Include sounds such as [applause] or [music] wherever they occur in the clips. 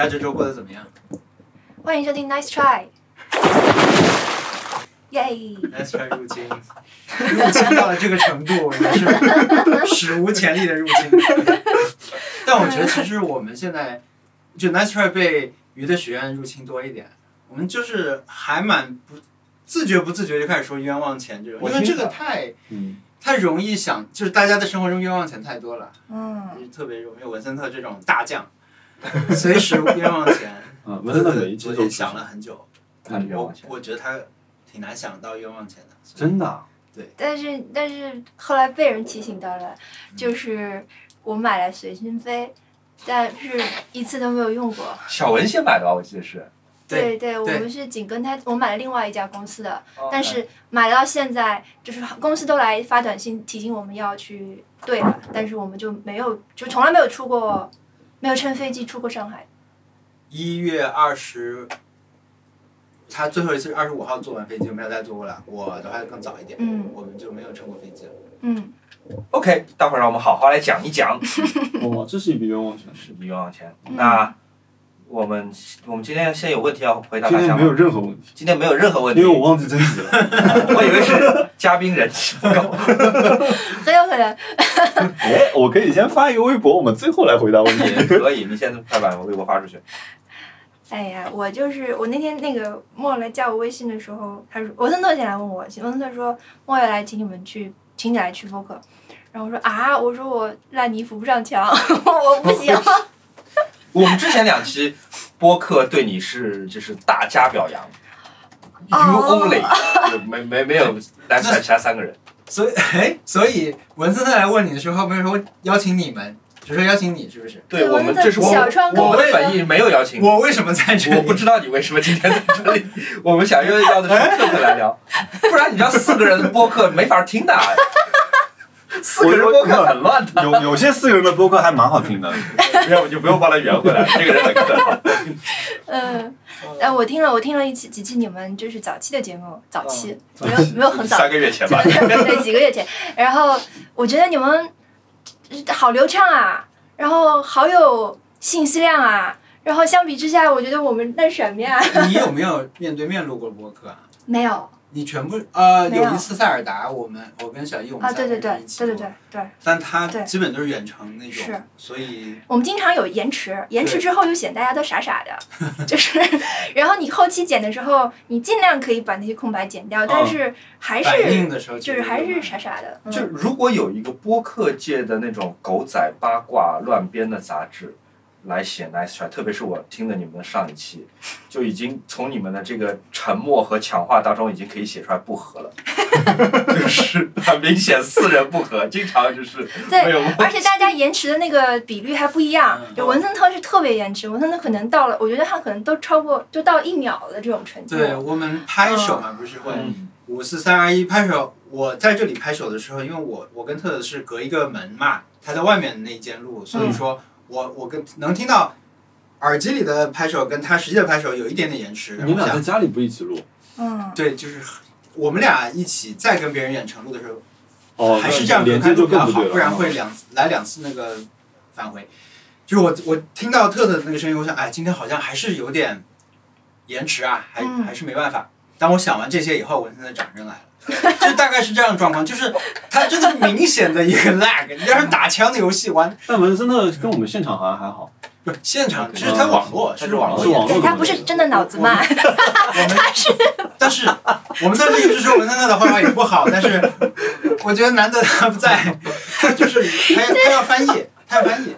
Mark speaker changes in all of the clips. Speaker 1: 大家这周过得怎么样？
Speaker 2: 欢迎收听 Nice Try。耶！
Speaker 1: Let's try 入侵，入侵到了这个程度，也是史无前例的入侵。但我觉得，其实我们现在就 Let's try 被鱼的学院入侵多一点，我们就是还蛮不自觉不自觉就开始说冤枉钱这种，
Speaker 3: 我
Speaker 1: 因为这
Speaker 3: 听
Speaker 1: 个
Speaker 3: 到
Speaker 1: 太
Speaker 3: 嗯，
Speaker 1: 太容易想，就是大家的生活中冤枉钱太多了，就
Speaker 2: 嗯，
Speaker 1: 是特别容易。文森特这种大将，随时冤枉钱。
Speaker 3: 啊，文森特有一直
Speaker 1: 我
Speaker 3: 都
Speaker 1: 也想了，很久，
Speaker 3: 他
Speaker 4: 嗯
Speaker 3: 冤
Speaker 1: 我
Speaker 3: 枉钱，
Speaker 1: 我觉得他挺难想到冤枉钱的。所以
Speaker 3: 真的啊，
Speaker 2: 但是但是后来被人提醒到了，就是我买了随心飞，但是一次都没有用过。
Speaker 4: 小文先买的吧，我记得是。
Speaker 1: 对
Speaker 2: 对对，嗯我
Speaker 1: 对
Speaker 2: 们是紧跟他，我买了另外一家公司的，但是买到现在就是公司都来发短信提醒我们要去对了，但是我们就没有，就从来没有出过，没有乘飞机出过上海。
Speaker 1: 一月二十，他最后一次二十五号坐完飞机就没有再坐过了。我的话更早一点，
Speaker 2: 嗯
Speaker 1: 我们就没有乘过飞机了。
Speaker 2: 嗯
Speaker 4: OK，待会儿让我们好好来讲一讲
Speaker 3: 哦，这是一笔冤枉钱。
Speaker 4: 是冤枉钱。
Speaker 2: 嗯
Speaker 4: 那我们我们今天现在有问题要回答
Speaker 3: 今
Speaker 4: 大家
Speaker 3: 天没
Speaker 4: 吗？
Speaker 3: 有任何问题，
Speaker 4: 今天没有任何问题，
Speaker 3: 因为我忘记征集了。
Speaker 4: [laughs] 我以为是嘉宾
Speaker 3: [laughs]
Speaker 4: 人气不够。
Speaker 2: 很有可能。
Speaker 3: 哎，我可以先发一个微博，我们最后来回答问题。
Speaker 4: 也可以，你现在快把微博发出去。
Speaker 2: 哎呀，我就是我那天那个莫来加我微信的时候，他说文森特先来问我，文森特说莫要来请你们去，请你来去播客，然后我说啊，我说我烂泥扶不上墙， [laughs] 我不行，
Speaker 4: 我们之前两期播客对你是就是大加表扬，You
Speaker 2: 哦
Speaker 4: only，就没没没有来不了其他三个人。
Speaker 1: 所以，哎，所以文森特来问你的时候，他不是说邀请你们，只说邀请你，是不是？
Speaker 4: 对
Speaker 2: 我
Speaker 4: 我
Speaker 2: 们
Speaker 4: 们
Speaker 2: 在
Speaker 4: 这是我
Speaker 2: 小窗口
Speaker 4: 我们
Speaker 2: 里
Speaker 4: 本意没有邀请你，
Speaker 1: 我为什么在这里？
Speaker 4: [laughs] 我不知道你为什么今天在这里，我们想要要的是特特来聊，不然你知道四个人的播客没法听的，啊四个人播客很乱的，
Speaker 3: 有有些四个人的播客还蛮好听 [laughs] 的，
Speaker 4: 要不就不用把它圆
Speaker 3: [laughs]
Speaker 4: 回来，这个人很笨。
Speaker 2: 嗯，哎、我听了我听了一期几期你们就是早期的节目，早期、没有没有很早，嗯
Speaker 4: 三个月前吧，
Speaker 2: 对，几个月前。然后我觉得你们好流畅啊，然后好有信息量啊，然后相比之下，我觉得我们那什么呀？
Speaker 1: 你有没有面对面录过播客啊？
Speaker 2: 没有
Speaker 1: 你全部呃，
Speaker 2: 没有
Speaker 1: 有一次塞尔达，我们我跟小易我们
Speaker 2: 啊，对
Speaker 1: 三个
Speaker 2: 对
Speaker 1: 人
Speaker 2: 对
Speaker 1: 一起
Speaker 2: 对对
Speaker 1: 录
Speaker 2: 对对，
Speaker 1: 但他
Speaker 2: 对
Speaker 1: 基本都是远程那
Speaker 2: 是
Speaker 1: 种，所以
Speaker 2: 我们经常有延迟，延迟之后就显大家都傻
Speaker 1: [laughs]
Speaker 2: 傻的，就是，然后你后期剪的时候，你尽量可以把那些空白剪掉，但是还
Speaker 1: 反应
Speaker 2: 是
Speaker 1: 的时候
Speaker 2: 就是还是傻
Speaker 1: 傻。
Speaker 2: 傻的，
Speaker 4: 就
Speaker 2: 嗯，
Speaker 4: 如果有一个播客界的那种狗仔八卦乱编的杂志来写 Nice Try，特别是我听了你们的上一期，就已经从你们的这个沉默和强化当中，已经可以写出来不
Speaker 2: [laughs]
Speaker 4: 和了，就是很明显四人不和，经常就是
Speaker 2: 对哎
Speaker 4: 没有
Speaker 2: 而且大家延迟的那个比率还不一样
Speaker 1: 嗯，
Speaker 2: 就文森特是特别延迟，文森特可能到了，我觉得他可能都超过就到一秒的这种程度。
Speaker 1: 对我们拍手嘛，不是会
Speaker 4: 嗯
Speaker 2: 嗯
Speaker 1: 五四三二一拍手。我在这里拍手的时候，因为我我跟特特是隔一个门嘛，他在外面那一间录，所以说我我跟能听到耳机里的拍手跟他实际的拍手有一点点延迟。然
Speaker 3: 你
Speaker 1: 后
Speaker 3: 俩
Speaker 1: 想
Speaker 3: 在家里不一起录？
Speaker 2: 嗯，
Speaker 1: 对，就是我们俩一起再跟别人远程录的时候，
Speaker 3: 哦，
Speaker 1: 还是这样
Speaker 3: 连
Speaker 1: 隔开
Speaker 3: 接就
Speaker 1: 录比较
Speaker 3: 更不
Speaker 1: 好
Speaker 3: 对，了，啊哦
Speaker 1: 不然会两次来两次那个返回。就是我我听到特特的那个声音，我想哎，今天好像还是有点延迟啊，还、
Speaker 2: 嗯
Speaker 1: 还是没办法。当我想完这些以后，文森的掌声来了，就大概是这样的状况，就是他真的明显的一个 lag。你要是打枪的游戏玩，
Speaker 3: 但文森特跟我们现场好像还好，
Speaker 1: 不是现场，这是他网络，这是网络
Speaker 3: 嗯是网
Speaker 1: 延
Speaker 3: 络
Speaker 1: 迟。
Speaker 2: 对他不是真的脑子慢，
Speaker 1: 我们但是我们在录制时候，文森特的画画也不好，但是我觉得难得他不在，他就是他要他要翻译，他要翻译，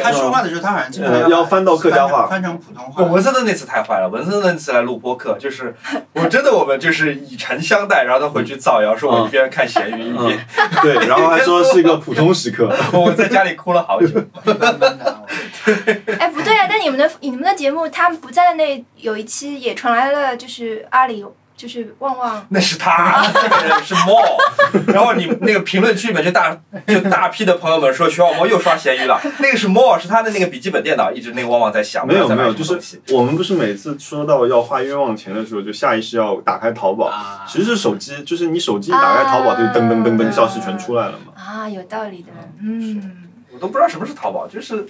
Speaker 1: 他说话的时候，他好像经常
Speaker 3: 呃，要翻到客家
Speaker 1: 翻成
Speaker 3: 话，
Speaker 1: 翻成普通
Speaker 4: 我
Speaker 1: 话。
Speaker 4: 文森特那次太坏了，文森特那次来录播客，就是我真的我们就是以诚相待，然后他回去造谣说我一边看咸鱼
Speaker 3: 嗯
Speaker 4: 一边，
Speaker 3: 对，然后还说是一个普通时刻，
Speaker 4: 我在家里哭了好久。
Speaker 1: 一般般的啊
Speaker 2: [laughs] 哎，不对啊！但你们的你们的节目，他们不在那有一期也传来了，就是阿里就是旺旺，
Speaker 4: 那是他， [laughs] 这个人是 Mo。然后你那个评论区里面就大就大批的朋友们说徐小莫又刷咸鱼了，那个是 Mo，是他的那个笔记本电脑一直那个汪汪在响。
Speaker 3: 没有
Speaker 4: 在
Speaker 3: 没
Speaker 4: 买
Speaker 3: 有，
Speaker 4: 什
Speaker 3: 就
Speaker 4: 么东西
Speaker 3: 是我们不是每次说到要花冤枉钱的时候，就下意识要打开淘
Speaker 1: 我
Speaker 3: 宝，
Speaker 1: 啊，
Speaker 3: 其实是手机，就是
Speaker 4: 啊
Speaker 3: 你手机打开淘宝，它就噔噔噔噔消息全出来了嘛。
Speaker 2: 啊，有道理的，嗯，
Speaker 4: 我都不知道什么是淘宝，就是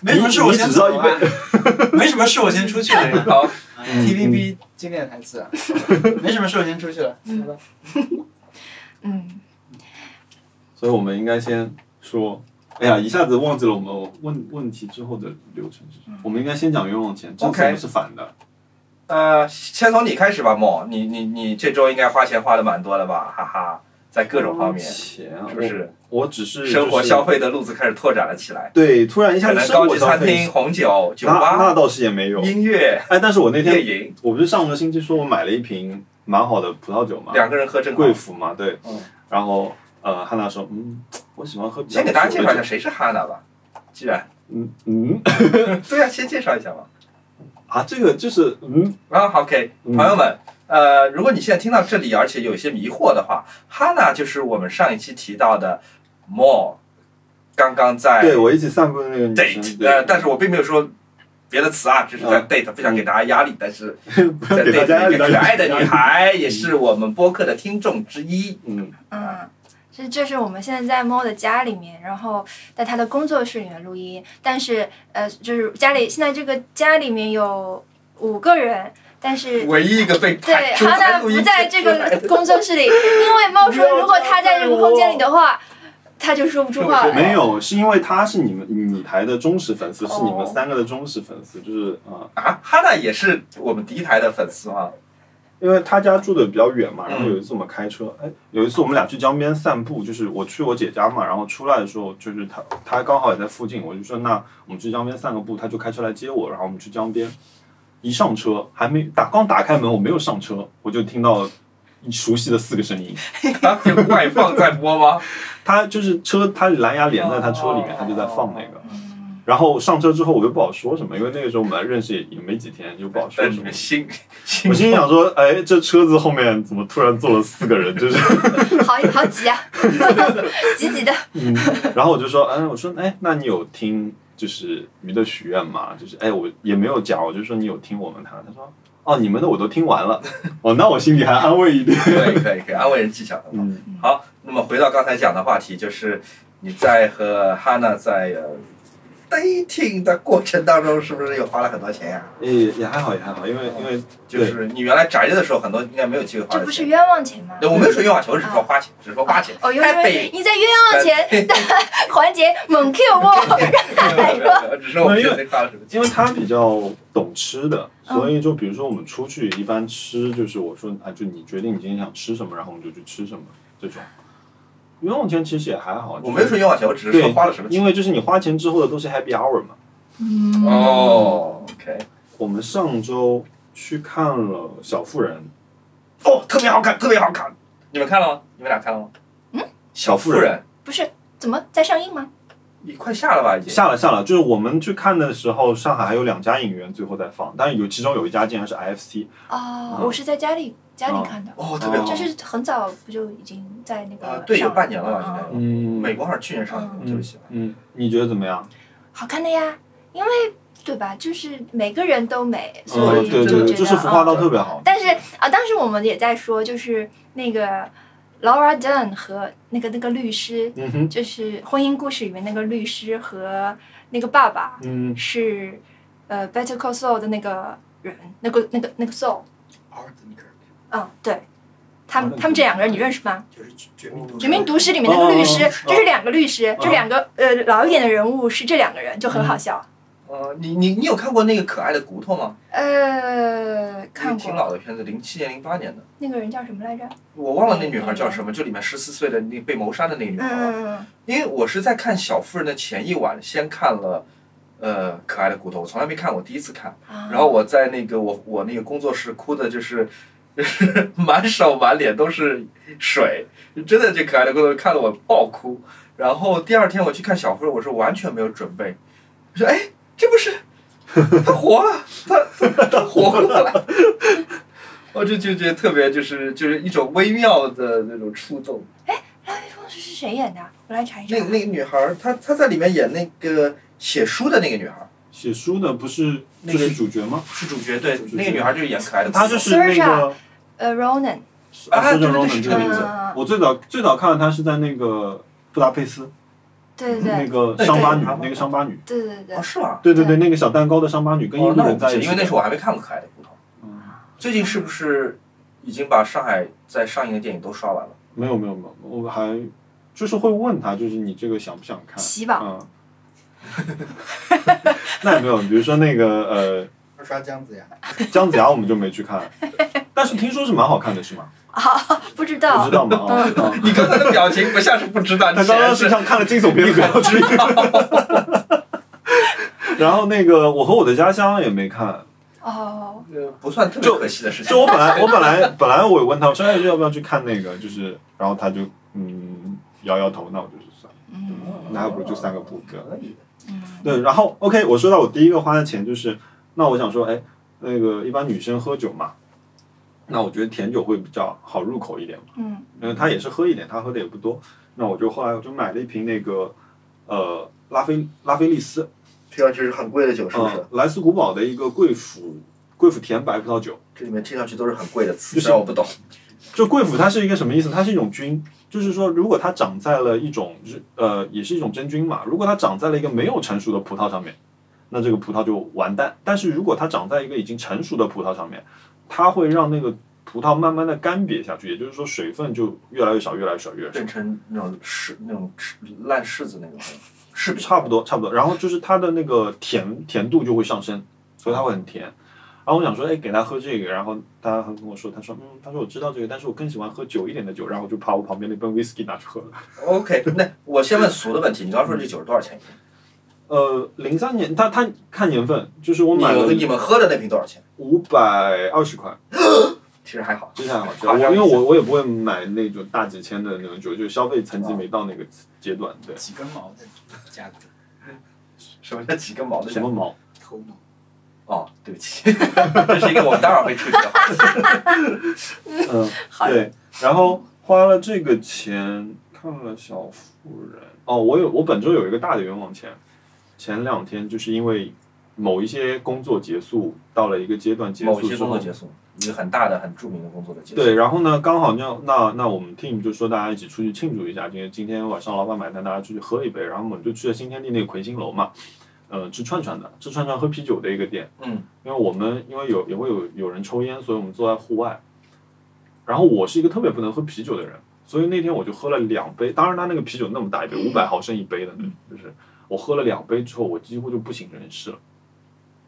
Speaker 5: 没什么事，我先走
Speaker 3: 你
Speaker 5: 啊
Speaker 3: 你只。
Speaker 5: 没什么事，我先出去了。
Speaker 4: 好，
Speaker 5: 啊
Speaker 3: [laughs] 嗯
Speaker 5: TVB 经典台词啊，没什么事，我先出去了。好吧
Speaker 2: 嗯，
Speaker 3: 所以我们应该先说，哎呀，一下子忘记了我们问问题之后的流程是什么。我们应该先讲冤枉钱，这
Speaker 4: OK
Speaker 3: 次不是反的。
Speaker 4: 呃，先从你开始吧，梦，你你你这周应该花钱花的蛮多的吧，哈哈，在各种方面，是
Speaker 3: 钱啊，
Speaker 4: 不是
Speaker 3: 我我只是
Speaker 4: 生活
Speaker 3: 就是
Speaker 4: 消费的路子开始拓展了起来？
Speaker 3: 对，突然一
Speaker 4: 可
Speaker 3: 下子
Speaker 4: 能
Speaker 3: 生
Speaker 4: 高
Speaker 3: 活
Speaker 4: 级
Speaker 3: 消
Speaker 4: 餐
Speaker 3: 费
Speaker 4: 厅、红酒、酒
Speaker 3: 那那
Speaker 4: 吧、
Speaker 3: 倒是也没有。
Speaker 4: 音乐、
Speaker 3: 哎，但是我那
Speaker 4: 夜
Speaker 3: 天
Speaker 4: 营，
Speaker 3: 我不是上个星期说我买了一瓶蛮好的葡萄酒嘛，
Speaker 4: 两个人喝正好
Speaker 3: 贵。腐嘛，对
Speaker 5: 嗯。
Speaker 3: 然后呃，汉娜说，嗯，我喜欢喝比较
Speaker 4: 先给大家介
Speaker 3: 苦
Speaker 4: 绍
Speaker 3: 的
Speaker 4: 一下
Speaker 3: 酒。
Speaker 4: 谁是哈娜吧，既然 [laughs]
Speaker 3: 嗯嗯
Speaker 4: 对啊，先介绍一下吧。
Speaker 3: 啊，这个就是嗯
Speaker 4: 啊好，OK，
Speaker 3: 嗯
Speaker 4: 朋友们，呃，如果你现在听到这里，而且有一些迷惑的话，哈娜就是我们上一期提到的 More，刚刚在
Speaker 3: 对我一起散步的那个女生，
Speaker 4: 哎 date，呃，
Speaker 3: 对，
Speaker 4: 但是我并没有说别的词啊，只是在
Speaker 3: 嗯
Speaker 4: date，不想给大家压力，但是
Speaker 3: 不
Speaker 4: 在
Speaker 3: [laughs] 要给
Speaker 4: date
Speaker 3: 大家
Speaker 4: 一个可爱的
Speaker 3: [laughs] 压
Speaker 4: 女
Speaker 3: 力
Speaker 4: 孩，也是我们播客的听众之一。
Speaker 3: 嗯，
Speaker 2: 嗯，这这是我们现在在猫的家里面，然后在他的工作室里面录音。但是呃，就是家里现在这个家里面有五个人，但是。
Speaker 4: 唯一一个被
Speaker 2: 对，
Speaker 4: 排除
Speaker 2: 哈娜
Speaker 4: 在录
Speaker 2: 不
Speaker 4: 音
Speaker 2: 在
Speaker 4: 室
Speaker 2: 这
Speaker 4: 出来
Speaker 2: 个
Speaker 4: 的
Speaker 2: 工作室里，因为猫说，如果他在这个空间里的话，他就说不出话
Speaker 4: 对
Speaker 2: 来。
Speaker 3: 没有，是因为她是你们你台的忠实粉丝，是你们
Speaker 2: 哦
Speaker 3: 三个的忠实粉丝，就是啊，
Speaker 4: 啊，哈娜也是我们第一台的粉丝吗？
Speaker 3: 因为她家住的比较远嘛，
Speaker 4: 嗯
Speaker 3: 然后有一次我们开车，哎，有一次我们俩去江边散步，就是我去我姐家嘛，然后出来的时候，就是她她刚好也在附近，我就说那我们去江边散个步，她就开车来接我，然后我们去江边，一上车还没打刚打开门，我没有上车，我就听到熟悉的四个声音，
Speaker 4: 啊有外放在播吗？
Speaker 3: 她就是车，她蓝牙连在她车里面，她就在放那个。
Speaker 2: 嗯
Speaker 3: 然后上车之后，我又不好说什么，因为那个时候我们认识也也没几天，就不好说
Speaker 4: 但你
Speaker 3: 什么
Speaker 4: 们。心
Speaker 3: 我
Speaker 4: 心
Speaker 3: 心想说，哎，这车子后面怎么突然坐了四个人？就是， [laughs]
Speaker 2: 好好挤啊， [laughs] 挤挤的。
Speaker 3: 嗯，然后我就说，嗯，我说，哎，那你有听就是鱼的许愿吗？就是，哎，我也没有讲，我就说你有听我们谈。他说，哦，你们的我都听完了，哦，那我心里还安慰一点。
Speaker 4: 可以可以可以，安慰人技巧的嘛。
Speaker 3: 嗯，
Speaker 4: 好，那么回到刚才讲的话题，就是你在和哈娜在呃 dating 的过程当中，是不是又花了很多钱呀、
Speaker 3: 也也还好，也还好，因为因为
Speaker 4: 就是你原来宅着的时候，很多应该没有机会花
Speaker 2: 这
Speaker 4: 的
Speaker 2: 不是
Speaker 4: 钱。
Speaker 2: 冤枉钱吗？
Speaker 4: 对，我没有说冤枉钱，我只是说花钱，只是说花
Speaker 2: [laughs]
Speaker 4: 钱。
Speaker 2: 哦，因
Speaker 4: 太
Speaker 2: 为
Speaker 4: 北，
Speaker 2: 你在冤枉
Speaker 4: [laughs]
Speaker 2: 钱的环节猛 Q 我，
Speaker 4: 没
Speaker 2: 哎
Speaker 4: 有没有没有只是我们觉得花了什么钱。
Speaker 3: 因为他比较懂吃的，
Speaker 2: 嗯
Speaker 3: 所以就比如说我们出去一般吃，就是我说啊，就你决定你今天想吃什么，然后我们就去吃什么这种。冤枉钱其实也还好，
Speaker 4: 我没有说冤枉钱，我只是
Speaker 3: 对
Speaker 4: 说花了什么钱。
Speaker 3: 因为就是你花钱之后的都是 happy hour 嘛。
Speaker 2: 嗯，
Speaker 4: 哦，OK，
Speaker 3: 我们上周去看了《小妇人》，
Speaker 4: 哦，特别好看，特别好看。你们看了吗？你们俩看了吗？嗯，小妇人，
Speaker 2: 不是，怎么在上映吗？
Speaker 4: 你快下了吧已经。
Speaker 3: 下了下了，就是我们去看的时候，上海还有两家影院最后在放，但是有其中有一家竟然是 IFC，
Speaker 2: 啊、
Speaker 3: 嗯
Speaker 2: 我是在家里家里看的，
Speaker 4: 哦，特别好
Speaker 3: 哦
Speaker 2: 就。是很早不就已经在那个、
Speaker 4: 啊，对，有半年了吧，应该
Speaker 2: 嗯
Speaker 4: 有。
Speaker 3: 嗯
Speaker 4: 美国好像去年上映的，
Speaker 3: 嗯
Speaker 4: 对不起。
Speaker 3: 嗯，你觉得怎么样？
Speaker 2: 好看的呀，因为对吧？就是每个人都美，
Speaker 4: 哦
Speaker 3: 嗯
Speaker 2: 所，以就
Speaker 3: 对对
Speaker 2: 觉得、
Speaker 3: 对，就是服化
Speaker 2: 嗯
Speaker 3: 道特别好。
Speaker 2: 但是啊，当时我们也在说，就是那个 Laura Dern 和那个那个律师，
Speaker 3: 嗯哼，
Speaker 2: 就是《婚姻故事》里面那个律师和那个爸爸
Speaker 3: 嗯，
Speaker 2: 是呃 Better Call Saul 的那个人，那个那个那个 Saul，嗯，对，他们他们这两个人你认识吗？
Speaker 5: 就是绝命毒
Speaker 2: 《绝命毒师》里面那个律师
Speaker 3: 哦哦，哦
Speaker 2: 这是两个律师
Speaker 3: 哦，嗯
Speaker 2: 这两个呃老一点的人物是这两个人，就很好笑。
Speaker 4: 呃，你你你有看过那个可爱的骨头吗？
Speaker 2: 呃，看
Speaker 4: 挺
Speaker 2: 过
Speaker 4: 老的片子，零七年、零八年的。
Speaker 2: 那个人叫什么来着？
Speaker 4: 我忘了那女孩叫什么，就里面十四岁的那被谋杀的那个女
Speaker 2: 嗯
Speaker 4: 孩了。
Speaker 2: 嗯嗯
Speaker 4: 因为我是在看《小妇人》的前一晚，先看了，呃，可爱的骨头，我从来没看过，第一次看。
Speaker 2: 嗯。啊
Speaker 4: 然后我在那个我我那个工作室哭的就是， [laughs] 就是满手满脸都是水，真的这可爱的哥哥看了我爆哭。然后第二天我去看小夫人，我是完全没有准备，我说哎，这不是他活了，他他他活过来 [laughs] 了，我就就觉得特别就是就是一种微妙的那种触动。
Speaker 2: 拉菲风是是谁演的？我来查一查
Speaker 4: 那。那个女孩儿，她她在里面演那个写书的那个女孩儿
Speaker 3: 写书的不是
Speaker 4: 那
Speaker 3: 这个
Speaker 4: 个
Speaker 3: 主角吗？
Speaker 4: 是主角，对
Speaker 3: 主，角
Speaker 4: 那个女孩儿就是演可爱的
Speaker 3: 他就是那
Speaker 2: Saoirse
Speaker 3: 个
Speaker 2: 呃，Ronan，
Speaker 4: 啊，
Speaker 3: 苏
Speaker 4: 对
Speaker 3: 振
Speaker 4: 对对，
Speaker 3: 荣的
Speaker 4: 是这
Speaker 3: 这个
Speaker 4: 个
Speaker 3: 名
Speaker 4: 名
Speaker 3: 字
Speaker 4: 字。
Speaker 2: 嗯
Speaker 3: 我最早最早看到他是在那个布达佩斯，
Speaker 2: 对对
Speaker 3: 那
Speaker 2: 对
Speaker 3: 个
Speaker 4: 对
Speaker 3: 伤疤
Speaker 4: 对
Speaker 3: 女
Speaker 4: 对，
Speaker 3: 那个伤疤女，
Speaker 2: 对对对
Speaker 4: 哦，，是吗？
Speaker 3: 对对对，那个小蛋糕的伤疤女跟
Speaker 4: 哦
Speaker 3: 印，
Speaker 4: 那
Speaker 3: 度
Speaker 4: 我
Speaker 3: 人
Speaker 4: 不
Speaker 3: 在一
Speaker 4: 是，
Speaker 3: 起，
Speaker 4: 因为那时候我还没看过《可爱的葡萄》。
Speaker 3: 嗯
Speaker 4: 最近是不是已经把上海在上映的电影都刷完 [laughs] 了？
Speaker 3: 没有没有没有，我还就是会问他，就是你这个想不想看？
Speaker 2: 喜宝
Speaker 3: 嗯，那也没有，比如说那个
Speaker 5: 二刷姜子牙，
Speaker 3: 呃姜子牙，我们就没去
Speaker 2: [laughs]
Speaker 3: 看，但是听说是蛮好看的，是吗？
Speaker 2: 不知
Speaker 3: 不
Speaker 2: 道
Speaker 3: 嗯知，道吗？啊，
Speaker 2: [laughs]
Speaker 3: 啊
Speaker 4: 你刚才的表情不像是不知道，你
Speaker 3: 他刚刚
Speaker 4: 显
Speaker 3: 是
Speaker 4: 然
Speaker 3: 像看了惊悚片的表情。然后那个《我和我的家乡》也没看，
Speaker 2: 哦，
Speaker 4: 是呃不算特别可惜的事情。
Speaker 3: 就我本来我本来本来我有问他，我说哎要不要去看那个，就是然后他就嗯摇摇头，那我就是算了，
Speaker 2: 嗯
Speaker 3: 那还不如就散个步这样
Speaker 4: 可以的。
Speaker 2: 嗯，
Speaker 3: 对，然后 OK，我说到我第一个花的钱就是，那我想说，哎，那个一般女生喝酒嘛，那我觉得甜酒会比较好入口一点嘛，
Speaker 2: 嗯
Speaker 3: 因为她也是喝一点，她喝的也不多，那我就后来我就买了一瓶那个呃拉菲拉菲利斯，
Speaker 4: 听上去是很贵的酒，
Speaker 3: 呃？莱斯古堡的一个贵腐贵腐甜白葡萄酒。
Speaker 4: 这里面听上去都是很贵的词，
Speaker 3: 就是
Speaker 4: 虽然我不懂。
Speaker 3: 就贵腐它是一个什么意思？它是一种菌，就是说如果它长在了一种就是呃也是一种真菌嘛，如果它长在了一个没有成熟的葡萄上面，那这个葡萄就完蛋。但是如果它长在一个已经成熟的葡萄上面，它会让那个葡萄慢慢的干瘪下去，也就是说水分就越来越少，越来越少，越来越少
Speaker 4: 变。成那种柿那种柿烂柿子那 [laughs] 种，柿饼
Speaker 3: 差不多差不多。然后就是它的那个甜甜度就会上升，所以它会很甜。然后我想说，哎，给他喝这个，然后他跟我说，他说，嗯，他说我知道这个，但是我更喜欢喝久一点的酒，然后我就把我旁边那杯 whisky 拿去喝了。
Speaker 4: OK，那我先问俗的问题，你刚刚说这酒是多少钱一
Speaker 3: 嗯
Speaker 4: 瓶？
Speaker 3: 呃，零三年，他他看年份，就是我
Speaker 4: 你
Speaker 3: 买了
Speaker 4: 们你们喝的那瓶多少钱？
Speaker 3: 五百二十块，
Speaker 4: 其实还好，
Speaker 3: 这下还好吃。我
Speaker 4: 夸张一
Speaker 3: 因为
Speaker 4: 下
Speaker 3: 我我也不会买那种大几千的那种酒，就消费层级没到那个阶段。对，
Speaker 5: 几根毛的价格，
Speaker 4: 什么叫几根毛的
Speaker 3: 什
Speaker 4: 钱？
Speaker 3: 么
Speaker 4: [laughs]
Speaker 3: 毛？
Speaker 5: 头毛。
Speaker 4: 哦，对不起，这是一个我们待会儿会处理的话题。
Speaker 3: 嗯，
Speaker 2: 好
Speaker 3: 对，然后花了这个钱看了《小妇人》哦，我有我本周有一个大的冤枉钱，前两天就是因为某一些工作结束到了一个阶段结
Speaker 4: 某
Speaker 3: 束
Speaker 4: 一些
Speaker 3: 之
Speaker 4: 工作
Speaker 3: 后，
Speaker 4: 结束，一个很大的、很著名的工作的结束。
Speaker 3: 对，然后呢刚好那那那我们 team 就说大家一起出去庆祝一下，因为今天晚上老板买单，大家出去喝一杯，然后我们就去了新天地那个魁星楼嘛，呃，吃串串的，吃串串喝啤酒的一个店。
Speaker 4: 嗯，
Speaker 3: 因为我们因为有也会有有人抽烟，所以我们坐在户外。然后我是一个特别不能喝啤酒的人，所以那天我就喝了两杯。当然，他那个啤酒那么大一杯，五百毫升一杯的那种，就是我喝了两杯之后，我几乎就不省人事了。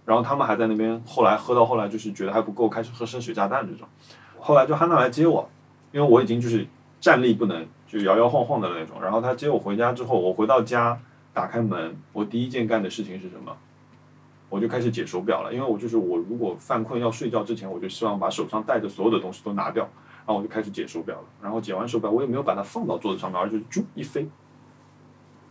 Speaker 3: 然后他们还在那边，后来喝到后来就是觉得还不够，开始喝生水炸弹这种。后来就汉娜来接我，因为我已经就是站立不能，就摇摇晃晃的那种。然后她接我回家之后，我回到家打开门，我第一件干的事情是什么？我就开始解手表了，因为我就是我如果犯困要睡觉之前，我就希望把手上戴的所有的东西都拿掉，然后我就开始解手表了。然后解完手表，我也没有把它放到桌子上面，而是啾一飞，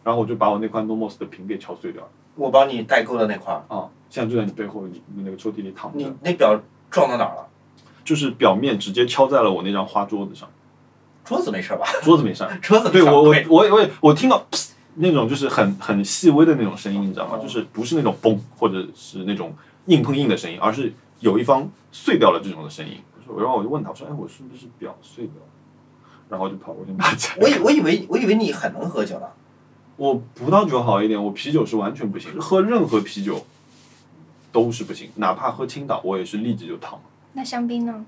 Speaker 3: 然后我就把我那块 Nomos 的屏给敲碎掉了。
Speaker 4: 我帮你代购的那块儿，
Speaker 3: 啊，现在就在你背后，你你那个抽屉里躺着
Speaker 4: 你，那表撞到哪儿了？
Speaker 3: 就是表面直接敲在了我那张花桌子上，
Speaker 4: 桌子没事吧？ [laughs]
Speaker 3: 桌子没事儿。
Speaker 4: 桌子
Speaker 3: 对我我
Speaker 4: 对
Speaker 3: 我我我听到噗那种就是很很细微的那种声音，你知道吗？就是不是那种嘣或者是那种硬碰硬的声音，而是有一方碎掉了这种的声音。我说然后我就问他，我说哎，我是不是表碎掉了？然后我就跑过去拿起来。
Speaker 4: 我以我以为我以为你很能喝酒呢。
Speaker 3: 我葡萄酒好一点，我啤酒是完全不行，喝任何啤酒都是不行，哪怕喝青岛，我也是立即就躺。
Speaker 2: 那香槟呢？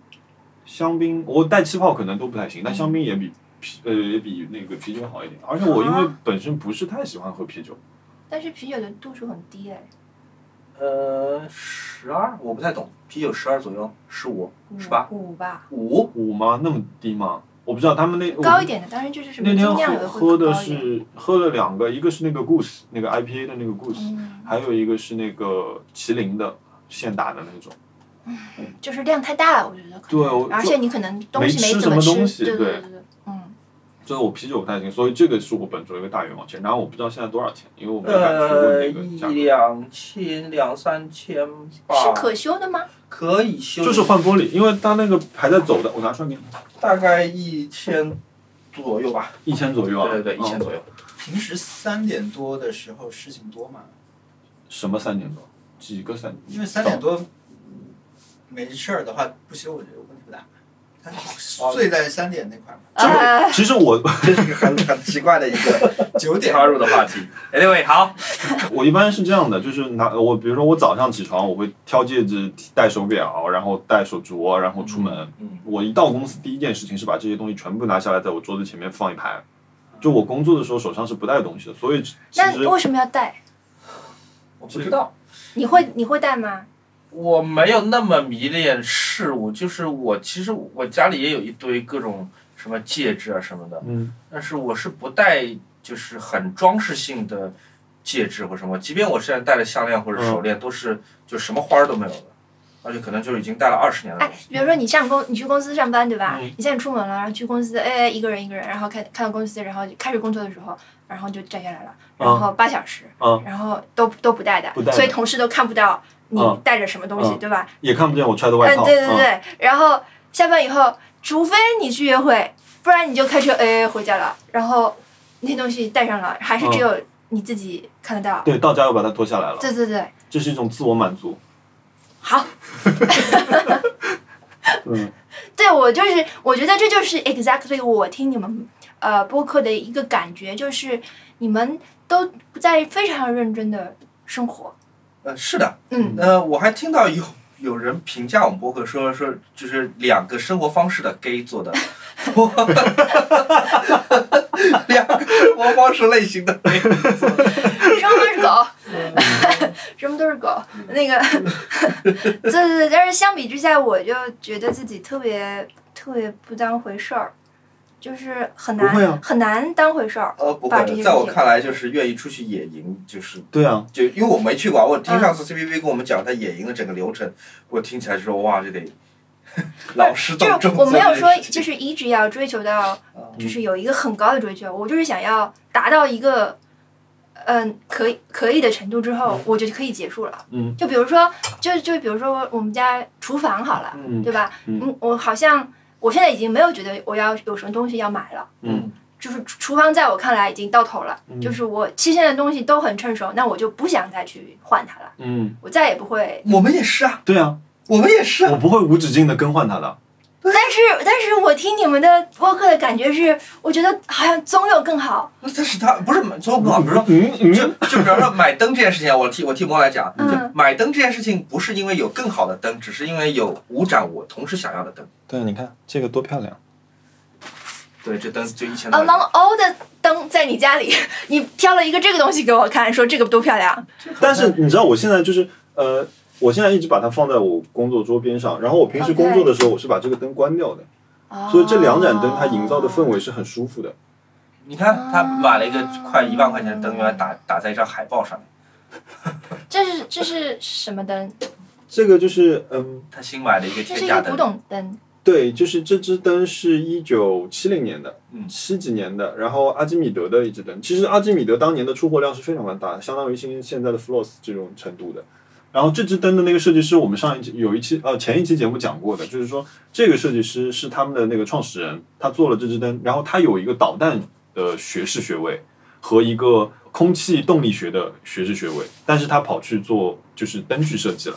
Speaker 3: 香槟，我带气泡可能都不太行，但香槟也比啤呃也比那个啤酒好一点。而且我因为
Speaker 4: 啊
Speaker 3: 本身不是太喜欢喝啤酒，
Speaker 2: 但是啤酒的度数很低哎，
Speaker 4: 呃，十二，我不太懂，啤酒十二左右，十五、
Speaker 2: 五
Speaker 4: 十八、
Speaker 2: 五吧，
Speaker 4: 五，
Speaker 3: 五吗？那么低吗？我不知道他们那
Speaker 2: 高一
Speaker 3: 我
Speaker 2: 点的当然就是什么
Speaker 3: 那
Speaker 2: 精
Speaker 3: 天
Speaker 2: 酿有
Speaker 3: 喝
Speaker 2: 的会
Speaker 3: 喝
Speaker 2: 高一点
Speaker 3: 的是喝了两个，一个是那个 Goose 那个 IPA 的那个 Goose，、
Speaker 2: 嗯，
Speaker 3: 还有一个是那个麒麟的现打的那种。
Speaker 2: 就是量太大了，我觉得可
Speaker 3: 对，
Speaker 2: 能。
Speaker 3: 我
Speaker 2: 而
Speaker 3: 就
Speaker 2: 且你可能东西
Speaker 3: 没吃
Speaker 2: 怎么
Speaker 3: 什么东西
Speaker 2: 对
Speaker 3: 对
Speaker 2: 对对，嗯，
Speaker 3: 就是我啤酒不太行，所以这个是我本周一个大冤枉钱。然后我不知道现在多少钱，因为我没敢去
Speaker 4: 呃，
Speaker 3: 问那个
Speaker 4: 一
Speaker 3: 价格。
Speaker 4: 两千两三千吧，
Speaker 2: 是可修的吗？
Speaker 4: 可以修，
Speaker 3: 就是换玻璃，因为它那个还在走的，我拿出来给你，
Speaker 4: 大概一千左右吧。
Speaker 3: 一千左右啊。
Speaker 4: 对对对，一千
Speaker 3: 嗯
Speaker 4: 左右。
Speaker 5: 平时三点多的时候事情多嘛，
Speaker 3: 什么三点钟？几个三？
Speaker 5: 因为三点多没事儿的话不修，我觉得问题不大。
Speaker 4: 哦
Speaker 1: 它碎在三点那块儿。
Speaker 2: 啊，
Speaker 3: 其实我
Speaker 1: 这是一个很很奇怪的一
Speaker 4: [laughs]
Speaker 1: 个九点。
Speaker 4: 插入的话题。Anyway，好，
Speaker 3: 我一般是这样的，就是拿我，比如说我早上起床，我会挑戒指、戴手表，然后戴手镯，然后出门。
Speaker 4: 嗯
Speaker 3: 我一到公司，第一件事情是把这些东西全部拿下来，在我桌子前面放一排。就我工作的时候手上是不带东西的，所以其实
Speaker 2: 那为什么要戴？
Speaker 4: 我不知道，
Speaker 2: 你会你会戴吗？
Speaker 4: 我没有那么迷恋事物，就是我其实我家里也有一堆各种什么戒指啊什么的，
Speaker 3: 嗯，
Speaker 4: 但是我是不戴就是很装饰性的戒指或什么，即便我现在戴了项链或者手
Speaker 3: 嗯
Speaker 4: 链，都是就什么花儿都没有的，而且可能就已经戴了二十年了。
Speaker 2: 哎，比如说你上公，你去公司上班对吧？
Speaker 4: 嗯
Speaker 2: 你现在出门了，然后去公司，哎，一个人一个人，然后看看到公司，然后开始工作的时候，然后就摘下来了，然后八小时，
Speaker 3: 嗯
Speaker 2: 然后都都不戴的，
Speaker 3: 啊不戴的
Speaker 2: 所以同事都看不到你
Speaker 3: 嗯
Speaker 2: 戴着什么东西，
Speaker 3: 嗯
Speaker 2: 对吧？
Speaker 3: 也看不见我穿的外
Speaker 2: 嗯，
Speaker 3: 套。
Speaker 2: 对对
Speaker 3: 嗯
Speaker 2: 对。然后下班以后，除非你去约会，不然你就开车哎回家了，然后那些东西带上了，还是
Speaker 3: 嗯
Speaker 2: 只有你自己看得到。
Speaker 3: 对，到家又把它脱下来了，
Speaker 2: 对对对，
Speaker 3: 这是一种自我满足。
Speaker 2: 好，
Speaker 3: 嗯，
Speaker 2: 对我就是，我觉得这就是 exactly 我听你们呃播客的一个感觉，就是你们都在非常认真的生活。
Speaker 4: 呃，是的，
Speaker 2: 嗯，
Speaker 4: 呃，我还听到有有人评价我们播客说说，就是两个生活方式的 gay 做的播客，两个生活方式类型的 gay 做的
Speaker 2: 什么都是狗，什么都是狗。那个， [laughs] 对对对，但是相比之下，我就觉得自己特别特别不当回事儿，就是很
Speaker 3: 不会
Speaker 2: 难、
Speaker 3: 啊
Speaker 2: 很难当回事儿。
Speaker 4: 呃，不
Speaker 2: 把
Speaker 4: 会
Speaker 2: 这些
Speaker 4: 的，在我
Speaker 2: 事情
Speaker 4: 看来，就是愿意出去野营，就是
Speaker 3: [laughs] 对啊，
Speaker 4: 就因为我没去过啊，我听
Speaker 2: 嗯
Speaker 4: 上次 C P V 跟我们讲他野营的整个流程，我听起来说
Speaker 2: [laughs]
Speaker 4: 哇，这得老师
Speaker 2: 就
Speaker 4: 当
Speaker 2: 是
Speaker 4: 众
Speaker 2: 我没有说
Speaker 4: 做这件事
Speaker 2: 就
Speaker 4: 情
Speaker 2: 是一直要追求到
Speaker 4: 嗯，
Speaker 2: 就是有一个很高的追求，我就是想要达到一个。嗯，可以可以的程度之后，我就可以结束了。
Speaker 3: 嗯，
Speaker 2: 就比如说，就就比如说我们家厨房好了，
Speaker 3: 嗯
Speaker 2: 对吧？
Speaker 3: 嗯
Speaker 2: 嗯，我好像我现在已经没有觉得我要有什么东西要买了。
Speaker 3: 嗯，
Speaker 2: 就是厨房在我看来已经到头了，
Speaker 3: 嗯
Speaker 2: 就是我期限的东西都很趁手，那我就不想再去换它了，
Speaker 3: 嗯，
Speaker 2: 我再也不会。
Speaker 4: 我们也是啊，
Speaker 3: 对啊，
Speaker 4: 我们也是啊
Speaker 3: 我，不会无止境的更换它的。
Speaker 2: 但是，但是我听你们的播客的感觉是，我觉得好像总有更好。
Speaker 4: 那但是他不是做不好，比如说
Speaker 3: 嗯
Speaker 4: 就
Speaker 3: 嗯，
Speaker 4: 就比方说买灯这件事情啊，我替我替莫来讲，
Speaker 2: 嗯
Speaker 4: 就买灯这件事情不是因为有更好的灯，只是因为有五盏我同时想要的灯。
Speaker 3: 对，你看这个多漂亮。
Speaker 4: 对，这灯就一千多。
Speaker 2: Among all 的灯在你家里， [laughs] 你挑了一个这个东西给我看，说这个多漂亮。
Speaker 3: 但是你知道，我现在就是呃，我现在一直把它放在我工作桌边上，然后我平时
Speaker 2: OK
Speaker 3: 工作的时候，我是把这个灯关掉的，所以这两盏灯它营造的氛围是很舒服的。
Speaker 4: 你看他
Speaker 2: 哦
Speaker 4: 买了一个快一万块钱的灯，用来打打在一张海报上面，
Speaker 2: 哦，这是这是什么灯？
Speaker 3: 这个就是嗯，
Speaker 4: 他新买的一个
Speaker 2: 这
Speaker 4: 全
Speaker 2: 是一
Speaker 4: 家
Speaker 2: 个
Speaker 4: 灯
Speaker 2: 古。董灯。
Speaker 3: 对，就是这支灯是一九七零年的，
Speaker 4: 嗯
Speaker 3: 七几年的，然后阿基米德的一支灯。其实阿基米德当年的出货量是非常的大，相当于现现在的 Floss 这种程度的。然后这支灯的那个设计师，我们上一期有一期呃前一期节目讲过的，就是说这个设计师是他们的那个创始人，他做了这支灯，然后他有一个导弹的学士学位和一个空气动力学的学士学位，但是他跑去做就是灯具设计了。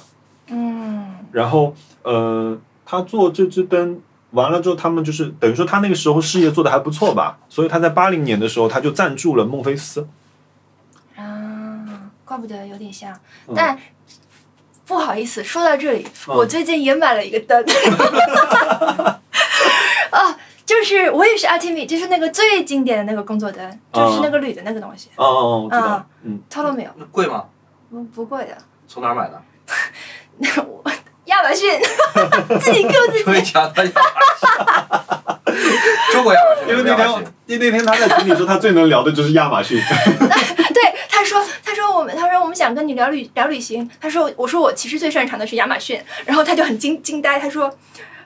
Speaker 2: 嗯，
Speaker 3: 然后呃，他做这支灯完了之后，他们就是等于说他那个时候事业做得还不错吧，所以他在八零年的时候他就赞助了孟菲斯。
Speaker 2: 啊，怪不得有点像，
Speaker 3: 嗯
Speaker 2: 但。不好意思，说到这里，
Speaker 3: 嗯
Speaker 2: 我最近也买了一个 [laughs] 灯，啊，就是我也是阿基米，就是那个最经典的那个工作灯，就是那个铝的那个东西，
Speaker 3: 哦哦哦，我知道，嗯，
Speaker 2: 偷了没有？
Speaker 4: 那贵吗？
Speaker 2: 不嗯不贵的，
Speaker 4: 从哪儿买的？ [laughs]
Speaker 2: 我亚马逊 [laughs] 自己 Q [laughs] 自
Speaker 4: 终于
Speaker 2: 己，
Speaker 4: 讲到亚马逊， [laughs] 中国亚马逊，
Speaker 3: 因为那
Speaker 4: 亚马
Speaker 3: 天
Speaker 4: 逊
Speaker 3: 因为那天他在群里说他最能聊的就是亚马逊， [laughs]
Speaker 2: 对，他说他说我们他说我们想跟你聊旅聊旅行，他说我说我其实最擅长的是亚马逊，然后他就很惊惊呆，他说，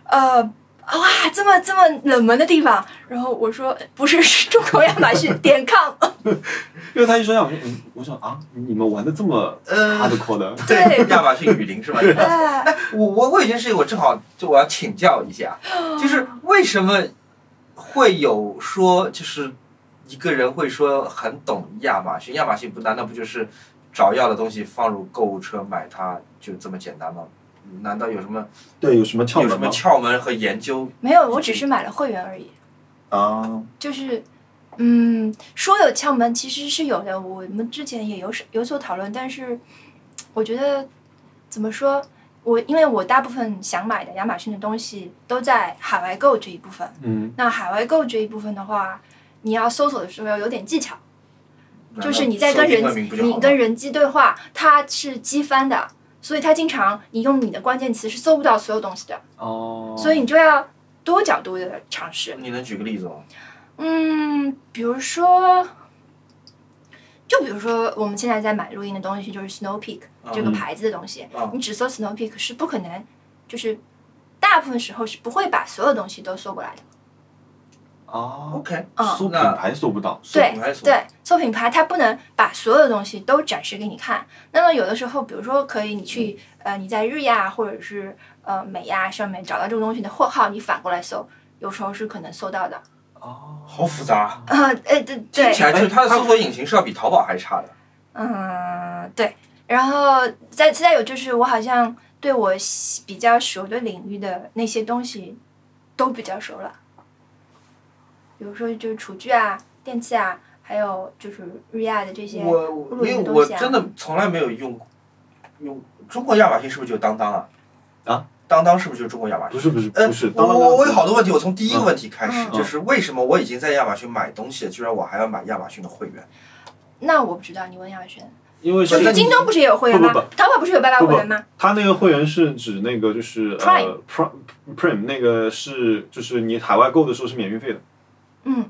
Speaker 2: 呃。哇，这么这么冷门的地方，然后我说不是，是中国亚马 [laughs] 逊点 com，
Speaker 3: 因为他一说亚马逊，嗯，我想啊，你们玩的这么
Speaker 4: 呃，
Speaker 3: hardcore 的，
Speaker 2: 对
Speaker 4: 亚马逊雨林是吧？
Speaker 2: 哎，
Speaker 4: 我我我有件事情，我正好就我要请教
Speaker 2: [gasps]
Speaker 4: 一下，就是为什么会有说，就是一个人会说很懂亚马逊？亚马逊不难道不就是找要的东西放入购物车买它就这么简单吗？难道有什么
Speaker 3: 对，有什么窍
Speaker 4: 有什
Speaker 3: 门
Speaker 4: 么
Speaker 3: 吗？
Speaker 4: 窍门和研究？
Speaker 2: 没有，我只是买了会员而已。
Speaker 3: 啊，
Speaker 2: 就是，嗯，说有窍门其实是有的，我们之前也有是有所讨论，但是我觉得怎么说，我因为我大部分想买的亚马逊的东西都在海外购这一部分，
Speaker 3: 嗯，
Speaker 2: 那海外购这一部分的话，你要搜索的时候要有点技巧，
Speaker 4: 难
Speaker 2: 就
Speaker 4: 道
Speaker 2: 是你在跟
Speaker 4: 搜
Speaker 2: 人
Speaker 4: 英文名不就好
Speaker 2: 你
Speaker 4: 吗
Speaker 2: 跟人机对话，它是机翻的。所以它经常你用你的关键词是搜不到所有东西的，
Speaker 3: 哦，
Speaker 2: 所以你就要多角度的尝试。
Speaker 4: 你能举个例子吗？
Speaker 2: 嗯，比如说，就比如说我们现在在买录音的东西，就是 Snow Peak
Speaker 4: 啊
Speaker 2: 这个
Speaker 3: 嗯
Speaker 2: 牌子的东西，
Speaker 4: 嗯
Speaker 2: 你只搜 Snow Peak 是不可能，就是大部分时候是不会把所有东西都搜过来的。
Speaker 3: 啊，
Speaker 4: OK，
Speaker 2: 嗯
Speaker 3: 搜品
Speaker 4: 那
Speaker 3: 牌搜不到，
Speaker 2: 对
Speaker 4: 还是什么
Speaker 2: 对，搜品牌它不能把所有东西都展示给你看。那么有的时候，比如说可以你去呃你在日亚或者是呃美亚上面找到这种东西的货号，你反过来搜，有时候是可能搜到的。 [laughs]
Speaker 3: 哦，
Speaker 4: 好复杂，
Speaker 2: 啊、呃，对对
Speaker 4: 听，起来
Speaker 3: 哎
Speaker 4: 就是它的搜索引擎是要比淘宝还差的。
Speaker 2: 嗯，对。然后再再有就是，我好像对我喜比较熟的领域的那些东西都比较熟了，比如说就是厨具啊、电器啊，还有就是日亚的这些。
Speaker 4: 我
Speaker 2: 录
Speaker 4: 因
Speaker 2: 音
Speaker 4: 为
Speaker 2: 的
Speaker 4: 我
Speaker 2: 东西啊
Speaker 4: 真的从来没有用用中国亚马逊是不是就当当啊？
Speaker 3: 啊，
Speaker 4: 当当是不是就中国亚马逊
Speaker 3: 不？是不是
Speaker 4: 呃
Speaker 3: 不是，
Speaker 4: 我
Speaker 3: 当当
Speaker 4: 我我有好多问题，我从第一个问题开始，
Speaker 2: 嗯
Speaker 4: 就是为什么我已经在亚马逊买东西了，居然我还要买亚马逊的会员？
Speaker 2: 那我不知道，你问亚轩。
Speaker 3: 因为
Speaker 4: 不
Speaker 3: 是
Speaker 4: 是那你
Speaker 2: 京东不是也有会员吗
Speaker 3: 不？
Speaker 2: 淘宝不是有八八
Speaker 3: 不不
Speaker 2: 会员吗？
Speaker 3: 他那个会员是指那个就是呃
Speaker 2: Prime
Speaker 3: Prime Prime 那个是就是你海外购的时候是免运费的，
Speaker 2: 嗯，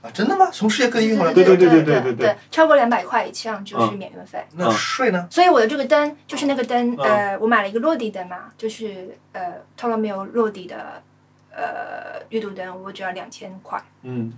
Speaker 4: 啊，真的吗？从世界各地运过来？
Speaker 3: 对
Speaker 2: 对
Speaker 3: 对对
Speaker 2: 对
Speaker 3: 对对
Speaker 2: 对
Speaker 3: 对，
Speaker 2: 超过两百块以上就是
Speaker 3: 嗯
Speaker 2: 免运费。
Speaker 4: 那税呢？
Speaker 2: 所以我的这个灯就是那个灯，
Speaker 3: 嗯
Speaker 2: 呃，我买了一个落地灯嘛，就是呃 t o l o m e o 落地的呃阅读灯，我只要两千块。
Speaker 3: 嗯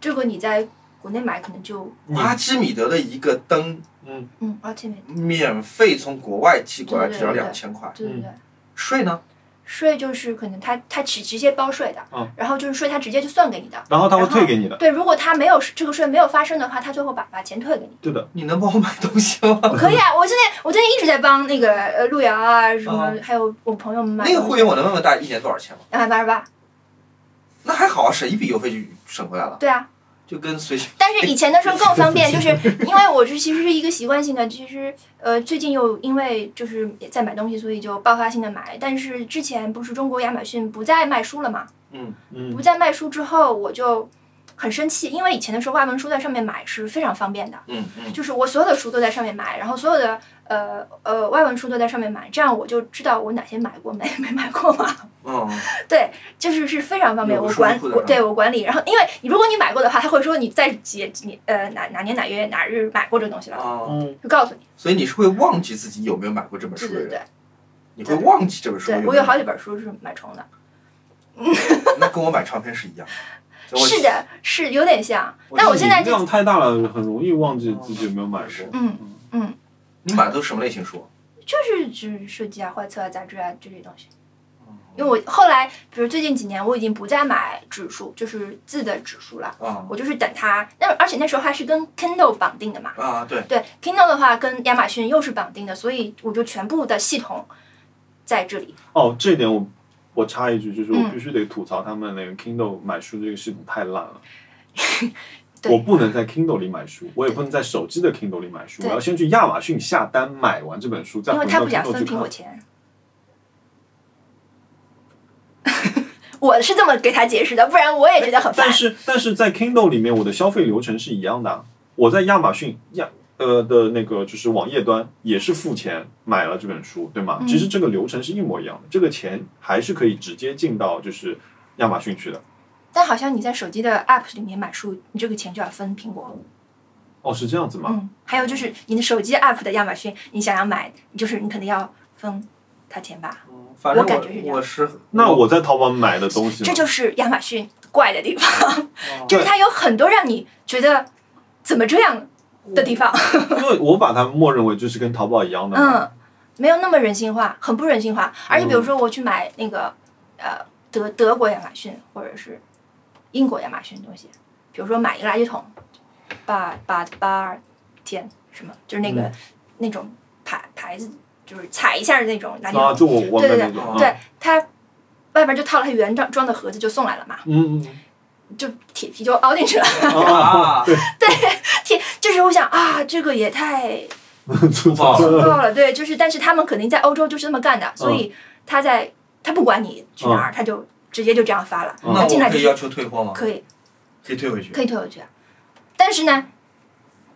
Speaker 2: 这个你在国内买可能就
Speaker 3: 嗯
Speaker 4: 阿基米德的一个灯
Speaker 3: 嗯，
Speaker 2: 嗯，而且没
Speaker 4: 免费从国外寄过来，
Speaker 2: 对对
Speaker 4: 只要
Speaker 2: 对
Speaker 4: 两千块，
Speaker 2: 对对对，
Speaker 4: 税呢？
Speaker 2: 税就是可能他他直直接包税的，
Speaker 3: 嗯
Speaker 2: 然后就是税他直接就算给你的。
Speaker 3: 然后他会
Speaker 2: 然后
Speaker 3: 退给你的，
Speaker 2: 对，如果他没有这个税没有发生的话，他最后把把钱退给你。
Speaker 3: 对的，
Speaker 4: 你能帮我买东西吗？
Speaker 2: 可以啊，我现在我最近一直在帮那个呃路遥啊什么，还有我朋友们买啊
Speaker 4: 那个会员我能问问大概一年多少钱吗？
Speaker 2: 两百八十八，
Speaker 4: 那还好啊，省一笔邮费就省回来了，
Speaker 2: 对啊，
Speaker 4: 就跟随
Speaker 2: 但是以前的时候更方便，就是 [laughs] 因为我是其实是一个习惯性的，其实呃最近又因为就是也在买东西，所以就爆发性的买。但是之前不是中国亚马逊不再卖书了嘛？
Speaker 4: 嗯
Speaker 3: 嗯
Speaker 2: 不再卖书之后，我就很生气，因为以前的时候外文书在上面买是非常方便的，
Speaker 4: 嗯嗯，
Speaker 2: 就是我所有的书都在上面买，然后所有的呃呃外文书都在上面买，这样我就知道我哪些买过，哪些没买过嘛。
Speaker 4: 嗯，
Speaker 2: 就是是非常方便，
Speaker 4: 有
Speaker 2: 我
Speaker 4: 个数据
Speaker 2: 管
Speaker 4: 库的
Speaker 2: 我
Speaker 4: 是吧
Speaker 2: 对我管理。然后，因为你如果你买过的话，他会说你在几几年呃哪哪年哪月哪日买过这东西了，
Speaker 4: 哦，
Speaker 3: 嗯
Speaker 2: 就告诉你。
Speaker 4: 所以你是会忘记自己有没有买过这本
Speaker 2: 对
Speaker 4: 书的
Speaker 2: 对
Speaker 4: 人，
Speaker 2: 对
Speaker 4: 你会忘记这本书
Speaker 2: 对，我
Speaker 4: 有
Speaker 2: 有
Speaker 4: 没买
Speaker 2: 好几本书是买重的。
Speaker 4: 过，那跟我买唱片是一样。所以
Speaker 2: [laughs]
Speaker 4: 我
Speaker 2: 是，的，是有点像，
Speaker 3: 我
Speaker 2: 但
Speaker 3: 觉
Speaker 2: 我
Speaker 3: 得
Speaker 2: 现在
Speaker 3: 你
Speaker 2: 就
Speaker 3: 量太大了，很容易忘记自己有没有买过。
Speaker 2: 嗯
Speaker 4: 你买的都是什么类型书？
Speaker 2: 就是就是设计啊、画册啊、杂志啊这类东西。
Speaker 4: 哦
Speaker 2: 因为我后来，比如最近几年，我已经不再买指数，就是字的指数了。
Speaker 4: 啊
Speaker 2: 我就是等它，那而且那时候还是跟 Kindle 绑定的嘛，
Speaker 4: 啊，对，
Speaker 2: 对 Kindle 的话，跟亚马逊又是绑定的，所以我就全部的系统在这里。
Speaker 3: 哦，这一点我我插一句，就是我
Speaker 2: 嗯
Speaker 3: 必须得吐槽他们那个 Kindle 买书这个系统太烂了。
Speaker 2: [laughs] 对
Speaker 3: 我不能在 Kindle 里买书，我也不能在手机的 Kindle 里买书，我
Speaker 2: 对
Speaker 3: 要先去亚马逊下单买完这本书，再
Speaker 2: 因
Speaker 3: 回
Speaker 2: 为
Speaker 3: 到
Speaker 2: 他不想
Speaker 3: Kindle
Speaker 2: 分
Speaker 3: 去
Speaker 2: 苹果
Speaker 3: 看。
Speaker 2: 钱。我是这么给他解释的，不然我也觉得很烦
Speaker 3: 但。是但是在 Kindle 里面，我的消费流程是一样的啊。我在亚马逊亚呃的那个就是网页端也是付钱买了这本书，对吗？
Speaker 2: 嗯
Speaker 3: 其实这个流程是一模一样的，这个钱还是可以直接进到就是亚马逊去的。
Speaker 2: 但好像你在手机的 App 里面买书，你这个钱就要分苹
Speaker 3: 嗯
Speaker 2: 果。
Speaker 3: 哦，是这样子吗？
Speaker 2: 嗯，还有就是你的手机 App 的亚马逊，你想要买，你就是你肯定要分他钱吧。
Speaker 4: 嗯反正
Speaker 2: 我感觉是这
Speaker 4: 我
Speaker 2: 样
Speaker 4: 我是
Speaker 2: [laughs]
Speaker 3: 那我在淘宝买的东西呢，
Speaker 2: 这就是亚马逊怪的地方，就
Speaker 3: 对
Speaker 2: 是它有很多让你觉得怎么这样的地方。
Speaker 3: 因为我把它默认为就是跟淘宝一样的嘛。
Speaker 2: 嗯，没有那么人性化，很不人性化。而且比如
Speaker 3: 哦
Speaker 2: 说我去买那个、呃德德国亚马逊或者是英国亚马逊的东西，比如说买一个垃圾桶，
Speaker 3: 嗯
Speaker 2: 把把把天什么，就是那个、那种牌牌子，就是踩一下的那种拿
Speaker 3: 啊，
Speaker 2: 铁。
Speaker 3: 就我我们的
Speaker 2: 对
Speaker 3: 那种，
Speaker 2: 对他外边就套了他原装装的盒子就送来了嘛，
Speaker 3: 嗯嗯
Speaker 2: 就铁皮就凹进去了。 [laughs]
Speaker 3: 嗯啊， [laughs]
Speaker 5: 啊，
Speaker 2: 铁就是我想啊，这个也太
Speaker 3: 粗
Speaker 5: 暴
Speaker 2: 粗暴了，对， [laughs] 就是但是他们肯定在欧洲就是这么干的，
Speaker 3: 嗯
Speaker 2: 所以他在他不管你去哪儿，他就直接就这样发了，
Speaker 3: 嗯
Speaker 4: 那
Speaker 2: 他进来
Speaker 4: 我
Speaker 2: 就
Speaker 4: 可以
Speaker 2: 是
Speaker 4: 要求退货
Speaker 3: 哦
Speaker 4: 吗？
Speaker 2: 可以
Speaker 4: 可以退回去。
Speaker 2: 可以退回去，啊但是呢。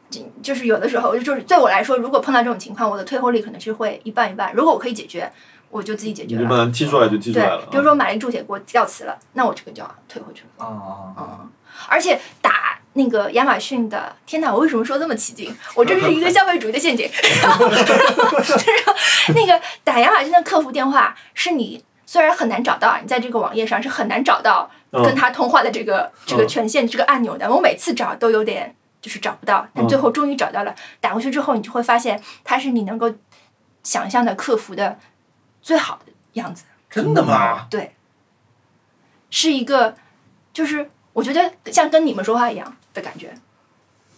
Speaker 2: 就就是有的时候，就是对我来说，如果碰到这种情况，我的退货率可能是会一半一半。如果我可以解决，我就自己解
Speaker 3: 你
Speaker 2: 决
Speaker 3: 就
Speaker 2: 了。
Speaker 3: 把它踢出来就踢出
Speaker 2: 对
Speaker 3: 来了，，嗯
Speaker 2: 比如说买了一个铸铁锅掉瓷了，那我这个就要退回去了。
Speaker 4: 啊啊啊！
Speaker 2: 嗯，而且打那个亚马逊的，天哪！我为什么说这么起劲？我这是一个消费主义的陷阱。 [laughs] 然后，然后那个打亚马逊的客服电话是你。虽然很难找到，你在这个网页上是很难找到跟
Speaker 3: 嗯
Speaker 2: 他通话的这个、这个
Speaker 3: 嗯
Speaker 2: 权限、这个按钮的。我每次找都有点就是找不到，但
Speaker 3: 嗯
Speaker 2: 最后终于找到了。打过去之后，你就会发现它是你能够想象的客服的最好的样子。
Speaker 4: 真的
Speaker 3: 嗯
Speaker 4: 吗？
Speaker 2: 是一个，就是我觉得像跟你们说话一样的感觉，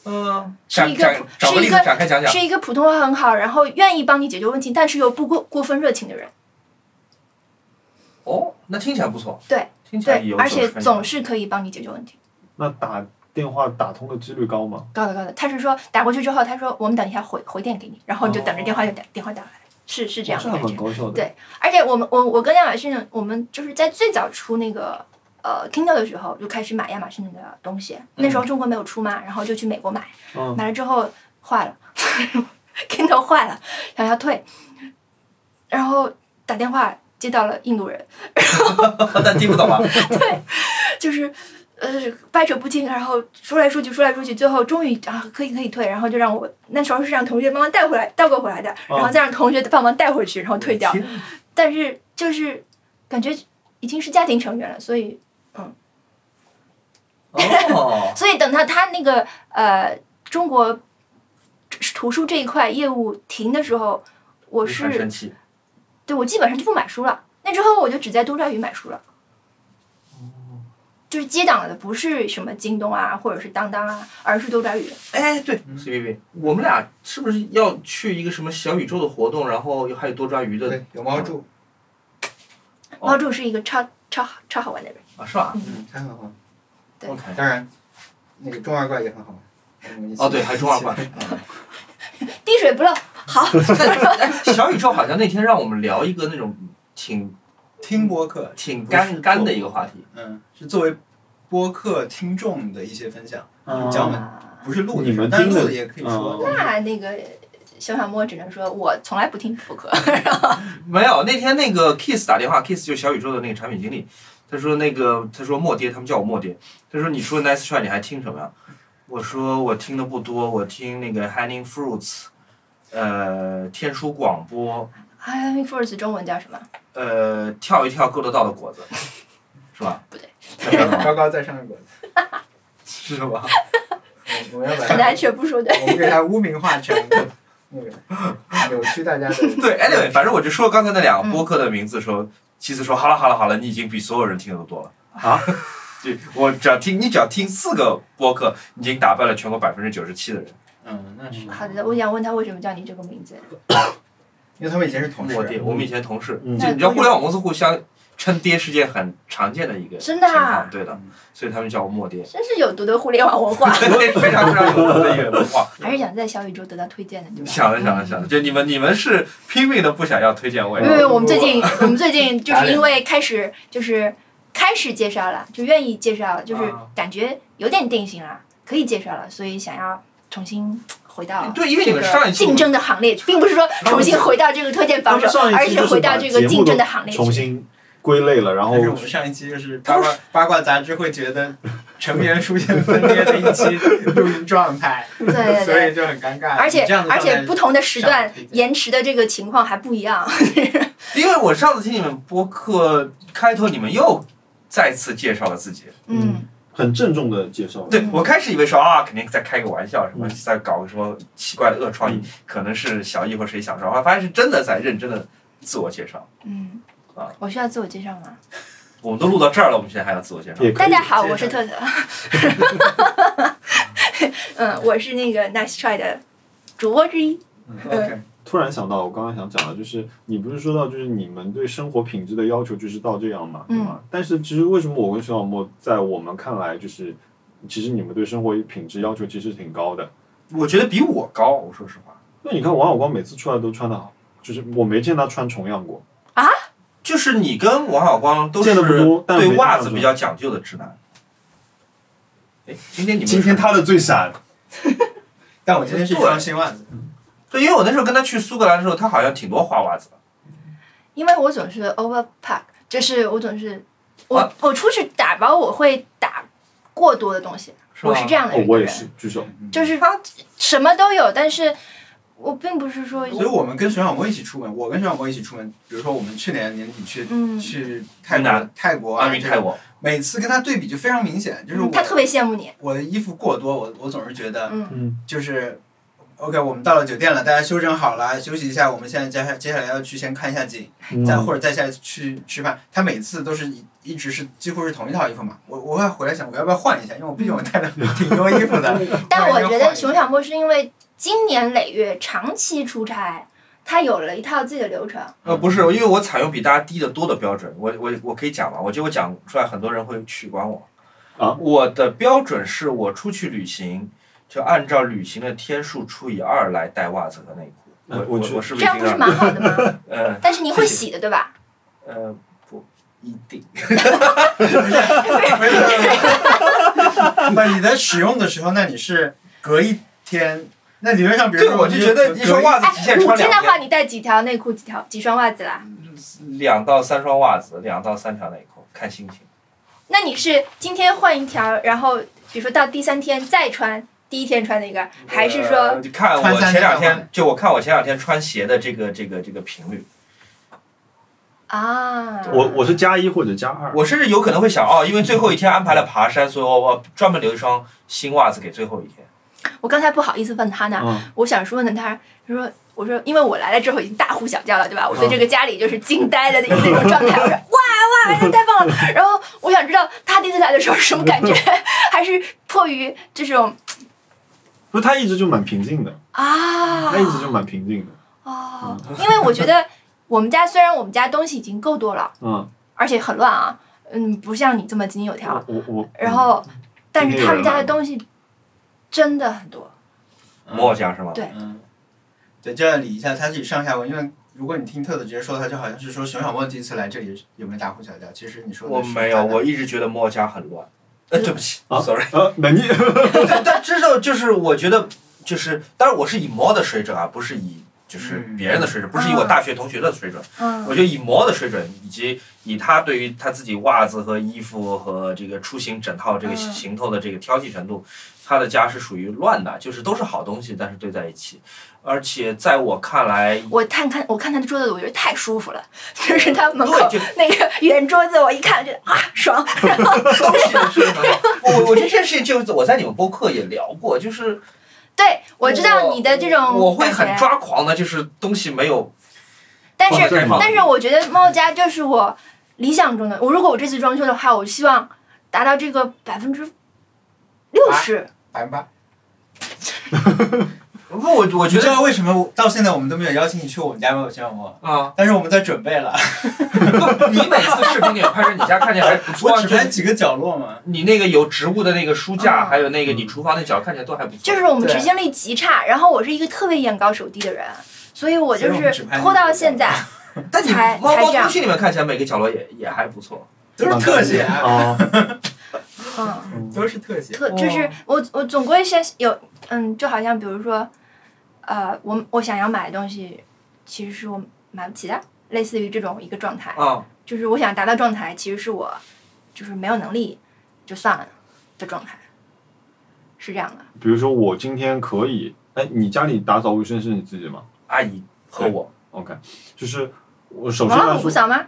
Speaker 4: 嗯，
Speaker 2: 是
Speaker 4: 讲
Speaker 2: 一个
Speaker 4: 讲找个
Speaker 2: 是
Speaker 4: 例
Speaker 2: 一
Speaker 4: 子
Speaker 2: 个
Speaker 4: 展开讲讲。
Speaker 2: 是一个普通话很好，然后愿意帮你解决问题，但是又不过过分热情的人。
Speaker 4: 哦，那听起来不错。
Speaker 2: 对，
Speaker 3: 嗯
Speaker 4: 听起来
Speaker 2: 对
Speaker 4: 有，
Speaker 2: 而且
Speaker 4: 90分
Speaker 2: 总
Speaker 4: [laughs]
Speaker 2: 是可以帮你解决问题。
Speaker 3: 那打电话打通的几率高吗？
Speaker 2: 高的高的，他是说打过去之后，他说我们等一下回回电给你，然后你就等着电话就打、电话打来，是是这样
Speaker 3: 哦这
Speaker 2: 的
Speaker 3: 还
Speaker 2: 感
Speaker 3: 蛮
Speaker 2: 觉。
Speaker 3: 高效的，
Speaker 2: 对而且我们我我跟亚马逊，我们就是在最早出那个呃 Kindle 的时候就开始买亚马逊的东西，那时候中国没有出嘛，然后就去美国买，
Speaker 3: 嗯
Speaker 2: 买了之后 [laughs] 坏了，Kindle 坏了，想要退，然后打电话接到了印度人，
Speaker 4: 但听不
Speaker 2: [laughs]
Speaker 4: 懂啊。
Speaker 2: 就是呃掰扯不清，然后说来说去说来说去，最后终于啊可以可以退，然后就让我那时候是让同学帮忙带回来倒过回来的，然后再让同学帮忙带回去，然后退掉。
Speaker 4: 天
Speaker 2: 但是就是感觉已经是家庭成员了，所以
Speaker 4: 哦，
Speaker 2: 所以等到他那个呃中国图书这一块业务停的时候，我
Speaker 4: 很
Speaker 2: 是
Speaker 4: 神奇。
Speaker 2: 对我基本上就不买书了。那之后我就只在多抓鱼买书了。
Speaker 4: 哦
Speaker 2: 就是接档的不是什么京东啊，或者是当当啊，而是多抓鱼。
Speaker 4: 哎，对
Speaker 5: 嗯
Speaker 4: ，C B B，我们俩是不是要去一个什么小宇宙的活动？然后还有多抓鱼的
Speaker 1: 对，有猫住，
Speaker 4: 哦
Speaker 2: 猫柱是一个超超超好玩的人，
Speaker 4: 啊？是吧
Speaker 1: 嗯，它很好玩。
Speaker 2: 对
Speaker 4: ？OK。
Speaker 1: 当然，那个中二怪也很好玩。我们一起
Speaker 4: 哦，对，还中二怪。
Speaker 2: 滴水不漏。好，
Speaker 4: 小宇宙好像那天让我们聊一个那种挺
Speaker 5: [laughs] 听播客，
Speaker 4: 挺
Speaker 5: 不是
Speaker 4: 干干的
Speaker 5: 做
Speaker 4: 一个话题。
Speaker 5: 嗯，是作为播客听众的一些分享，
Speaker 3: 嗯
Speaker 5: 讲我们
Speaker 2: 啊
Speaker 5: 不是录
Speaker 3: 你们
Speaker 5: 但是
Speaker 3: 听的
Speaker 5: 录的也可以说。
Speaker 3: 嗯
Speaker 2: 那那个小小莫只能说，我从来不听播客。
Speaker 4: 没有，那天那个 Kiss 打电话，Kiss 就是小宇宙的那个产品经理，他说那个他说莫爹，他们叫我莫爹，他说你除了 Nice Try 你还听什么呀？我说我听的不多，我听那个 Hanging Fruits，呃，天书广播，
Speaker 2: 哎 f o r c e 中文叫什么？
Speaker 4: 呃，跳一跳够得到的果子，是吧？
Speaker 2: 不对，
Speaker 1: [laughs] 高高在上的果子，
Speaker 4: [laughs] 是吧？
Speaker 1: 我们要把
Speaker 4: 啊
Speaker 2: [laughs]
Speaker 1: 它
Speaker 2: 很难，全部说对。
Speaker 1: 我们给它污名化成那个扭曲大家的。
Speaker 4: 对，Anyway，反正我就说刚才那两个
Speaker 2: 嗯
Speaker 4: 播客的名字的时候，其实说好了好了好了，你已经比所有人听的都多了 [laughs]
Speaker 3: 啊！
Speaker 4: 对我只要听你只要听四个播客，你已经打败了全国百分之九十七的人。
Speaker 5: 嗯，那是
Speaker 2: 好的，我想问他为什么叫你这个名字？
Speaker 1: 因为他们以前是同
Speaker 4: 我爹，
Speaker 1: 事，啊
Speaker 4: 我们以前同事，
Speaker 3: 嗯
Speaker 4: 就你知道互联网公司互相称爹是件很常见的一个
Speaker 2: 真的啊
Speaker 4: 情况对的
Speaker 5: 嗯，
Speaker 4: 所以他们叫我莫爹，，
Speaker 2: 真是有毒的互联网文化 [laughs]
Speaker 4: [laughs] 非常非常有毒的一个文化。
Speaker 2: 还是想在小宇宙得到推荐的，对吧？
Speaker 4: 想了想了想了，就你们你们是拼命的不想要推荐我
Speaker 2: 没
Speaker 4: 也，
Speaker 2: 有没有，我们最近我们最近就是因为开始就是开始介绍了，就愿意介绍，就是
Speaker 4: 啊
Speaker 2: 感觉有点定型了，可以介绍了，所以想要重新回到
Speaker 4: 哎啊对，因为你
Speaker 2: 这
Speaker 4: 们
Speaker 2: 个
Speaker 4: 上一期我
Speaker 2: 竞
Speaker 4: 们
Speaker 2: 争的行列，并不是说重新回到这个推荐榜首，而是回到这个竞争的行列去。
Speaker 3: 重新归类了，然后
Speaker 5: 但是我们上一期
Speaker 1: [laughs]
Speaker 5: 就是八
Speaker 2: [laughs]
Speaker 5: 卦八卦杂志会觉得成员出现分裂的一期录音状态，
Speaker 1: [laughs]
Speaker 2: 对 [laughs] 对
Speaker 5: 所
Speaker 2: 对，
Speaker 5: 以就很尴尬。
Speaker 2: 而且
Speaker 5: 你这样的
Speaker 2: 而
Speaker 5: 状态
Speaker 2: 且不同的时段
Speaker 5: 上推荐
Speaker 2: 延迟的这个情况还不一样。
Speaker 4: 因为我上次听你们播客开头，你们又再次介绍了自己。
Speaker 2: 嗯，
Speaker 3: 很郑重的介绍。
Speaker 4: 对我开始以为说啊，肯定在开个玩笑，什么
Speaker 3: 嗯
Speaker 4: 在搞个什么奇怪的恶创意，可能是小易或谁想说，后来啊发现是真的在认真的自我介绍。
Speaker 2: 嗯
Speaker 4: 啊，
Speaker 2: 我需要自我介绍吗？
Speaker 4: 我们都录到这儿了，我们现在还要自我介绍。
Speaker 3: 也可
Speaker 2: 大
Speaker 3: 以
Speaker 2: 家好，
Speaker 5: 介绍
Speaker 2: 我是特特。 [laughs] 嗯，我是那个 Nice Try 的主播之一。
Speaker 5: 嗯
Speaker 2: 嗯
Speaker 3: 突然想到，我刚刚想讲的就是，你不是说到就是你们对生活品质的要求就是到这样嘛，对吗？但是其实为什么我跟徐小沫在我们看来就是，其实你们对生活品质要求其实挺高的。
Speaker 4: 我觉得比我高，我说实话，
Speaker 3: 那你看王小光每次出来都穿的好，就是我没见他穿重样过，
Speaker 4: 就是你跟王小光都是
Speaker 3: 见得不多但是
Speaker 4: 对
Speaker 3: 没
Speaker 4: 袜子
Speaker 3: 见得多
Speaker 4: 比较讲究的直男。哎，今天你们
Speaker 3: 今天他的最闪，
Speaker 1: [laughs] 但我今天是一双新袜子，
Speaker 4: 对，因为我那时候跟他去苏格兰的时候，他好像挺多花袜子的。
Speaker 2: 因为我总是 overpack，就是我总是我、
Speaker 4: 啊
Speaker 2: 我出去打包，我会打过多的东西，
Speaker 4: 是
Speaker 2: 我
Speaker 4: 吧
Speaker 2: 是这样的
Speaker 3: 哦
Speaker 2: 人，，
Speaker 3: 我也是，举手。
Speaker 2: 就是什么都有，但是我并不是说
Speaker 1: 嗯所以我们跟熊小莫一起出门，我跟熊小莫一起出门，比如说我们去年年底去
Speaker 2: 嗯，
Speaker 1: 去泰
Speaker 4: 云南
Speaker 1: 国、泰国
Speaker 4: 阿
Speaker 1: 啊
Speaker 4: 云
Speaker 1: 这
Speaker 4: 泰
Speaker 1: 种，
Speaker 4: 国，
Speaker 1: 每次跟他对比就非常明显，就是
Speaker 2: 嗯他特
Speaker 1: 我
Speaker 2: 别羡慕你，
Speaker 1: 我的衣服过多，我我总是觉得
Speaker 2: 嗯
Speaker 3: 嗯，
Speaker 1: 就是。OK，我们到了酒店了，大家休整好了，休息一下。我们现在接下接下来要去先看一下景，
Speaker 3: 嗯
Speaker 1: 再或者再下去吃饭，他每次都是一一直是几乎是同一套衣服嘛。我我要回来想，我要不要换一下？因为我毕竟我带
Speaker 4: [laughs]
Speaker 1: 了挺多衣
Speaker 2: [laughs]
Speaker 1: 服的。
Speaker 2: 但我觉得熊
Speaker 1: 熊
Speaker 2: 小莫是因为今年累月长期出差，他有了一套自己的流程，
Speaker 4: 呃，不是，因为我采用比大家低得多的标准，我我我可以讲嘛，我觉得我讲出来很多人会取关我。
Speaker 3: 啊
Speaker 4: 我的标准是我出去旅行，就按照旅行的天数除以二来带袜子和内裤。
Speaker 3: 嗯
Speaker 4: 我
Speaker 3: 我
Speaker 4: 我
Speaker 3: 觉得
Speaker 4: 我是不
Speaker 2: 这样
Speaker 4: 是已经
Speaker 2: 不是
Speaker 4: 让
Speaker 2: 蛮好的
Speaker 4: [laughs]
Speaker 2: 吗？
Speaker 4: 呃
Speaker 2: 但是你会
Speaker 4: 谢谢
Speaker 2: 洗的对吧？
Speaker 4: 呃不一定，
Speaker 2: [laughs]
Speaker 1: 不，你在使用的时候，那你是隔一天？那理论上，比如
Speaker 4: 对，
Speaker 1: 说
Speaker 4: 我就觉得一双袜子
Speaker 2: 哎
Speaker 4: 极，限
Speaker 2: 五
Speaker 4: 穿
Speaker 2: 天
Speaker 4: 两
Speaker 2: 的话，
Speaker 4: 天，
Speaker 2: 你带几条内裤、几条几双袜子啦？
Speaker 4: 两到三双袜子，两到三条内裤，看心情。
Speaker 2: 那你是今天换一条，然后比如说到第三天再穿第一天穿的一个，还是说
Speaker 4: 呃你看
Speaker 1: 穿
Speaker 4: 我
Speaker 1: 三
Speaker 4: 前两
Speaker 1: 天换
Speaker 4: 天，就我看我前两天穿鞋的这个这个这个频率，呃
Speaker 2: 啊？
Speaker 3: 我我是加一或者加二，
Speaker 4: 我甚至有可能会想哦，因为最后一天安排了爬山，所以我我专门留一双新袜子给最后一天。
Speaker 2: 我刚才不好意思问他呢，
Speaker 3: 嗯，
Speaker 2: 我想说问他，他说我说因为我来了之后已经大呼小叫了，对吧？我
Speaker 4: 嗯
Speaker 2: 对这个家里就是惊呆了的那种状
Speaker 4: [laughs]
Speaker 2: 态，我说哇哇，太棒了！然后我想知道他第一次来的时候是什么感
Speaker 4: [laughs]
Speaker 2: 觉，还是迫于这种
Speaker 3: 不是他一直就蛮平静的，
Speaker 2: 啊
Speaker 4: 哎
Speaker 3: 他一直就蛮平静的，
Speaker 2: 哦，因为我觉得我们家虽然我们家东西已经够多了，
Speaker 3: 嗯。
Speaker 2: 而且很乱啊，嗯，不像你这么井井有条，
Speaker 3: 我我我
Speaker 2: 然后但
Speaker 4: 嗯
Speaker 2: 是他们家
Speaker 3: 今天有人来
Speaker 2: 的
Speaker 3: 吗
Speaker 2: 东西真的很多，
Speaker 4: 莫讲是吗？
Speaker 2: 对
Speaker 1: 嗯，对，这要理一下，它是以上下文，因为如果你听特特直接说，他就好像是说熊小莫第一次来这里有没有大呼小叫。其实你说的
Speaker 4: 我
Speaker 1: 是
Speaker 4: 没
Speaker 1: 他
Speaker 4: 有，
Speaker 1: 的
Speaker 4: 我一直觉得莫家很乱。呃，对不起、
Speaker 3: 啊 [laughs]
Speaker 4: s o r r y
Speaker 3: 呃，那你
Speaker 4: 但这时候就是我觉得就是，当然我是以模的水准啊，不是以就是
Speaker 1: 嗯
Speaker 4: 别人的水准，不是以我大学同学的水准。
Speaker 2: 嗯
Speaker 4: 我觉得以模的水准，以及以他对于他自己袜子和衣服和这个出行整套这个
Speaker 2: 嗯
Speaker 4: 行头的这个挑剔程度，他的家是属于乱的，就是都是好东西，但是堆在一起。而且在我看来，
Speaker 2: 我看看我看他的桌子，我觉得太舒服了，就是他门口 [laughs]
Speaker 4: 对就
Speaker 2: 那个圆桌子，我一看就啊爽，
Speaker 4: 是是我我觉得这件事情就是我在你们播客也聊过，就是
Speaker 2: 对我知道你的这种
Speaker 4: 我会
Speaker 2: 感
Speaker 4: 很
Speaker 2: 觉，
Speaker 4: 抓狂的，就是东西没有
Speaker 2: 但是
Speaker 3: 放在吗
Speaker 2: 但是我觉得猫家就是我理想中的，我如果我这次装修的话，我希望达到这个百分之六
Speaker 4: 啊
Speaker 2: 十。
Speaker 1: 百分之八。
Speaker 4: 不，我我
Speaker 1: 我
Speaker 4: 觉
Speaker 1: 知
Speaker 4: 得
Speaker 1: 道为什么我到现在我们都没有邀请你去我们家吗？熊小莫，
Speaker 4: 啊，
Speaker 1: 但是我们在准备了，
Speaker 4: 你每次视频里拍摄你家看起来还不
Speaker 1: [laughs]
Speaker 4: 错
Speaker 1: 我
Speaker 4: 啊，
Speaker 1: 只
Speaker 4: 就是
Speaker 1: 拍几个角落嘛。
Speaker 4: 你那个有植物的那个书架，
Speaker 2: 嗯
Speaker 4: 还有那个你厨房那角看起来都还不错。
Speaker 2: 就是我们
Speaker 1: 对
Speaker 2: 执行力极差，然后我是一个特别眼高手低的人，所以我就
Speaker 1: 所以我们
Speaker 2: 是
Speaker 1: 只拍
Speaker 2: 拖
Speaker 1: 那
Speaker 2: 到
Speaker 1: 个
Speaker 2: 现在。
Speaker 4: 但你
Speaker 2: 才
Speaker 4: 猫
Speaker 2: 才
Speaker 4: 猫
Speaker 2: 这样
Speaker 4: 通讯里面看起来每个角落也也还不错。
Speaker 1: 都是特写啊，
Speaker 3: 啊，
Speaker 2: 嗯，
Speaker 1: 都是特写。 [laughs]
Speaker 2: 特就是我我总归是有嗯，就好像比如说，呃，我我想要买的东西，其实是我买不起的，类似于这种一个状态，
Speaker 4: 啊、
Speaker 2: 就是我想达到状态，其实是我就是没有能力就算了的状态，是这样的。
Speaker 3: 比如说我今天可以，哎，你家里打扫卫生是你自己吗
Speaker 4: 阿姨和我，
Speaker 3: ？OK，就是我首先
Speaker 2: 王老
Speaker 3: 来
Speaker 2: 啊虎不
Speaker 3: 说，
Speaker 2: 扫吗？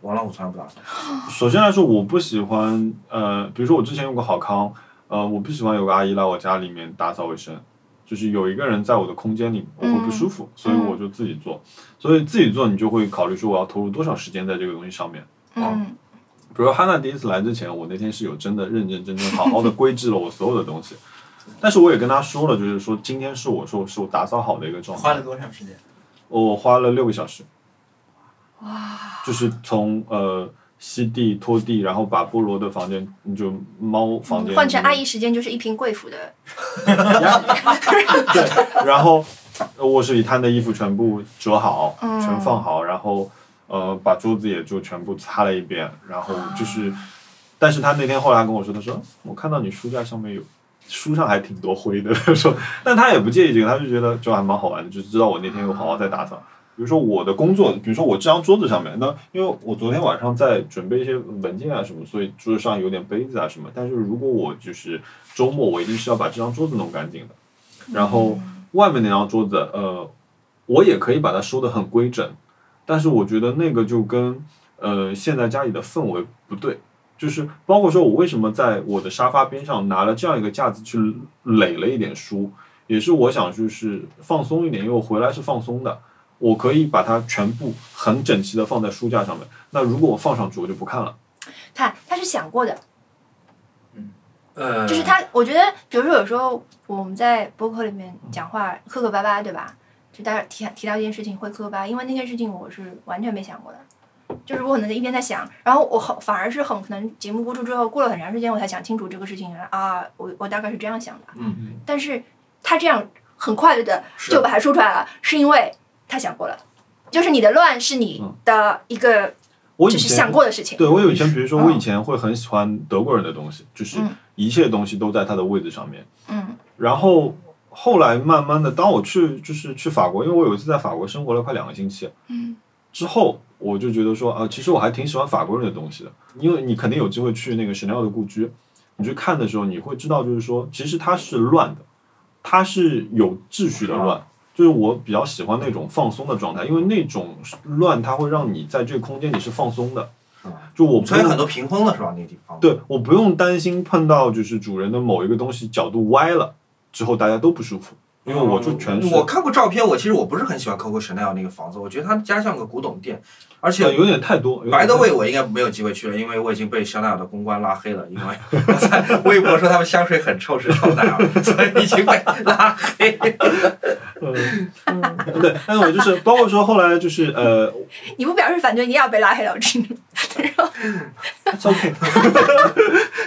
Speaker 4: 王老虎从来不打算。
Speaker 3: 首先来说，我不喜欢，呃，比如说我之前用过好康，呃，我不喜欢有个阿姨来我家里面打扫卫生，就是有一个人在我的空间里，我会不舒服，所以我就自己做，所以自己做你就会考虑说我要投入多少时间在这个东西上面。
Speaker 1: 哦
Speaker 2: 嗯，
Speaker 3: 比如哈娜第一次来之前，我那天是有真的认认真真好好的规制了我所有的
Speaker 2: [laughs]
Speaker 3: 东西，但是我也跟她说了，就是说今天是我说是我打扫好的一个状
Speaker 1: 花了
Speaker 3: 态，
Speaker 1: 多长时间？
Speaker 3: 我花了六个小时，
Speaker 2: 哇，
Speaker 3: 就是从呃吸地拖地，然后把菠萝的房间就猫房间
Speaker 2: 嗯换成
Speaker 1: 嗯
Speaker 3: 里面
Speaker 2: 阿姨时间就是一瓶贵妇的，
Speaker 3: [laughs] 对，然后呃卧室里摊的衣服全部折好，
Speaker 2: 嗯
Speaker 3: 全放好，然后呃把桌子也就全部擦了一遍，然后就是，但是他那天后来跟我说，他说我看到你书架上面有。书上还挺多灰的，他说， [laughs] 但他也不介意这个，他就觉得就还蛮好玩的，就知道我那天有好好在打扫。比如说我的工作，比如说我这张桌子上面，那因为我昨天晚上在准备一些文件啊什么，所以桌子上有点杯子啊什么。但是如果我就是周末，我一定是要把这张桌子弄干净的。然后外面那张桌子，呃，我也可以把它收的很规整，但是我觉得那个就跟呃现在家里的氛围不对。就是包括说我为什么在我的沙发边上拿了这样一个架子去垒了一点书，也是我想就是放松一点，因为我回来是放松的。我可以把它全部很整齐的放在书架上面。那如果我放上去，我就不看了。
Speaker 2: 看他是想过的，
Speaker 4: 呃，
Speaker 3: 嗯
Speaker 2: 就是他，我觉得，比如说有时候我们在播客里面讲
Speaker 3: 嗯
Speaker 2: 话磕磕巴巴，对吧？就大家提提到一件事情会磕磕巴，巴，因为那件事情我是完全没想过的，就是我可能一边在想，然后我很反而是很可能节目播出之后过了很长时间我才想清楚这个事情，原来啊，我我大概是这样想的，
Speaker 4: 嗯，
Speaker 2: 但是他这样很快乐的
Speaker 4: 是
Speaker 2: 就把它说出来了，是因为他想过了，就是你的乱是你的一个
Speaker 3: 嗯我以
Speaker 2: 就是想
Speaker 3: 前
Speaker 2: 过的事情，
Speaker 3: 对我有以前，比如说
Speaker 2: 嗯
Speaker 3: 我以前会很喜欢德国人的东西，就是
Speaker 2: 嗯
Speaker 3: 一切东西都在它的位置上面。
Speaker 2: 嗯
Speaker 3: 然后后来慢慢的，当我去就是去法国，因为我有一次在法国生活了快两个星期
Speaker 2: 嗯
Speaker 3: 之后，我就觉得说啊、其实我还挺喜欢法国人的东西的，因为你肯定有机会去那个 Chanel 的故居，你去看的时候，你会知道就是说，其实它是乱的，它是有秩序的乱。就是我比较喜欢那种放松的状态，因为那种乱，它会让你在这个空间里是放松的
Speaker 4: 是吧。
Speaker 3: 就我
Speaker 4: 嗯
Speaker 3: 不
Speaker 4: 所以
Speaker 3: 用
Speaker 4: 很多屏风了是吧？那个地方，
Speaker 3: 对，我不用担心碰到就是主人的某一个东西角度歪了之后大家都不舒服，因为我就全是、
Speaker 4: 嗯我看过照片，我其实我不是很喜欢 Coco Chanel 那个房子，我觉得他们家像个古董店，而
Speaker 3: 呃
Speaker 4: 且
Speaker 3: 有点太多。有点
Speaker 4: 白的
Speaker 3: 太
Speaker 4: 位我应该没有机会去了，因为我已经被香奈儿的公关拉黑了，因为我在微博说他们香水很臭是臭奶儿，所以已经被拉黑。
Speaker 3: 多，嗯， [laughs] 对。但是我就是包括说后来就是呃
Speaker 2: 你不表示反对，你也要被拉黑了，我知道。
Speaker 3: ，it's OK，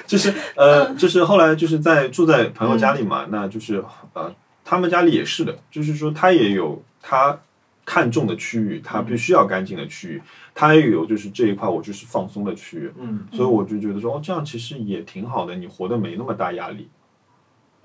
Speaker 3: 就是呃就是后来就是在住在朋友家里嘛，那就是呃他们家里也是的，就是说他也有他看重的区域，他必须要干净的区域，他也有就是这一块我就是放松的区域。
Speaker 4: 嗯，
Speaker 3: 所以我就觉得说，哦，这样其实也挺好的，你活得没那么大压力。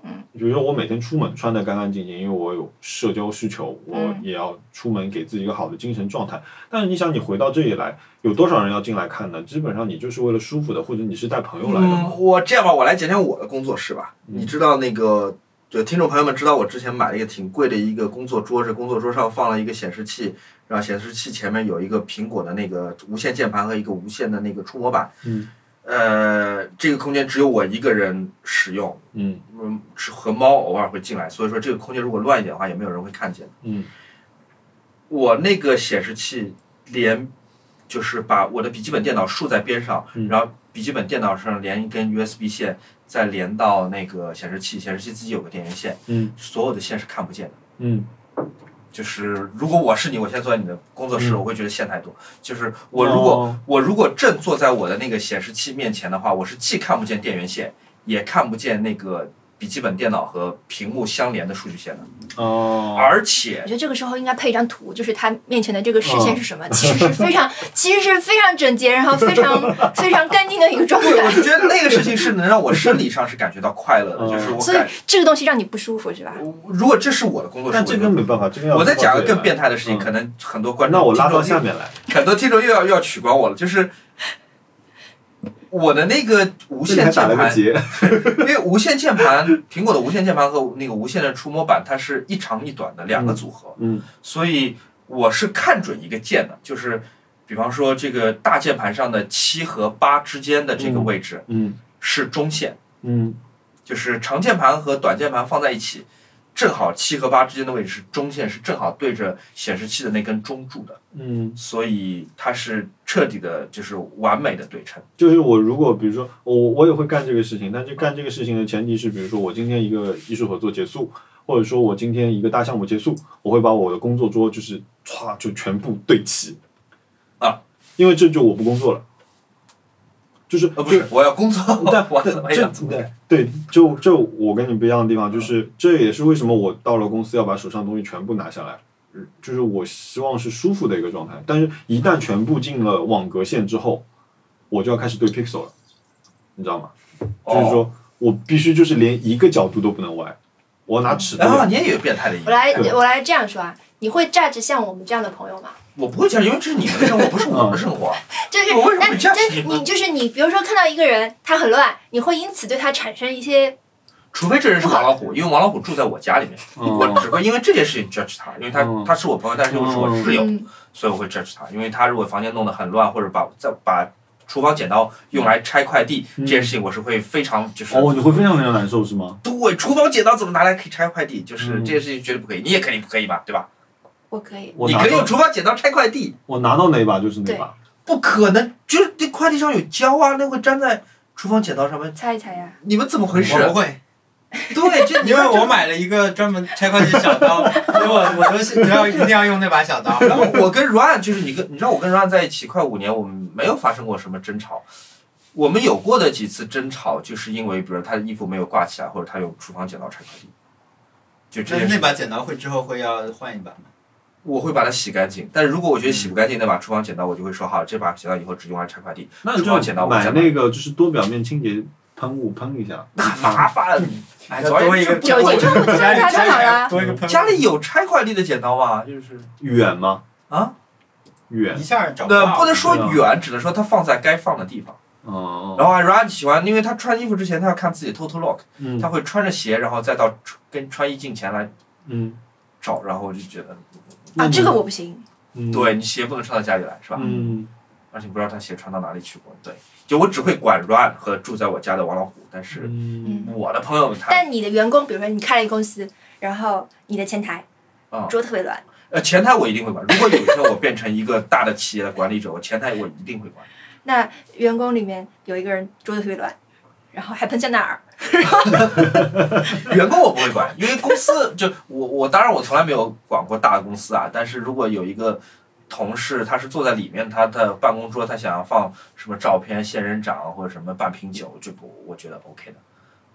Speaker 2: 嗯，
Speaker 3: 比如说我每天出门穿的干干净净，因为我有社交需求，我也要出门给自己一个好的精神状态。但是你想，你回到这里来，有多少人要进来看呢？基本上你就是为了舒服的，或者你是带朋友来的嘛。
Speaker 4: 嗯，我这样吧，我来讲讲我的工作室吧。
Speaker 3: 嗯
Speaker 4: 你知道那个，就听众朋友们知道，我之前买了一个挺贵的一个工作桌子，工作桌上放了一个显示器，然后显示器前面有一个苹果的那个无线键盘和一个无线的那个触摸板。
Speaker 3: 嗯
Speaker 4: 呃，这个空间只有我一个人使用，
Speaker 3: 嗯
Speaker 4: 嗯，只和猫偶尔会进来，所以说这个空间如果乱一点的话，也没有人会看见。
Speaker 3: 嗯
Speaker 4: 我那个显示器连就是把我的笔记本电脑竖在边上，
Speaker 3: 嗯
Speaker 4: 然后笔记本电脑上连一根 USB 线，再连到那个显示器，显示器自己有个电源线，
Speaker 3: 嗯
Speaker 4: 所有的线是看不见的。
Speaker 3: 嗯
Speaker 4: 就是如果我是你，我现在坐在你的工作室，
Speaker 3: 嗯
Speaker 4: 我会觉得线太多。就是我如果、
Speaker 3: 哦
Speaker 4: 我如果正坐在我的那个显示器面前的话，我是既看不见电源线，也看不见那个笔记本电脑和屏幕相连的数据线的，
Speaker 3: 哦，
Speaker 4: 而且
Speaker 2: 我觉得这个时候应该配一张图，就是他面前的这个视
Speaker 4: 嗯
Speaker 2: 线是什么，其实是非
Speaker 4: [laughs]
Speaker 2: 常，其实是非常整洁，然后非常非常干净的一个状
Speaker 4: [laughs] 对，我
Speaker 2: 态。
Speaker 4: 是觉得那个事情是能让我生理上是感觉到快乐的，
Speaker 3: 嗯
Speaker 4: 就是我
Speaker 2: 所以
Speaker 4: 感，
Speaker 2: 这个东西让你不舒服是吧？
Speaker 4: 如果这是我的工作室，
Speaker 3: 但这个没办法，这个要
Speaker 4: 我再讲个更变
Speaker 3: 变，
Speaker 4: 态的事情，
Speaker 3: 嗯
Speaker 4: 可能很多观众
Speaker 3: 那我拉
Speaker 4: 听
Speaker 3: 到
Speaker 4: 众
Speaker 3: 下面来。
Speaker 4: 很多听众又要又要取关我了，就是我的那个无
Speaker 3: 这里
Speaker 4: 线
Speaker 3: 还打
Speaker 4: 键
Speaker 3: 了个
Speaker 4: 盘，
Speaker 3: 结，
Speaker 4: 因为无线键盘，苹果的无线键盘和那个无线的触摸板，它是一长一短的两个组合，
Speaker 3: 嗯
Speaker 4: 所以我是看准一个键的，就是比方说这个大键盘上的七和八之间的这个
Speaker 3: 嗯
Speaker 4: 位置
Speaker 3: 嗯
Speaker 4: 是中线，
Speaker 3: 嗯
Speaker 4: 就是长键盘和短键盘放在一起。正好七和八之间的位置是中线，是正好对着显示器的那根中柱的。
Speaker 3: 嗯，
Speaker 4: 所以它是彻底的，就是完美的对称。
Speaker 3: 就是我如果比如说我我也会干这个事情，但是干这个事情的前提是，比如说我今天一个艺术合作结束，或者说我今天一个大项目结束，我会把我的工作桌就是歘就全部对齐
Speaker 4: 啊，
Speaker 3: 因为这就我不工作了，就是
Speaker 4: 呃，不是，我要工作，
Speaker 3: 但
Speaker 4: [laughs] 我怎么
Speaker 3: 这
Speaker 4: 样？怎么样？
Speaker 3: [laughs]
Speaker 4: 嗯
Speaker 3: 对，就就我跟你不一样的地方，就是这也是为什么我到了公司要把手上的东西全部拿下来，嗯就是我希望是舒服的一个状态。但是，一旦全部进了网格线之后，我就要开始对 pixel 了，你知道吗？就是
Speaker 4: 哦，
Speaker 3: 说我必须就是连一个角度都不能歪，我要拿尺度
Speaker 4: 然啊后你也有变态的一
Speaker 2: 我
Speaker 4: 面，
Speaker 2: 来
Speaker 3: 对
Speaker 2: 我来这样说啊，你会 judge 像我们这样的朋友吗？
Speaker 4: 我不会这样，因为这是你们的生活，不是我们的生活。
Speaker 3: 嗯
Speaker 2: 就是
Speaker 4: 我为什么
Speaker 2: 但
Speaker 4: 会 judge
Speaker 2: 就是
Speaker 4: 你呢
Speaker 2: 你就是你，比如说看到一个人他很乱，你会因此对他产生一些
Speaker 4: 除非这人是王老虎，因为王老虎住在我家里面，我 [laughs]
Speaker 3: 嗯
Speaker 4: 只会因为这件事情 judge 他，因为他
Speaker 3: 嗯
Speaker 4: 他是我朋友，但是又是我室友，
Speaker 2: 嗯
Speaker 4: 所以我会 judge 他，因为他如果房间弄得很乱，或者把再把厨房剪刀用来拆快递
Speaker 3: 嗯
Speaker 4: 这件事情，我是会非常就是
Speaker 3: 哦，你会非常非常难受是吗？
Speaker 4: 对，厨房剪刀怎么拿来可以拆快递？就是
Speaker 3: 嗯
Speaker 4: 这件事情绝对不可以，你也肯定不可以吧，对吧？
Speaker 2: 我可以，
Speaker 3: 我
Speaker 4: 你
Speaker 3: 拿
Speaker 4: 可以用
Speaker 3: 到
Speaker 4: 厨房剪刀拆快递，
Speaker 3: 我拿到哪把就是哪把，
Speaker 4: 不可能，就是那快递上有胶啊，那会粘在厨房剪刀上面，
Speaker 2: 猜一猜呀、
Speaker 4: 你们怎么回事？
Speaker 5: 我不会，
Speaker 4: 对，
Speaker 3: [laughs]
Speaker 4: 这
Speaker 5: 因为我买了一个专门拆快递小刀，所以我我都是只要一定要用那把小刀。
Speaker 4: 然后我跟 Run 就是你跟你知道我跟 Run 在一起快五年，我们没有发生过什么争吵。我们有过的几次争吵，就是因为比如他的衣服没有挂起来，或者他用厨房剪刀拆快递，就这
Speaker 5: 那
Speaker 4: 件
Speaker 5: 那
Speaker 4: 事。
Speaker 5: 把剪刀会之后会要换一把吗？
Speaker 4: 我会把它洗干净，但如果我觉得
Speaker 5: 嗯
Speaker 4: 洗不干净，那把厨房剪刀我就会说好，这把剪刀以后只用来拆快
Speaker 5: 嗯
Speaker 4: 递，
Speaker 3: 那
Speaker 4: 你
Speaker 3: 你
Speaker 4: 就要剪刀
Speaker 3: 就
Speaker 4: 我再
Speaker 3: 买
Speaker 4: 买
Speaker 3: 那个就是多表面清洁喷雾喷一下，
Speaker 4: [laughs] 那很麻烦。
Speaker 5: [laughs]
Speaker 4: 哎，总而
Speaker 5: 多一
Speaker 4: 言之
Speaker 5: 个
Speaker 4: 不
Speaker 2: 酒精喷雾就
Speaker 5: 家
Speaker 2: 用
Speaker 5: 里
Speaker 2: 它就好
Speaker 5: 家里
Speaker 2: 了。啊
Speaker 5: 多一个喷
Speaker 4: 家里有拆快递的剪刀吗？就是
Speaker 3: 远吗？
Speaker 4: 啊，
Speaker 3: 远
Speaker 5: 一，下找
Speaker 4: 那
Speaker 5: 到
Speaker 4: 不能说
Speaker 3: 对啊
Speaker 4: 远，只能说它放在该放的地方。
Speaker 3: 嗯嗯
Speaker 4: 然后 Run 喜欢，因为他穿衣服之前他要看自己 total look，
Speaker 3: 嗯
Speaker 4: 他会穿着鞋，然后再到穿跟穿衣镜前来
Speaker 3: 嗯
Speaker 4: 找，然后我就觉得，
Speaker 2: 啊，这个我不行，
Speaker 3: 嗯
Speaker 4: 对你鞋不能穿到家里来，是吧？
Speaker 3: 嗯
Speaker 4: 而且不知道他鞋穿到哪里去过。对，就我只会管 Run 和住在我家的王老虎，但是
Speaker 3: 嗯
Speaker 4: 我的朋友他，
Speaker 2: 但你的员工，比如说你开了一个公司，然后你的前台
Speaker 4: 嗯，
Speaker 2: 桌特别乱，
Speaker 4: 呃，前台我一定会管。如果有一天我变成一个大的企业的管理者，我前台我一定会管。
Speaker 2: 那员工里面有一个人桌子特别乱，然后还喷香奈儿，
Speaker 4: 员工我不会管，因为公司就我我当然我从来没有管过大的公司啊，但是如果有一个同事他是坐在里面，他的办公桌他想要放什么照片、仙人掌或者什么半瓶酒，就不我觉得 OK 的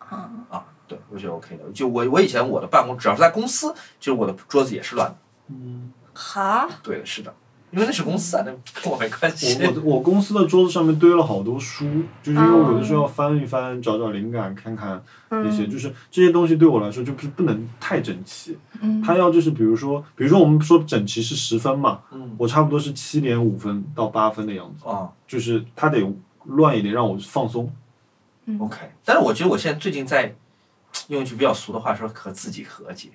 Speaker 2: 啊，
Speaker 4: 啊，对我觉得 OK 的。就我我以前我的办公只要是在公司，就是我的桌子也是乱的，
Speaker 3: 嗯，
Speaker 2: 好，
Speaker 4: 对的，是的。因为那是公司啊，那跟我没关系。
Speaker 3: 我我我公司的桌子上面堆了好多书，就是因为我有的时候要翻一翻，找找灵感，看看那些，
Speaker 2: 哦嗯
Speaker 3: 就是这些东西对我来说就不是不能太整齐，
Speaker 2: 嗯，
Speaker 3: 它要就是比如说，比如说我们说整齐是十分嘛，
Speaker 4: 嗯，
Speaker 3: 我差不多是七点五分到八分的样子，
Speaker 4: 哦
Speaker 3: 就是它得乱一点让我放松。
Speaker 4: ，OK。但是我觉得我现在最近在用一句比较俗的话说，和自己和解。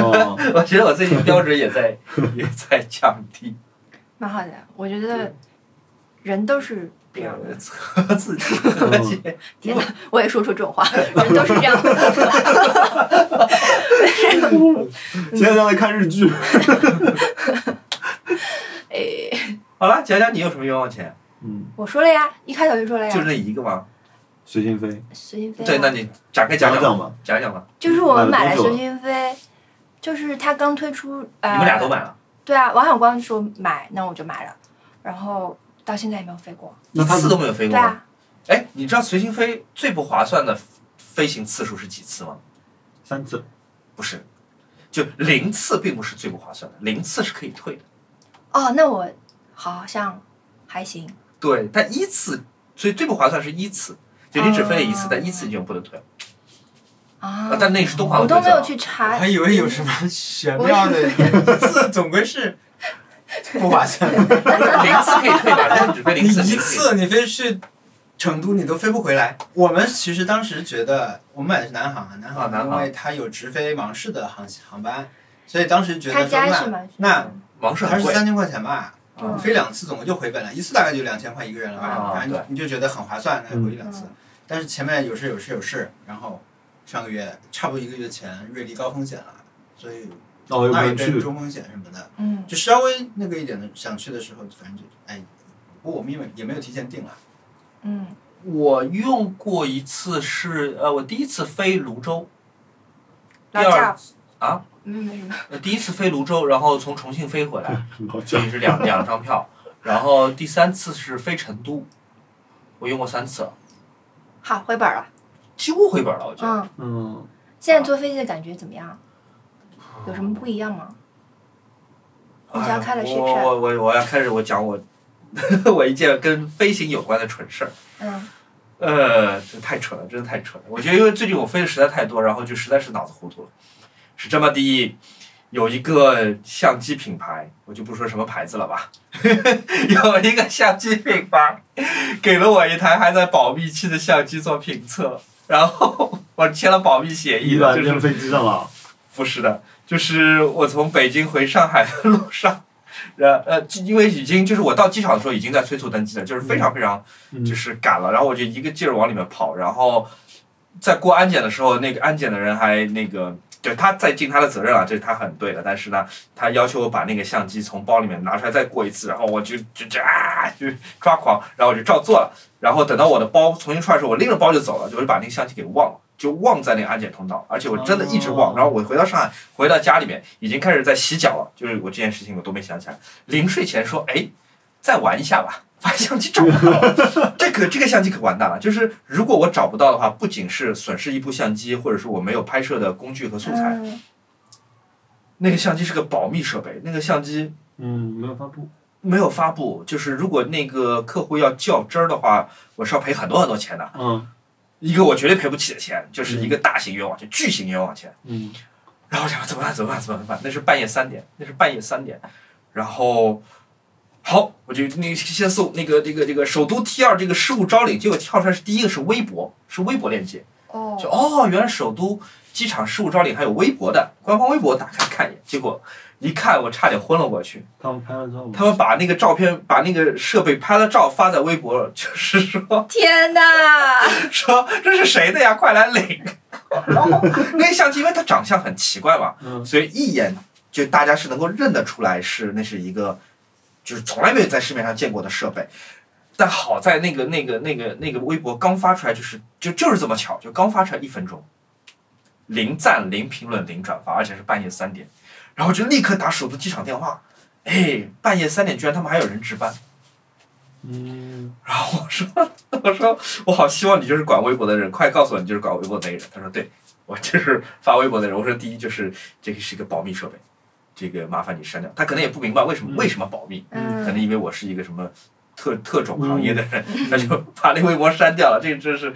Speaker 3: 哦 [laughs]
Speaker 4: [laughs] 我觉得我最近标准也在也在降低，
Speaker 2: 蛮好的，我觉得人都是这样的，
Speaker 4: 和自己和解。
Speaker 2: 天哪，我也说出这种话，人都是这样的，
Speaker 3: 现在在看日剧，
Speaker 2: 哎。
Speaker 4: 好了，讲讲你有什么冤枉钱？
Speaker 3: 嗯，
Speaker 2: 我说了呀，一开头就哎说了呀，
Speaker 4: 就那一个吗？
Speaker 3: 随心飞，
Speaker 2: 随心飞啊、
Speaker 4: 对，那你展开哎讲
Speaker 3: 讲
Speaker 4: 讲吧，
Speaker 3: 吧，
Speaker 4: 讲讲吧。
Speaker 2: 就是我们买
Speaker 3: 买了
Speaker 2: 了
Speaker 3: 多久
Speaker 2: 随
Speaker 3: 了
Speaker 2: 心飞，就是它刚推出，呃，
Speaker 4: 你们俩都买了，
Speaker 2: 对啊，王小光说买，那我就买了，然后到现在也没有飞过，
Speaker 4: 一
Speaker 3: 那他
Speaker 4: 次都没有
Speaker 2: 对
Speaker 4: 飞过吗？
Speaker 2: 啊，
Speaker 4: 哎，你知道随心飞最不划算的飞行次数是几次吗？
Speaker 3: 三次，
Speaker 4: 不是，就零次并不是最不划算的，零次是可以退的。
Speaker 2: 哦，那我好像还行，
Speaker 4: 对，但一次，所以最不划算是一次，就你只飞了一次
Speaker 2: 哦，
Speaker 4: 但一次你就不能退了。
Speaker 2: 啊
Speaker 4: 啊，但那是东航
Speaker 2: 我
Speaker 4: 的
Speaker 2: 都
Speaker 4: 规
Speaker 2: 没
Speaker 4: 则
Speaker 2: 有
Speaker 4: 啊。
Speaker 2: 去
Speaker 5: 我
Speaker 2: 查
Speaker 5: 还，以为有什么玄妙的，这总归是不划算。
Speaker 2: [laughs]
Speaker 4: 零次可以退吧？但是只飞
Speaker 5: 你
Speaker 4: 零次，
Speaker 5: 一
Speaker 4: 零可以退
Speaker 5: 次你飞去成都，你都飞不回来。我们其实当时觉得，我们买的是南航，南
Speaker 4: 啊南
Speaker 5: 航因
Speaker 4: 航
Speaker 5: 为它有直飞芒市的航航班，所以当时觉
Speaker 2: 他
Speaker 5: 得说
Speaker 2: 家是
Speaker 5: 那
Speaker 2: 吗？
Speaker 5: 那
Speaker 4: 芒市
Speaker 5: 还
Speaker 4: 很
Speaker 5: 是
Speaker 4: 贵
Speaker 5: 三千块钱吧，
Speaker 2: 嗯
Speaker 5: 飞两次总共就回本了，一次大概就两千块一个人了吧
Speaker 4: 啊，
Speaker 5: 反正
Speaker 4: 对
Speaker 5: 你就觉得很划算，那回去两次
Speaker 2: 嗯。
Speaker 5: 但是前面有事有事有事，然后上个月差不多一个月前瑞丽高风险了，所以
Speaker 3: 那
Speaker 4: 哦
Speaker 3: 我又不
Speaker 5: 那
Speaker 3: 哦能
Speaker 5: 也跟
Speaker 3: 去，
Speaker 5: 中风险什么的，
Speaker 2: 嗯，
Speaker 5: 就稍微那个一点的想去的时候，反正就哎，不过我们也没也没有提前定了，
Speaker 2: 嗯，
Speaker 4: 我用过一次是呃，我第一次飞泸州，
Speaker 2: 老
Speaker 4: 第二
Speaker 2: 赵，
Speaker 4: 啊，
Speaker 2: 没没什么，
Speaker 4: 呃第一次飞泸州，然后从重庆飞回 [laughs] 来，
Speaker 3: 老
Speaker 4: 这
Speaker 3: 蒋
Speaker 4: 也是两两张票。然后第三次是飞成都，我用过三次，
Speaker 2: 好回本儿了。
Speaker 4: 几乎回本了，我觉得。
Speaker 2: 嗯，
Speaker 3: 嗯，
Speaker 2: 现在坐飞机的感觉怎么样？有什么不一样吗？嗯你想开了是不是
Speaker 4: 哎呀我我我我要开始我讲我 [laughs] 我一件跟飞行有关的蠢事儿。
Speaker 2: 嗯
Speaker 4: 呃，这太蠢了，真的太蠢了。我觉得因为最近我飞的实在太多，然后就实在是脑子糊涂了。是这么的，有一个相机品牌，我就不说什么牌子了吧， [laughs] 有一个相机品牌给了我一台还在保密期的相机做评测，然后我签了保密协议
Speaker 3: 依
Speaker 4: 的，
Speaker 3: 然
Speaker 4: 就是
Speaker 3: 扔飞机上了，
Speaker 4: 不是的，就是我从北京回上海的路上，然呃，因为已经就是我到机场的时候已经在催促登机了，就是非常非常
Speaker 3: 嗯
Speaker 4: 就是赶了，然后我就一个劲儿往里面跑，然后在过安检的时候，那个安检的人还那个。对，他在尽他的责任啊，这是他很对的。但是呢，他要求我把那个相机从包里面拿出来再过一次，然后我就就就啊就抓狂，然后我就照做了。然后等到我的包重新出来的时候，我拎着包就走了，我就把那个相机给忘了，就忘在那个安检通道，而且我真的一直忘。
Speaker 3: 哦
Speaker 4: 然后我回到上海，回到家里面已经开始在洗脚了，就是我这件事情我都没想起来。临睡前说，哎，再玩一下吧， [laughs] 把相机找不到了。这可这个相机可完蛋了，就是如果我找不到的话，不仅是损失一部相机，或者是我没有拍摄的工具和素材，
Speaker 2: 嗯
Speaker 4: 那个相机是个保密设备，那个相机
Speaker 3: 嗯，没有发布，
Speaker 4: 没有发布，就是如果那个客户要较真儿的话，我是要赔很多很多钱的，
Speaker 3: 嗯
Speaker 4: 一个我绝对赔不起的钱，就是一个大型冤枉钱，巨型冤枉钱。
Speaker 3: 嗯，
Speaker 4: 然后我想怎么办？怎么办？怎么办？那是半夜三点，那是半夜三点。然后，好，我就那先搜那个这个这个首都 T 二这个事务招领，结果跳出来是第一个是微博，是微博链接。就
Speaker 2: 哦，
Speaker 4: 哦，原来首都机场事务招领还有微博的官方微博，打开看一眼。结果一看，我差点昏了过去。
Speaker 3: 他们拍了照吗？
Speaker 4: 他们把那个照片，把那个设备拍了照发在微博了，就是说
Speaker 2: 天哪！
Speaker 4: 说这是谁的呀？快来领！ [laughs] 然后那个相机，因为它长相很奇怪嘛，
Speaker 3: 嗯
Speaker 4: 所以一眼就大家是能够认得出来是那是一个，就是从来没有在市面上见过的设备。但好在那个那个那个那个微博刚发出来，就是就就是这么巧，就刚发出来一分钟，零赞、零评论、零转发，而且是半夜三点，然后就立刻打首都机场电话，哎，半夜三点居然他们还有人值班，
Speaker 3: 嗯，
Speaker 4: 然后我说 [laughs] 我说我好希望你就是管微博的人，快告诉我你就是管微博的那个人。他说对，我就是发微博的人。我说第一就是这个是一个保密设备，这个麻烦你删掉。他可能也不明白为什么、
Speaker 3: 嗯
Speaker 4: 为什么保密，
Speaker 2: 嗯
Speaker 4: 可能因为我是一个什么特特种行业的人，他就把那微博删掉了。这个真是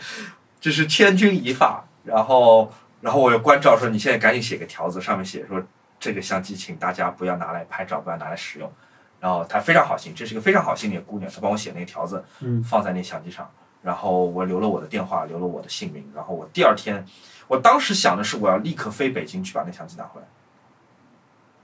Speaker 4: 这是千钧一发。然后然后我又关照说你现在赶紧写个条子，上面写说这个相机请大家不要拿来拍照，不要拿来使用。然后她非常好心，这是一个非常好心的一个姑娘，她帮我写那个条子，
Speaker 3: 嗯
Speaker 4: 放在那相机上，然后我留了我的电话，留了我的姓名，然后我第二天，我当时想的是我要立刻飞北京去把那相机拿回来，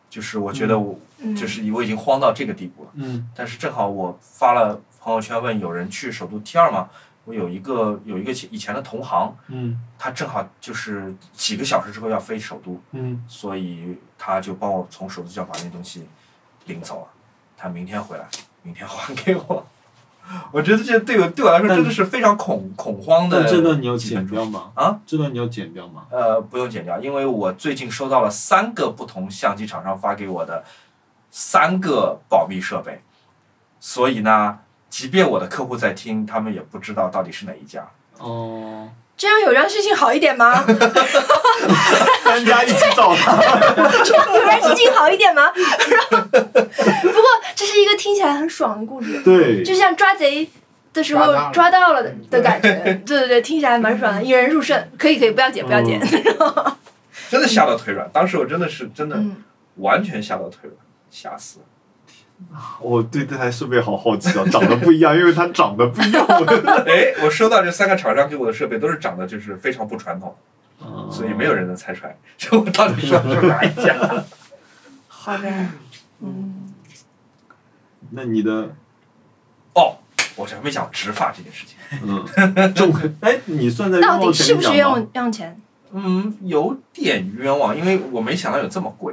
Speaker 4: 就是我觉得我、
Speaker 2: 嗯
Speaker 4: 就是我已经慌到这个地步了，
Speaker 3: 嗯
Speaker 4: 但是正好我发了朋友圈问有人去首都 T 二吗？我有一个有一个以前的同行，
Speaker 3: 嗯
Speaker 4: 他正好就是几个小时之后要飞首都，
Speaker 3: 嗯，
Speaker 4: 所以他就帮我从手机上把那东西领走了。他明天回来，明天还给我。 [laughs] 我觉得这对我对我来说
Speaker 3: 但
Speaker 4: 真的是非常恐恐慌的
Speaker 3: 但。这段你有
Speaker 4: 几分
Speaker 3: 剪
Speaker 4: 钟
Speaker 3: 掉吗？
Speaker 4: 啊，
Speaker 3: 这段你有剪掉吗？
Speaker 4: 呃，不用剪掉，因为我最近收到了三个不同相机厂商发给我的三个保密设备，所以呢，即便我的客户在听，他们也不知道到底是哪一家。
Speaker 3: 哦，
Speaker 2: 这样有让事情好一点
Speaker 4: [laughs]
Speaker 2: 吗？
Speaker 3: [laughs] 三家一起找他，
Speaker 2: 这样有让事情好一点吗？ [laughs] 然后不过这是一个听起来很爽的故事，
Speaker 3: 对，
Speaker 2: 就像抓贼的时候抓
Speaker 5: 抓
Speaker 2: 到了的的感觉。 [laughs] 对对对，听起来蛮
Speaker 4: 嗯
Speaker 2: 爽的，引人入胜。可以可以，不要剪不要剪。
Speaker 4: 真的吓到腿软，当时我真的是真的
Speaker 2: 嗯，
Speaker 4: 完全吓到腿软，吓死了。
Speaker 3: 我对这台设备好好奇哦，长得不一样，因为它长得不一样，我
Speaker 4: 哎，我收到这三个厂商给我的设备都是长得就是非常不传统，
Speaker 3: 嗯
Speaker 4: [laughs] 所以没有人能猜出来， [laughs] 就我到底说的是哪一家。
Speaker 2: 好的。嗯，
Speaker 3: 嗯那你的
Speaker 4: 哦，我这还没讲植发这件事情。
Speaker 3: 嗯，中 [laughs] 哎，你算在
Speaker 2: 到
Speaker 3: 愿
Speaker 2: 底
Speaker 3: 望
Speaker 2: 是
Speaker 3: 前
Speaker 2: 不
Speaker 3: 面
Speaker 2: 是
Speaker 3: 讲
Speaker 2: 冤
Speaker 3: 吗？
Speaker 2: 枉冤枉钱？
Speaker 4: 嗯，有点冤枉，因为我没想到有这么贵。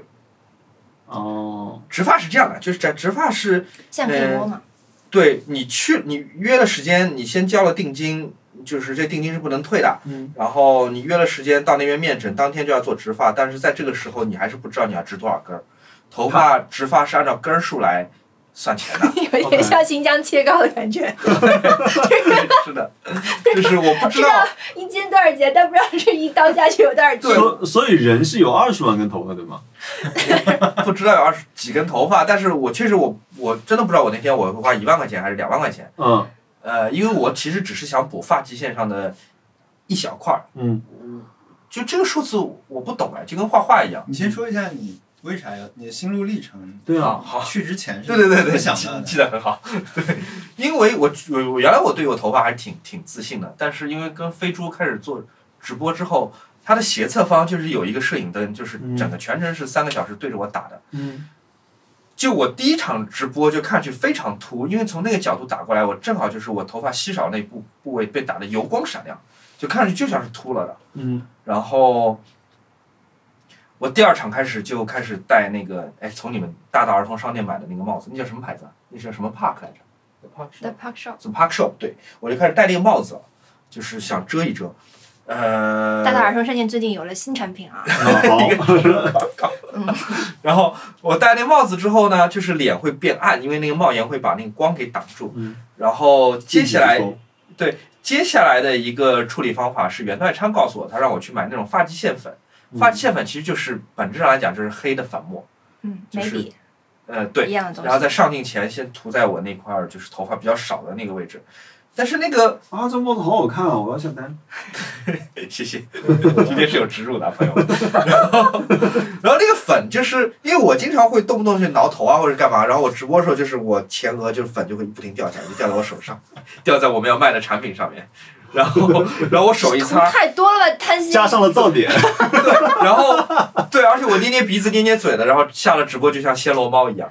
Speaker 3: 哦，
Speaker 4: 植发是这样的，就是这植发是
Speaker 2: 像可以窝嘛？
Speaker 4: 对你去你约了时间，你先交了定金，就是这定金是不能退的。
Speaker 5: 嗯，
Speaker 4: 然后你约了时间到那边面诊，当天就要做植发，但是在这个时候你还是不知道你要植多少根儿，头发植发是按照根儿数来算钱的。
Speaker 2: [laughs] 有一点像新疆切糕的感觉，
Speaker 4: 是的，就是我不知道，
Speaker 2: 一斤多少钱，但不知道是一刀下去有多少钱。
Speaker 3: 所所以人是有二十万根头发对吗？
Speaker 4: 不知道有二十几根头发，但是我确实我我真的不知道我那天我会花一万块钱还是两万块钱，
Speaker 3: 嗯
Speaker 4: 呃，因为我其实只是想补发际线上的一小块儿，
Speaker 3: 嗯，
Speaker 4: 就这个数字我不懂哎，就跟画画一样。
Speaker 1: 你先说一下你为啥要你的心路历程，
Speaker 3: 对啊，
Speaker 4: 啊，好，
Speaker 1: 去之前是
Speaker 4: 对对对对，
Speaker 1: 怎么想
Speaker 4: 记
Speaker 1: 的
Speaker 4: 记得很好。对，因为我我我原来我对我头发还挺挺自信的，但是因为跟飞猪开始做直播之后，它的斜侧方就是有一个摄影灯，就是
Speaker 3: 嗯
Speaker 4: 整个全程是三个小时对着我打的。
Speaker 3: 嗯
Speaker 4: 就我第一场直播就看去非常突，因为从那个角度打过来，我正好就是我头发稀少那部部位被打的油光闪亮，就看上去就像是秃了的。
Speaker 3: 嗯
Speaker 4: 然后我第二场开始就开始戴那个，哎，从你们大大儿童商店买的那个帽子，那叫什么牌子啊？那叫什么 Park 来着？The Park
Speaker 2: The Park Shop，
Speaker 4: The Park Shop，对我就开始戴那个帽子了，就是想遮一遮。呃，
Speaker 2: 大大儿童商店最近有了新产品啊，
Speaker 4: 嗯 [laughs]
Speaker 3: 好，
Speaker 4: 然后我戴那帽子之后呢，就是脸会变暗，因为那个帽檐会把那个光给挡住。
Speaker 3: 嗯
Speaker 4: 然后接下来
Speaker 3: 嗯
Speaker 4: 接下来的一个处理方法是袁代昌告诉我，他让我去买那种发际线粉。发际线粉其实就是本质上来讲就是黑的粉末，
Speaker 2: 嗯，
Speaker 4: 就
Speaker 2: 眉
Speaker 4: 是
Speaker 2: 笔
Speaker 4: 呃，对
Speaker 2: 一，样的
Speaker 4: 然
Speaker 2: 东
Speaker 4: 后
Speaker 2: 西。
Speaker 4: 在上镜前先涂在我那块儿，就是头发比较少的那个位置。但是那个，
Speaker 3: [laughs]
Speaker 4: [laughs]
Speaker 3: 啊，这帽子好好看啊，我要下单。
Speaker 4: 谢谢，今天是有植入的啊朋友们。然后，然 [laughs] 后那个粉就是因为我经常会动不动去挠头啊或者干嘛，然后我直播的时候就是我前额就是粉就会不停掉下来，就掉在我手上，掉在我们要卖的产品上面。然后，然后我手一
Speaker 2: 涂
Speaker 4: 擦，
Speaker 2: 太多了吧，贪心。
Speaker 3: 加上了噪点，
Speaker 4: 然后对，而且我捏捏鼻子、捏捏嘴的，然后下了直播就像暹罗猫一样。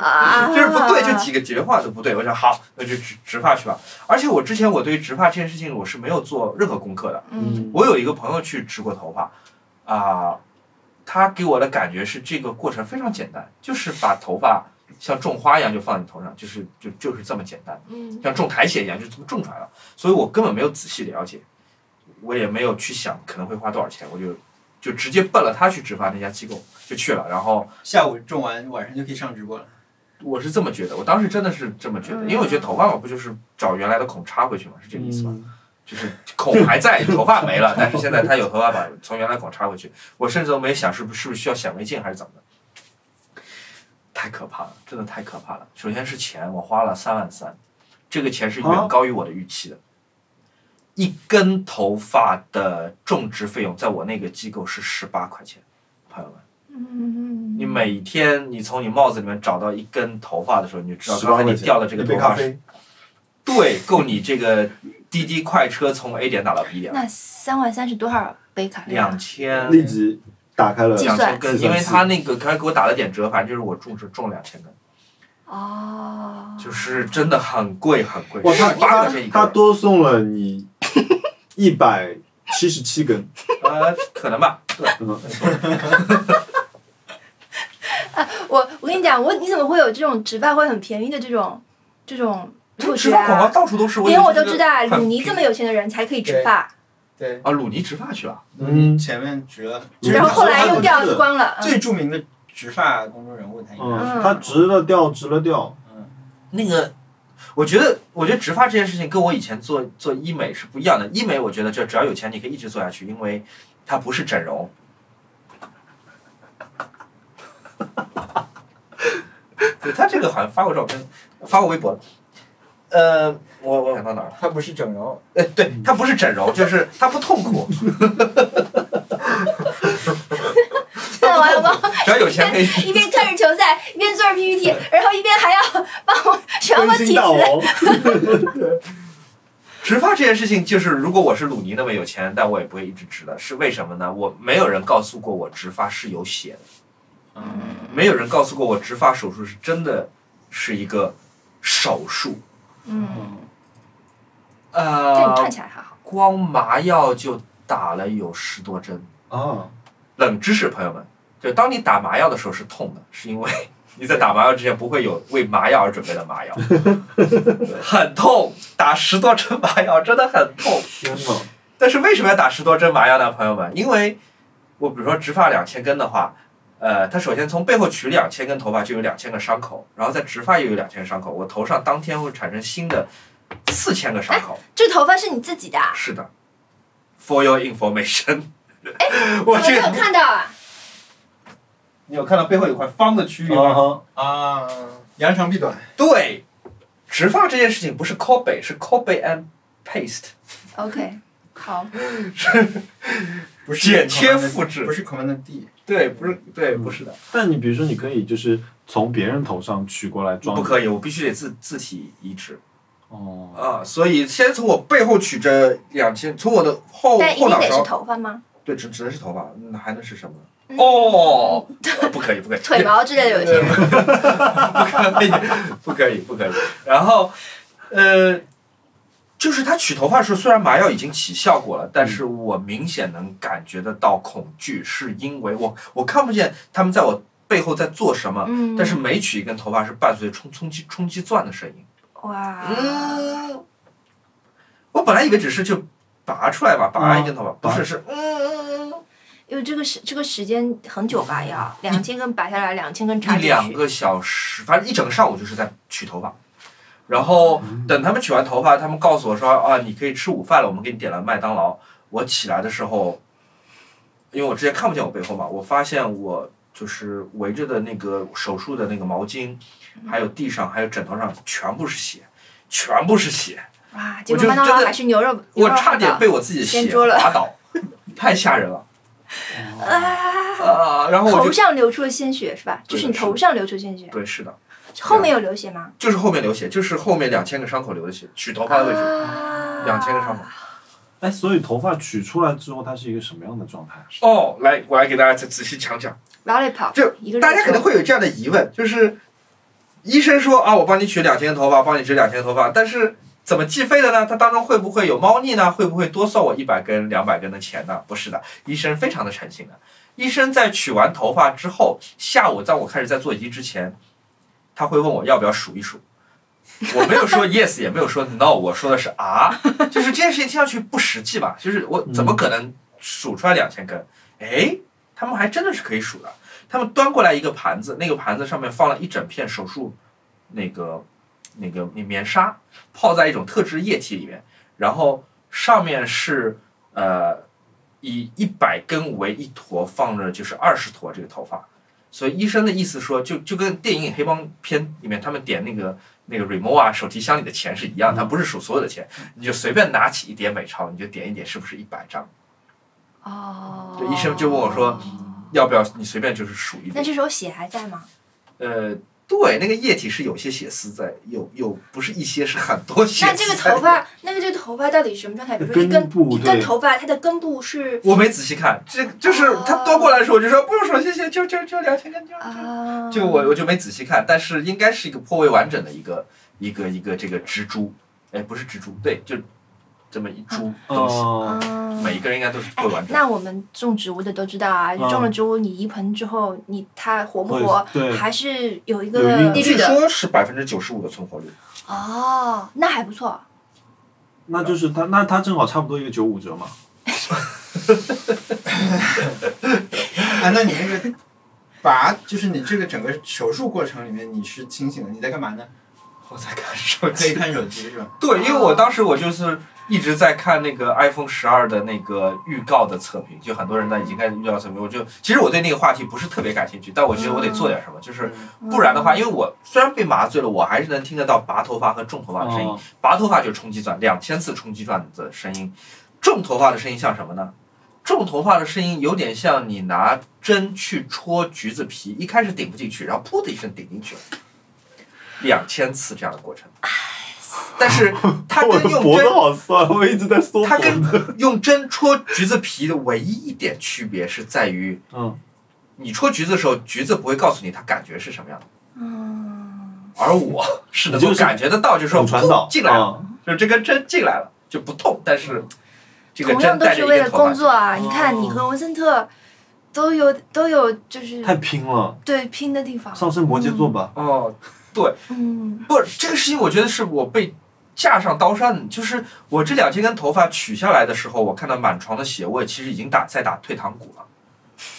Speaker 2: 啊，
Speaker 4: 就是不对，这几个节话都不对。我想好，那就植植发去吧。而且我之前我对于植发这件事情我是没有做任何功课的。
Speaker 2: 嗯，
Speaker 4: 我有一个朋友去植过头发，啊、他给我的感觉是这个过程非常简单，就是把头发像种花一样就放你头上，就是就就是这么简单，
Speaker 2: 嗯
Speaker 4: 像种苔藓一样就这么种出来了。所以我根本没有仔细了解，我也没有去想可能会花多少钱，我就就直接奔了他去植发那家机构就去了，然后。
Speaker 1: 下午种完晚上就可以上直播了。
Speaker 4: 我是这么觉得，我当时真的是这么觉得，
Speaker 2: 嗯
Speaker 4: 因为我觉得头发嘛，不就是找原来的孔插回去嘛，是这个意思吧？
Speaker 3: 嗯
Speaker 4: 就是孔还在， [laughs] 头发没了，但是现在他有头发把从原来孔插回去。我甚至都没想是不是是不是需要显微镜还是怎么的，太可怕了，真的太可怕了。首先是钱，我花了三万三，这个钱是
Speaker 3: 啊
Speaker 4: 远高于我的预期的。一根头发的种植费用，在我那个机构是十八块钱，朋友们。
Speaker 2: 嗯，
Speaker 4: 你每天你从你帽子里面找到一根头发的时候，你就知道
Speaker 3: 18
Speaker 4: 刚才你
Speaker 3: 块钱
Speaker 4: 掉的这个
Speaker 3: 一
Speaker 4: 头
Speaker 3: 杯
Speaker 4: 发
Speaker 3: 咖
Speaker 4: 是
Speaker 3: 啡，
Speaker 4: 对，够你这个滴滴快车从 A 点打到 B 点，
Speaker 2: 那三万三是多少杯咖啡啊？
Speaker 4: 两千
Speaker 3: 立即打开了
Speaker 2: 计
Speaker 4: 两
Speaker 2: 算
Speaker 4: 千根，因为他那个他给我打了点折，反正就是我种植种两千根，
Speaker 2: 哦，
Speaker 4: 就是真的很贵很贵，
Speaker 3: 哇，他
Speaker 4: 十八块
Speaker 3: 他
Speaker 4: 钱一
Speaker 3: 他
Speaker 4: 根，
Speaker 3: 多送了
Speaker 4: [laughs]
Speaker 3: 你一百七十七根，
Speaker 4: 呃，可能吧，对，
Speaker 3: 嗯，
Speaker 2: 我我跟你讲，我你怎么会有这种植发会很便宜的这种这种错
Speaker 4: 植
Speaker 2: 觉
Speaker 4: 发广告
Speaker 2: 啊？
Speaker 4: 到处都是，
Speaker 2: 连
Speaker 4: 以为
Speaker 2: 我
Speaker 4: 这
Speaker 2: 都
Speaker 4: 个
Speaker 2: 知道啊，
Speaker 4: 很
Speaker 2: 鲁尼这么有钱的人才可以植发，
Speaker 1: 对，
Speaker 4: 啊，鲁尼植发去了，
Speaker 3: 嗯
Speaker 1: 前面植了，
Speaker 3: 对
Speaker 2: 然后后来又掉
Speaker 3: 对
Speaker 2: 光了。嗯
Speaker 1: 最著名的植发公众人物，他应该
Speaker 3: 嗯，
Speaker 2: 嗯
Speaker 3: 他直了掉，直了掉，
Speaker 4: 那个，我觉得，我觉得植发这件事情跟我以前做做医美是不一样的。医美，我觉得这只要有钱，你可以一直做下去，因为它不是整容。对他这个好像发过照片，发过微博。呃，我我想到哪儿了？
Speaker 1: 他不是整容，
Speaker 4: 哎，对，它不是整容，就是它不痛苦，
Speaker 2: 现在王小光
Speaker 4: 只要有钱可以。
Speaker 2: 一边看着球赛，一边做着 PPT，然后一边还要帮我全部
Speaker 3: 更
Speaker 2: 提
Speaker 3: 新哦
Speaker 2: 词
Speaker 3: 大。王，
Speaker 4: 植发这件事情，就是如果我是鲁尼那么有钱，但我也不会一直植的，是为什么呢？我没有人告诉过我植发是有血的，
Speaker 1: 嗯，
Speaker 4: 没有人告诉过我植发手术是真的是一个手术。
Speaker 2: 嗯，但你
Speaker 4: 呃
Speaker 2: 看，起来还好。
Speaker 4: 光麻药就打了有十多针。
Speaker 3: [laughs] 啊，
Speaker 4: 冷知识，朋友们，就当你打麻药的时候是痛的，是因为 [laughs] 你在打麻药之前不会有为麻药而准备的麻药，很痛，打十多针麻药真的很痛。
Speaker 3: 天
Speaker 4: [laughs]
Speaker 3: 呐，
Speaker 4: 但是为什么要打十多针麻药呢，朋友们？因为我比如说植发两千根的话，呃，它首先从背后取两千根头发就有两千个伤口，然后再植发又有两千伤口，我头上当天会产生新的四千个伤口。
Speaker 2: 这头发是你自己的啊？
Speaker 4: [laughs] 是的，for your information，
Speaker 2: 我
Speaker 4: 我
Speaker 2: 没
Speaker 4: 这
Speaker 2: 有看到啊。
Speaker 4: 你有看到背后有块方的区域吗？
Speaker 3: 啊
Speaker 1: 啊，扬长避短，
Speaker 4: 对，植发这件事情不是 copy，是 copy and paste，
Speaker 2: OK，好，
Speaker 1: 不是
Speaker 4: 剪切
Speaker 1: Command-
Speaker 4: 复制
Speaker 1: 不。是 Command D，
Speaker 4: 对，不是对，不是的，
Speaker 3: 但你比如说，你可以就是从别人头上取过来装，
Speaker 4: 不可以，我必须得自自体移植
Speaker 3: 哦，
Speaker 4: 啊！所以先从我背后取这两千，从我的后
Speaker 2: 但一
Speaker 4: 后
Speaker 2: 定
Speaker 4: 脑
Speaker 2: 得
Speaker 4: 勺
Speaker 2: 是，头发吗？
Speaker 4: 对，只只能是头发，那还能是什么呢？
Speaker 2: 嗯
Speaker 4: 哦，呃不可以，不可以，
Speaker 2: 腿毛之类的有些人，
Speaker 4: [laughs] 不可以，不可以。然后，呃，就是他取头发的时候，虽然麻药已经起效果了，但是我明显能感觉得到恐惧，是因为我我看不见他们在我背后在做什么，
Speaker 2: 嗯，
Speaker 4: 但是每取一根头发是伴随冲冲击冲击钻的声音。
Speaker 2: 哇，
Speaker 4: 嗯，我本来以为只是就拔出来吧，拔一根头
Speaker 2: 哦
Speaker 4: 发，不
Speaker 3: 拔
Speaker 4: 是是嗯，
Speaker 2: 因为这个时这个时间很久吧，要两千根拔下来，两千根插
Speaker 4: 一
Speaker 2: 进
Speaker 4: 两
Speaker 2: 去，
Speaker 4: 个小时，反正一整个上午就是在取头发。然后
Speaker 2: 嗯
Speaker 4: 等他们取完头发，他们告诉我说啊，你可以吃午饭了，我们给你点了麦当劳。我起来的时候，因为我之前看不见我背后嘛，我发现我就是围着的那个手术的那个毛巾，还有地上还有枕头上全部是血，全部是血，
Speaker 2: 哇，结
Speaker 4: 我
Speaker 2: 果
Speaker 4: 就
Speaker 2: 麦当劳
Speaker 4: 真的
Speaker 2: 还是牛肉，
Speaker 4: 我
Speaker 2: 牛肉
Speaker 4: 差
Speaker 2: 汉
Speaker 4: 点
Speaker 2: 堡
Speaker 4: 被我自己的
Speaker 2: 掀
Speaker 4: 血
Speaker 2: 桌了
Speaker 4: 打倒， [laughs] 太吓人了
Speaker 3: 哦
Speaker 2: 啊，
Speaker 4: 啊！然后我
Speaker 2: 头
Speaker 4: 就
Speaker 2: 上流出了鲜血是吧？
Speaker 4: 对
Speaker 2: 就是
Speaker 4: 的
Speaker 2: 你
Speaker 4: 是
Speaker 2: 头上流出鲜血，
Speaker 4: 对是的，
Speaker 2: 后面有流血吗？
Speaker 4: 就是后面流血，就是后面两千个伤口流的血，取头发的位置。
Speaker 2: 啊，
Speaker 4: 两千个伤口。
Speaker 3: 哎，所以头发取出来之后，它是一个什么样的状态？
Speaker 4: 哦，来，我来给大家仔仔细讲讲。
Speaker 2: ，lollipop，
Speaker 4: 就
Speaker 2: 一个
Speaker 4: 大家
Speaker 2: 肉
Speaker 4: 可能
Speaker 2: 球
Speaker 4: 会有这样的疑问，就是医生说啊，我帮你取两千个头发，帮你取两千个头发，但是怎么计费的呢？它当中会不会有猫腻呢？会不会多算我一百根、两百根的钱呢？不是的，医生非常的诚信的。医生在取完头发之后，下午在我开始在做移植之前，他会问我要不要数一数。我没有说 yes，也没有说 no，我说的是啊，就是这件事情听上去不实际吧？就是我怎么可能数出来两千根？哎，他们还真的是可以数的。他们端过来一个盘子，那个盘子上面放了一整片手术那个那个棉棉纱，泡在一种特制液体里面，然后上面是呃以一百根为一坨放着就是二十坨这个头发，所以医生的意思说，就就跟电影《黑帮片》里面他们点那个那个 Remova 手提箱里的钱是一
Speaker 2: 嗯
Speaker 4: 样，他不是数所有的钱，你就随便拿起一叠美钞，你就点一点，是不是一百张？
Speaker 2: 哦，
Speaker 4: 对，医生就问我说，要不要你随便就是数一点
Speaker 2: 那。这时候血还在吗？
Speaker 4: 呃，对，那个液体是有些血丝在，有有不是一些，是很多血丝。
Speaker 2: 那这个头，发，那个这个头发到底是什么状态？比如说一
Speaker 3: 根
Speaker 2: 根
Speaker 3: 部
Speaker 2: 一根
Speaker 3: 对
Speaker 2: 头发，它的根部是
Speaker 4: 我没仔细看，这就是
Speaker 2: 哦
Speaker 4: 他端过来的时候，我就说不用手，谢谢，就就就两千根，就就
Speaker 2: 啊，
Speaker 4: 就我我就没仔细看，但是应该是一个颇为完整的一个一个一个这个蜘蛛，哎，不是蜘蛛，对，就这么一株东西，
Speaker 3: 哦，
Speaker 2: 啊
Speaker 4: 每一个人应该都是颇为完整的。
Speaker 2: 那我们种植物的都知道啊，
Speaker 3: 嗯
Speaker 2: 种了植物，你移盆之后，你它活不
Speaker 3: 会
Speaker 2: 活，
Speaker 3: 对
Speaker 2: 还是有一
Speaker 3: 有
Speaker 2: 个
Speaker 3: 运
Speaker 2: 规
Speaker 4: 据
Speaker 2: 律的。
Speaker 4: 说是百分之九十五的存活率，
Speaker 2: 哦，那还不错。
Speaker 3: 那就是它，那它正好差不多一个九五折嘛。
Speaker 1: [laughs] 啊，那你那个拔，就是你这个整个手术过程里面，你是清醒的，你在干嘛呢？
Speaker 4: 我在看 [laughs] 手
Speaker 1: [laughs] 可以看手机是吧？
Speaker 4: 对，因为我当时我就是一直在看那个 iPhone 十二的那个预告的测评，就很多人呢已经开始预告测评，我就其实我对那个话题不是特别感兴趣，但我觉得我得做点什么，就是不然的话，因为我虽然被麻醉了，我还是能听得到拔头发和种头发的声音。
Speaker 3: 哦，
Speaker 4: 拔头发就是冲击钻，两千次冲击钻的声音。种头发的声音像什么呢？种头发的声音有点像你拿针去戳橘子皮，一开始顶不进去，然后噗的一声顶进去了，两千次这样的过程。但是它
Speaker 3: [laughs] 我
Speaker 4: 跟
Speaker 3: 的
Speaker 4: 用
Speaker 3: 脖子
Speaker 4: 针，
Speaker 3: 好酸，我一直在缩脖
Speaker 4: 它跟
Speaker 3: 子。
Speaker 4: 用针戳橘子皮的唯一一点区别是在于，
Speaker 3: 嗯，
Speaker 4: 你戳橘子的时候，橘子不会告诉你它感觉是什么样的，
Speaker 2: 嗯，
Speaker 4: 而我是能
Speaker 3: 你
Speaker 4: 够
Speaker 3: 就是
Speaker 4: 感觉得到，就是说
Speaker 3: 口传导
Speaker 4: 噗进来了。
Speaker 3: 嗯
Speaker 4: 就是这根针进来了就不痛，但是这个
Speaker 2: 嗯同
Speaker 4: 针
Speaker 2: 样都
Speaker 4: 带
Speaker 2: 是
Speaker 4: 着一
Speaker 2: 为
Speaker 4: 根
Speaker 2: 了
Speaker 4: 头发
Speaker 2: 工
Speaker 4: 进
Speaker 2: 作
Speaker 4: 来。
Speaker 2: 啊。你
Speaker 3: 哦
Speaker 2: 看，你和文森特都有都有就是
Speaker 3: 太拼了，
Speaker 2: 对拼的地方。
Speaker 3: 上升摩羯座吧。
Speaker 4: 哦，
Speaker 2: 嗯，
Speaker 4: 不，这个事情我觉得是我被架上刀山，就是我这两千根头发取下来的时候，我看到满床的血味，其实已经打在打退堂鼓了。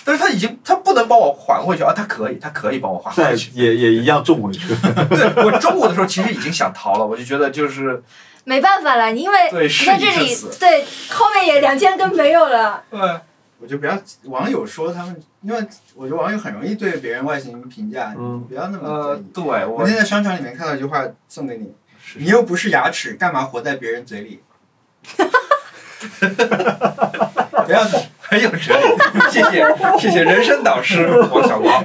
Speaker 4: 但是他已经，他不能帮我还回去啊！他可以，他可以帮我还
Speaker 3: 再
Speaker 4: 回去。
Speaker 3: 也也一样种回去。
Speaker 4: 对我中午的时候其实已经想逃了，我就觉得
Speaker 2: [laughs]
Speaker 4: 就是
Speaker 2: 没办法了，你因为
Speaker 4: 对，
Speaker 2: 你
Speaker 4: 是
Speaker 2: 在
Speaker 4: 一
Speaker 2: 这
Speaker 4: 致
Speaker 2: 里
Speaker 4: 死。
Speaker 2: 对后面也两千根没有了，
Speaker 4: 对，
Speaker 1: 我就不要网友说他们，因为我觉得网友很容易对别人外形评价，
Speaker 3: 嗯
Speaker 1: 你不要那么
Speaker 4: 呃
Speaker 1: 在意。，
Speaker 4: 对
Speaker 1: 我
Speaker 4: 我
Speaker 1: 那天在商场里面看到一句话送给你：你又不是牙齿，干嘛活在别人嘴里？ [laughs] 不要
Speaker 4: 很有哲理，谢谢谢谢人生导师王
Speaker 2: [laughs]
Speaker 4: 小光。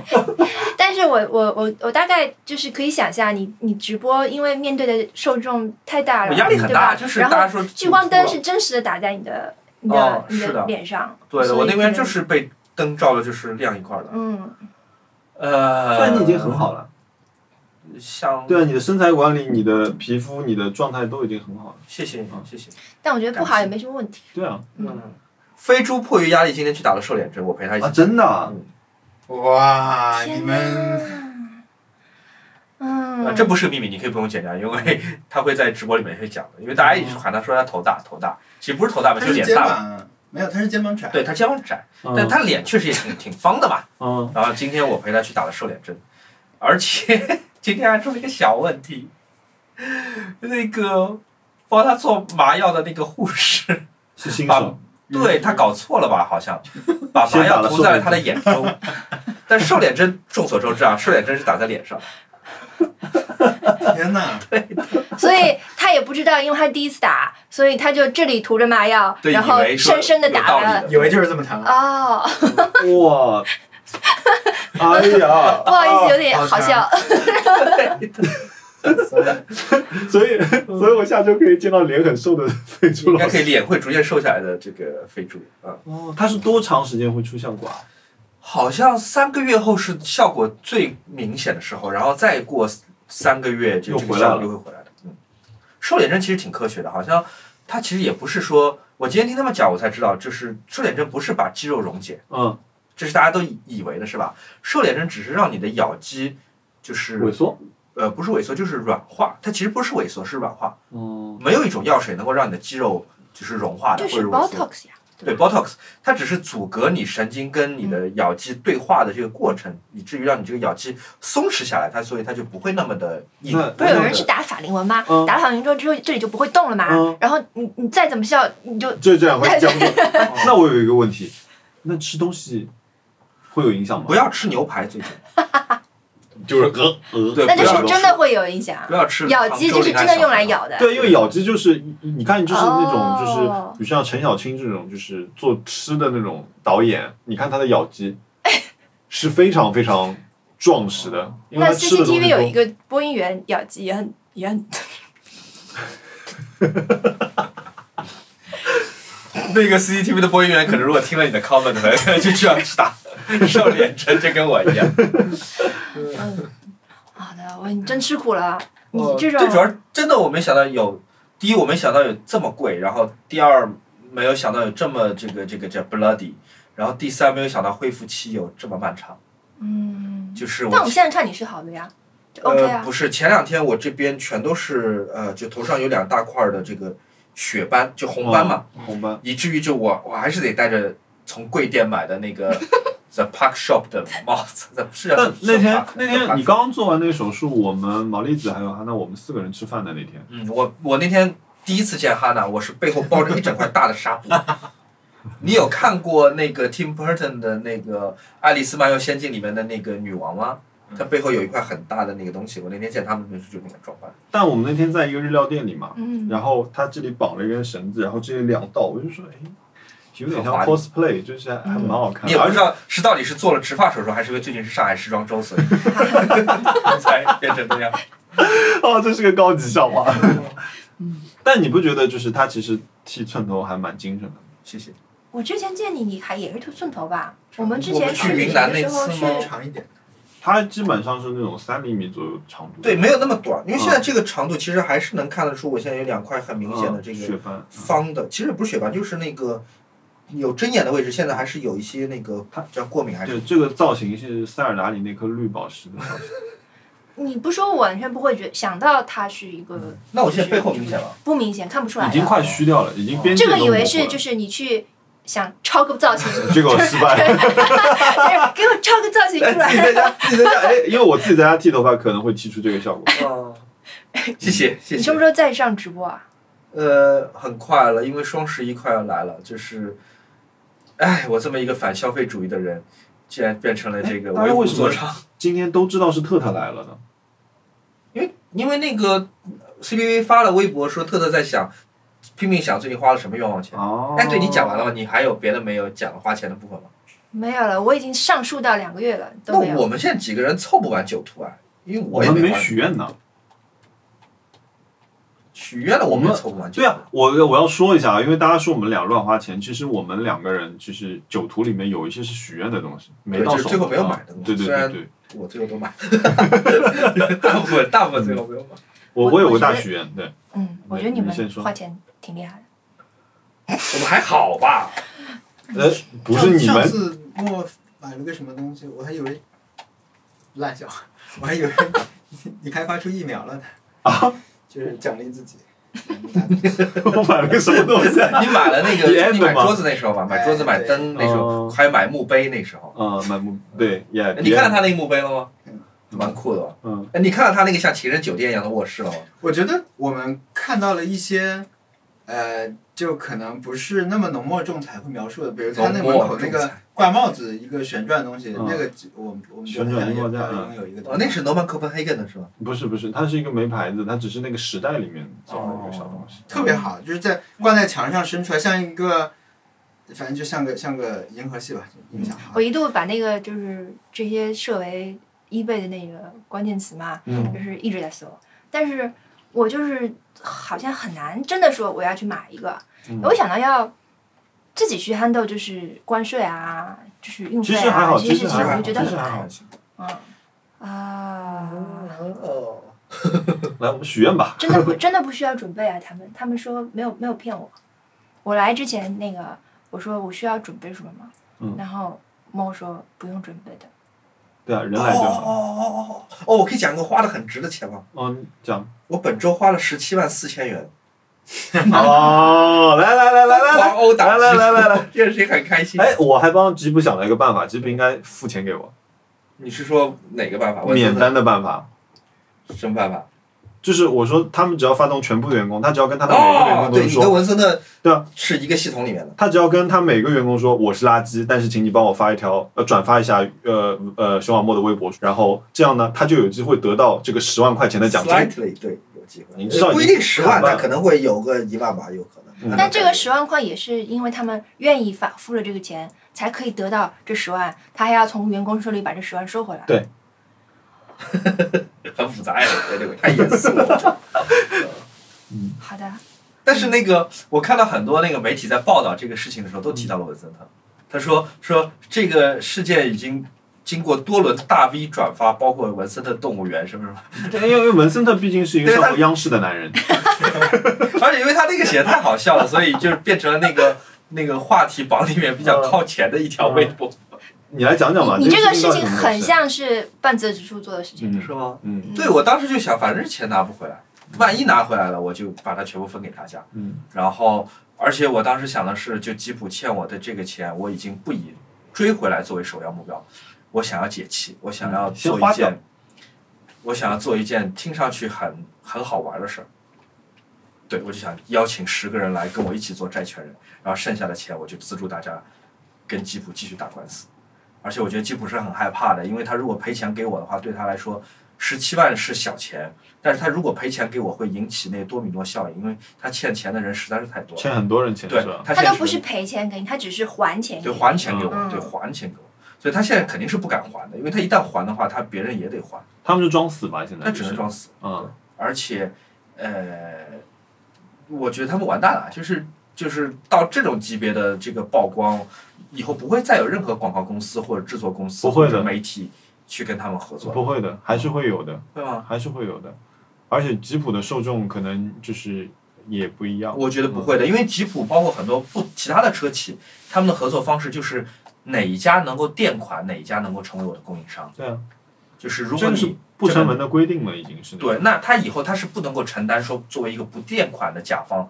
Speaker 2: 但是我我我我大概就是可以想象你你直播，因为面对的受众太大
Speaker 4: 我
Speaker 2: 了，
Speaker 4: 哦压力很
Speaker 2: 对
Speaker 4: 大，
Speaker 2: 吧
Speaker 4: 就是
Speaker 2: 然
Speaker 4: 大
Speaker 2: 后
Speaker 4: 家说
Speaker 2: 聚光灯是真实的打在你的你的、
Speaker 4: 哦
Speaker 2: 你
Speaker 4: 是的
Speaker 2: 的脸上，
Speaker 4: 对的，
Speaker 2: 所以
Speaker 4: 我那边
Speaker 2: 可能
Speaker 4: 就是被灯照的，就是亮一块儿的。
Speaker 2: 嗯，
Speaker 4: 呃，
Speaker 3: 但你已经很，好了，
Speaker 4: 像
Speaker 3: 对啊，你的身材管理、你的皮肤、你的状态都已经很好了。
Speaker 4: 谢谢你
Speaker 3: 嗯，
Speaker 4: 谢谢。
Speaker 2: 但我觉得不好也没什么问题。
Speaker 3: 对啊，
Speaker 4: 嗯，飞猪迫于压力今天去打了瘦脸针，我陪他一起
Speaker 3: 啊，。真的啊，
Speaker 4: 嗯
Speaker 1: 哇，啊你
Speaker 2: 天
Speaker 1: 们
Speaker 2: 呐，嗯，
Speaker 4: 啊，这不是秘密，你可以不用剪掉，因
Speaker 3: [laughs]
Speaker 4: 为他会在直播里面会讲的，因为大家一直喊他说他头大头大，其实不是头大吧，
Speaker 1: 他
Speaker 4: 就是
Speaker 1: 是
Speaker 4: 脸
Speaker 1: 肩
Speaker 4: 大吧。
Speaker 1: 膀没有，他是肩膀窄。
Speaker 4: 对他肩膀窄，但
Speaker 3: 嗯
Speaker 4: 他脸确实也挺挺方的嘛。
Speaker 3: 嗯，
Speaker 4: 然后今天我陪他去打了瘦脸针，而且 [laughs] 今天还出了一个小问题，那个帮他做麻药的那个护士，
Speaker 3: 是新
Speaker 4: 把
Speaker 3: 手，
Speaker 4: 对他搞错了吧？好像把麻药涂在了他的眼
Speaker 3: [laughs]
Speaker 4: 中，但瘦脸针众所周知啊，瘦脸针是打在脸上，
Speaker 1: 天哪，
Speaker 2: 所以他也不知道，因为他第一次打，所以他就这里涂着麻药，
Speaker 4: 对，以
Speaker 2: 然后
Speaker 4: 为说
Speaker 2: 深深的
Speaker 4: 有
Speaker 2: 打
Speaker 4: 道理
Speaker 2: 了。
Speaker 4: 的，
Speaker 1: 以为就是这么谈了。
Speaker 2: 哦，
Speaker 4: [laughs]
Speaker 3: 哇，哎呀，
Speaker 2: 不好意
Speaker 4: 哦
Speaker 2: 思，有点
Speaker 1: 好
Speaker 2: 好
Speaker 1: 像
Speaker 2: 笑。
Speaker 3: [laughs] 所以，所以我下周可以见到脸很瘦的 [laughs] 飞猪
Speaker 4: 应
Speaker 3: 老
Speaker 4: 该
Speaker 3: 师。
Speaker 4: 可以脸会逐渐瘦下来的这个飞猪啊。嗯
Speaker 3: 哦，他是多长时间会出效果啊？
Speaker 4: 好像三个月后是效果最明显的时候，然后再过三个月就
Speaker 3: 又
Speaker 4: 这个
Speaker 3: 回来
Speaker 4: 效果
Speaker 3: 了
Speaker 4: 又会回来的。嗯，瘦脸针其实挺科学的，好像它其实也不是说，我今天听他们讲我才知道，就是瘦脸针不是把肌肉溶解，
Speaker 3: 嗯，
Speaker 4: 这是大家都以以为的是吧？瘦脸针只是让你的咬肌就是
Speaker 3: 嗯萎缩。
Speaker 4: 呃不是萎缩就是软化，它其实不是萎缩是软化，
Speaker 3: 哦，
Speaker 4: 没有一种药水能够让你的肌肉就是融化的
Speaker 2: 就
Speaker 4: 或者
Speaker 2: 是
Speaker 4: 萎缩。
Speaker 2: Botox 呀，
Speaker 4: 对 Botox，它只是阻隔你神经跟你
Speaker 2: 嗯
Speaker 4: 的咬肌对话的这个过程，以至于让你这个咬肌松弛下来，它所以它就不会那么的硬。
Speaker 3: 那
Speaker 2: 不是有人去打法令纹吗？
Speaker 3: 嗯
Speaker 2: 打了法令纹之后，之后这里就不会动了
Speaker 3: 嗯
Speaker 2: 嘛。然后你你再怎么笑，你就
Speaker 3: 就 [laughs] 这样会僵住。那我有一个问题，那吃东西会有影响
Speaker 4: [laughs]
Speaker 3: 吗？
Speaker 4: 不要吃牛排，最近
Speaker 3: 就是鹅鹅，
Speaker 4: 对
Speaker 2: 那就
Speaker 4: 不要
Speaker 2: 是
Speaker 4: 动
Speaker 2: 真的会有影响
Speaker 4: 不。要吃
Speaker 2: 咬肌就是真的用来。咬的。
Speaker 3: 对，因为咬肌就是你看，就是那种就是，
Speaker 2: 哦
Speaker 3: 比如像陈小青这种，就是做吃的那种导演，你看他的咬肌是非常非常壮实的，因为
Speaker 2: 那
Speaker 3: 他吃的东
Speaker 2: CCTV 有一
Speaker 3: 西
Speaker 2: 个播音员咬肌也很也很，
Speaker 4: 那个 CCTV 的播音员可能如果听了你的 comment，可能就需要去打 [laughs] 瘦脸针，就跟我一样。
Speaker 2: 嗯，好的，我你真吃苦了。你这
Speaker 4: 最主
Speaker 2: 种
Speaker 4: 要是真的我没想到有，第一我没想到有这么贵，然后第二没有想到有这么这个这个这 bloody，然后第三没有想到恢复期有这么漫长。
Speaker 2: 嗯，
Speaker 4: 就是
Speaker 2: 但
Speaker 4: 我
Speaker 2: 我们现在看你是好的呀就，OK
Speaker 4: 呃，
Speaker 2: 啊
Speaker 4: 不。是，前两天我这边全都是呃，就头上有两大块儿的这个血斑，就红斑嘛，
Speaker 3: 嗯红斑，
Speaker 4: 以至于就我我还是得戴着从贵店买的那个 The Park Shop 的帽子，是叫
Speaker 3: 但那天
Speaker 4: Park-
Speaker 3: 那天
Speaker 4: Park-
Speaker 3: 你刚刚做完那个手术，我们毛栗子还有哈娜，我们四个人吃饭的那天，
Speaker 4: 嗯，我我那天第一次见哈娜，我是背后包着一整块大的纱布。你有看过那个 Tim Burton 的那个《爱丽丝漫游仙境》里面的那个女王吗？她背后有一块很大的那个东西，我那天见他们就是就那个装扮。
Speaker 3: 但我们那天在一个日料店里嘛，
Speaker 2: 嗯，
Speaker 3: 然后他这里绑了一根绳子，然后这里两道，我就说，哎，有点像
Speaker 4: 很华丽
Speaker 3: cosplay，就是还还蛮好看
Speaker 4: 你也
Speaker 3: 的，
Speaker 4: 不
Speaker 3: 而
Speaker 4: 知
Speaker 3: 且
Speaker 4: 道是到底是做了植发手术，还是因为最近是上海时装周，所以才变成这样。
Speaker 3: [laughs] 哦，这是个高级笑话。但你不觉得就是他其实剃寸头还蛮精神的？
Speaker 4: 谢谢。
Speaker 2: 我之前见你，你还也是寸寸头吧？我们之
Speaker 4: 我
Speaker 2: 前
Speaker 4: 们去
Speaker 2: 旅
Speaker 4: 云
Speaker 2: 行
Speaker 4: 南
Speaker 2: 的
Speaker 4: 那
Speaker 2: 时候
Speaker 4: 次
Speaker 2: 是
Speaker 4: 吗
Speaker 1: 长一点，
Speaker 3: 他基本上是那种三厘米左右长度的，
Speaker 4: 对，没有那么短，因为现在这个长度其实还是能看得出，我现在有两块很明显的这
Speaker 3: 嗯
Speaker 4: 个
Speaker 3: 血斑。
Speaker 4: 方的，其实不是血斑，就是那个有针眼的位置，现在还是有一
Speaker 3: 嗯
Speaker 4: 些那个叫过敏还是
Speaker 3: 对，这个造型是塞尔达里那颗绿宝石的造型。
Speaker 2: 你不说我完全不会觉想到它是一个
Speaker 4: 那我现在背后明显了，
Speaker 2: 不明显看不出来
Speaker 3: 已经
Speaker 2: 的。
Speaker 3: 快虚掉了，已经边界
Speaker 2: 啊这个
Speaker 3: 都
Speaker 2: 以为
Speaker 3: 模糊
Speaker 2: 是
Speaker 3: 了
Speaker 2: 就是你去想抄个造型，
Speaker 3: [laughs] 这个我失败了。
Speaker 2: 哎给我抄个造型出
Speaker 3: 哎，自己
Speaker 2: [laughs] 来。
Speaker 3: 在家，自己在家，哎，因为我自己在家剃头发可能会剃出这个效果。 [laughs]
Speaker 4: 哦，谢谢谢
Speaker 2: 你
Speaker 4: 谢
Speaker 2: 什么。时候再上直播啊？
Speaker 4: 呃，很快了，因为双十一快要来了，就是，哎，我这么一个反消费主义的人，竟然变成了这个
Speaker 3: 哎大
Speaker 4: 为
Speaker 3: 家
Speaker 4: 虎
Speaker 3: 为什么
Speaker 4: 作伥，
Speaker 3: 今天都知道是特特来了呢，
Speaker 4: 因为因为那个 CBV 发了微博说特特在想，拼命想最近花了什么冤枉钱。
Speaker 3: 哦
Speaker 4: 哎，对你讲完了吗？你还有别的没有讲花钱的部分吗？
Speaker 2: 没有了，我已经上树到两个月了
Speaker 4: 那
Speaker 2: 都没有。
Speaker 4: 我们现在几个人凑不完九图啊，因为
Speaker 3: 我
Speaker 4: 也
Speaker 3: 们没
Speaker 4: 花
Speaker 3: 许愿呢。
Speaker 4: 许愿了，我们
Speaker 3: 我
Speaker 4: 也
Speaker 3: 们
Speaker 4: 凑不完九
Speaker 3: 对
Speaker 4: 图。
Speaker 3: 啊，我我要说一下啊，因为大家说我们俩乱花钱，其实我们两个人就是酒徒里面有一些是许愿的东西，没
Speaker 4: 对
Speaker 3: 到
Speaker 4: 就是
Speaker 3: 手，
Speaker 4: 最后没有
Speaker 3: 啊
Speaker 4: 买的东西
Speaker 3: 对对
Speaker 4: 虽
Speaker 3: 对
Speaker 4: 然
Speaker 3: 对，
Speaker 4: 我最后都买，
Speaker 3: [laughs]
Speaker 4: 大部分大部分最后没有买。
Speaker 3: 我
Speaker 2: 我
Speaker 3: 我有个
Speaker 2: 我觉
Speaker 3: 大
Speaker 2: 得
Speaker 3: 许愿，对，
Speaker 2: 嗯，我觉得
Speaker 3: 你
Speaker 2: 你们
Speaker 3: 你先说
Speaker 2: 花钱挺厉害的。
Speaker 4: 我们还好吧？嗯
Speaker 3: 呃，不是你
Speaker 1: 上
Speaker 3: 们，
Speaker 1: 次我买了个什么东西，我还以为烂笑话，我还以为你你开发出疫苗了呢。
Speaker 3: 啊！
Speaker 1: 就是奖励自己。
Speaker 3: [laughs] 我买了个什么东
Speaker 4: [laughs]
Speaker 3: 西啊？
Speaker 4: 你买了那
Speaker 3: [laughs] The
Speaker 4: 个，
Speaker 3: end
Speaker 4: 你买
Speaker 3: 吗
Speaker 4: 桌子那时候吧，买桌子、
Speaker 1: 哎
Speaker 4: 买
Speaker 1: 对
Speaker 4: 灯那时候，
Speaker 3: 哦哎
Speaker 4: 还买墓碑那时候。
Speaker 3: 啊，买木对耶，
Speaker 4: 你看了他那个墓碑了吗
Speaker 1: 嗯？
Speaker 4: 蛮酷的吧？
Speaker 3: 嗯，
Speaker 4: 哎，你看了他那个像情人酒店一样的卧室了吗？
Speaker 1: 我觉得我们看到了一些，呃，就可能不是那么浓墨重彩会描述的，比如他那门口那
Speaker 4: 浓墨重
Speaker 1: 个
Speaker 4: 彩
Speaker 1: 挂帽子一个旋转的东西，
Speaker 3: 嗯
Speaker 1: 那个我们我们觉得
Speaker 3: 旋转
Speaker 1: 很
Speaker 3: 荧
Speaker 1: 有
Speaker 3: 幕架
Speaker 1: 要拥有一个东
Speaker 4: 哦，
Speaker 1: 西。
Speaker 4: 那是 Norman Copenhagen 的是吧？
Speaker 3: 不是不是，它是一个没牌子，它只是那个时代里面造的一个小东西，
Speaker 1: 特别好，就是在挂在墙上伸出来，像一个，反正就像个像个银河系吧，印象好
Speaker 2: 我。一度把那个就是这些设为 eBay 的那个关键词嘛，
Speaker 3: 嗯
Speaker 2: 就是一直在搜，但是我就是好像很难真的说我要去买一个，
Speaker 3: 嗯
Speaker 2: 我想到要自己去 handle 就是关税啊，就是运
Speaker 3: 其
Speaker 2: 费
Speaker 3: 实还
Speaker 2: 啊
Speaker 3: 好，
Speaker 2: 这些
Speaker 3: 其
Speaker 2: 事
Speaker 3: 实
Speaker 2: 情，
Speaker 3: 还
Speaker 2: 我
Speaker 3: 好，
Speaker 2: 就觉
Speaker 3: 其
Speaker 2: 得
Speaker 3: 实
Speaker 2: 很
Speaker 3: 还
Speaker 2: 难
Speaker 3: 好。
Speaker 2: 嗯
Speaker 3: [laughs]
Speaker 2: 啊。
Speaker 4: 哦，
Speaker 3: 来，我们许愿吧。
Speaker 2: 真的不真的不需要准备啊！他们他们说没有没有骗我，我来之前那个我说我需要准备什么吗？
Speaker 3: 嗯
Speaker 2: 然后猫说不用准备的，
Speaker 3: 对啊，人
Speaker 4: 哦
Speaker 3: 来就
Speaker 4: 哦
Speaker 3: 好。
Speaker 4: 哦哦哦！哦，我可以讲个花的很值的钱吗？
Speaker 3: 嗯，讲。
Speaker 4: 我本周花了十七万四千元，
Speaker 3: 哦，来来来来来
Speaker 4: 狂
Speaker 3: 来，
Speaker 4: 殴打
Speaker 3: 来来来来
Speaker 4: 来， [laughs] 这个事情很开心。
Speaker 3: 哎，我还帮吉普想了一个办法，吉普应该付钱给我，
Speaker 4: 你是说哪个办法？我
Speaker 3: 免单的办法。
Speaker 4: 什么办法？
Speaker 3: 就是我说，他们只要发动全部的员工，他只要跟他的每个员
Speaker 4: 哦
Speaker 3: 工，都
Speaker 4: 对，
Speaker 3: 是
Speaker 4: 你跟
Speaker 3: 说，
Speaker 4: 文森特
Speaker 3: 对啊，
Speaker 4: 是一个系统里面的。
Speaker 3: 他只要跟他每个员工说我是垃圾，但是请你帮我发一条，呃，转发一下，呃呃，熊小莫的微博，然后这样呢，他就有机会得到这个十万块钱的奖金。
Speaker 4: Slightly 对，有机会。
Speaker 3: 你知道
Speaker 4: 不一
Speaker 3: 已
Speaker 4: 定
Speaker 3: 经
Speaker 4: 十万，
Speaker 3: 砍半
Speaker 4: 但
Speaker 3: 了
Speaker 4: 可能会有个一万吧，有可能。
Speaker 3: 嗯
Speaker 2: 但这个十万块也是因为他们愿意反付了这个钱，才可以得到这十万，他还要从员工手里把这十万收回来。
Speaker 4: 很复杂呀，对对，太严肃了。
Speaker 2: 好的，
Speaker 4: [laughs] 但是那个，我看到很多那个媒体在报道这个事情的时候，都提到了文森特。他说说这个事件已经经过多轮大 V 转发，包括文森特动物园什么什么。
Speaker 3: 对，因为文森特毕竟是一个
Speaker 4: 对
Speaker 3: 上
Speaker 4: 他
Speaker 3: 过央视的男人，
Speaker 4: [laughs] 而且因为他那个写的太好笑了，所以就变成了那个那个话题榜里面比
Speaker 3: 嗯
Speaker 4: 较靠前的一条微博，
Speaker 3: 你来讲讲吧。
Speaker 2: 你你这个事
Speaker 3: 事
Speaker 2: 情
Speaker 3: 到底
Speaker 2: 很
Speaker 3: 怎么
Speaker 2: 像是半泽直树做的事情。
Speaker 3: 回
Speaker 4: 是
Speaker 3: 事，
Speaker 4: 吗？
Speaker 3: 嗯
Speaker 4: [laughs]
Speaker 3: 嗯
Speaker 4: 对，我当时就想，反正钱拿不回来，万一拿回来了，我就把它全部分给大家。
Speaker 3: 嗯，
Speaker 4: 然后，而且我当时想的是，就吉普欠我的这个钱，我已经不以追回来作为首要目标，我想要解气，我想要
Speaker 3: 嗯先
Speaker 4: 做
Speaker 3: 花
Speaker 4: 一件，我想要做一件听上去很很好玩的事儿。对，我就想邀请十个人来跟我一起做债权人，然后剩下的钱我就资助大家跟吉普继续打官司。而且我觉得吉普是很害怕的，因为他如果赔钱给我的话，对他来说十七万是小钱，但是他如果赔钱给我，会引起那多米诺效应，因为他欠钱的人实在是太多了。
Speaker 3: 欠很多人钱
Speaker 4: 对
Speaker 3: 是吧？
Speaker 2: 他
Speaker 4: 他现在
Speaker 2: 都不是赔钱给你，他只是还钱给
Speaker 4: 对
Speaker 2: 你。
Speaker 4: 还钱给我，
Speaker 2: 嗯
Speaker 4: 对还钱给我，所以他现在肯定是不敢还的，因为他一旦还的话，他别人也得还，
Speaker 3: 他们就装死吧，现在
Speaker 4: 他
Speaker 3: 就
Speaker 4: 只能
Speaker 3: 是
Speaker 4: 装死。
Speaker 3: 嗯
Speaker 4: 而且，呃，我觉得他们完蛋了，就是就是到这种级别的这个曝光，以后不会再有任何广告公司或者制作公司
Speaker 3: 不会
Speaker 4: 或
Speaker 3: 的
Speaker 4: 者媒体去跟他们合作，
Speaker 3: 不会的，还是会有的，
Speaker 4: 会吗？
Speaker 3: 还是会有的。而且吉普的受众可能就是也不一样。
Speaker 4: 我觉得不会的，因为吉普包括很多不其他的车企，他们的合作方式就是哪一家能够垫款，哪一家能够成为我的供应商。
Speaker 3: 对啊，
Speaker 4: 就是如
Speaker 3: 这
Speaker 4: 果
Speaker 3: 个是
Speaker 4: 你
Speaker 3: 不成文的规定了，已经是。
Speaker 4: 对，，那他以后他是不能够承担说作为一个不垫款的甲方，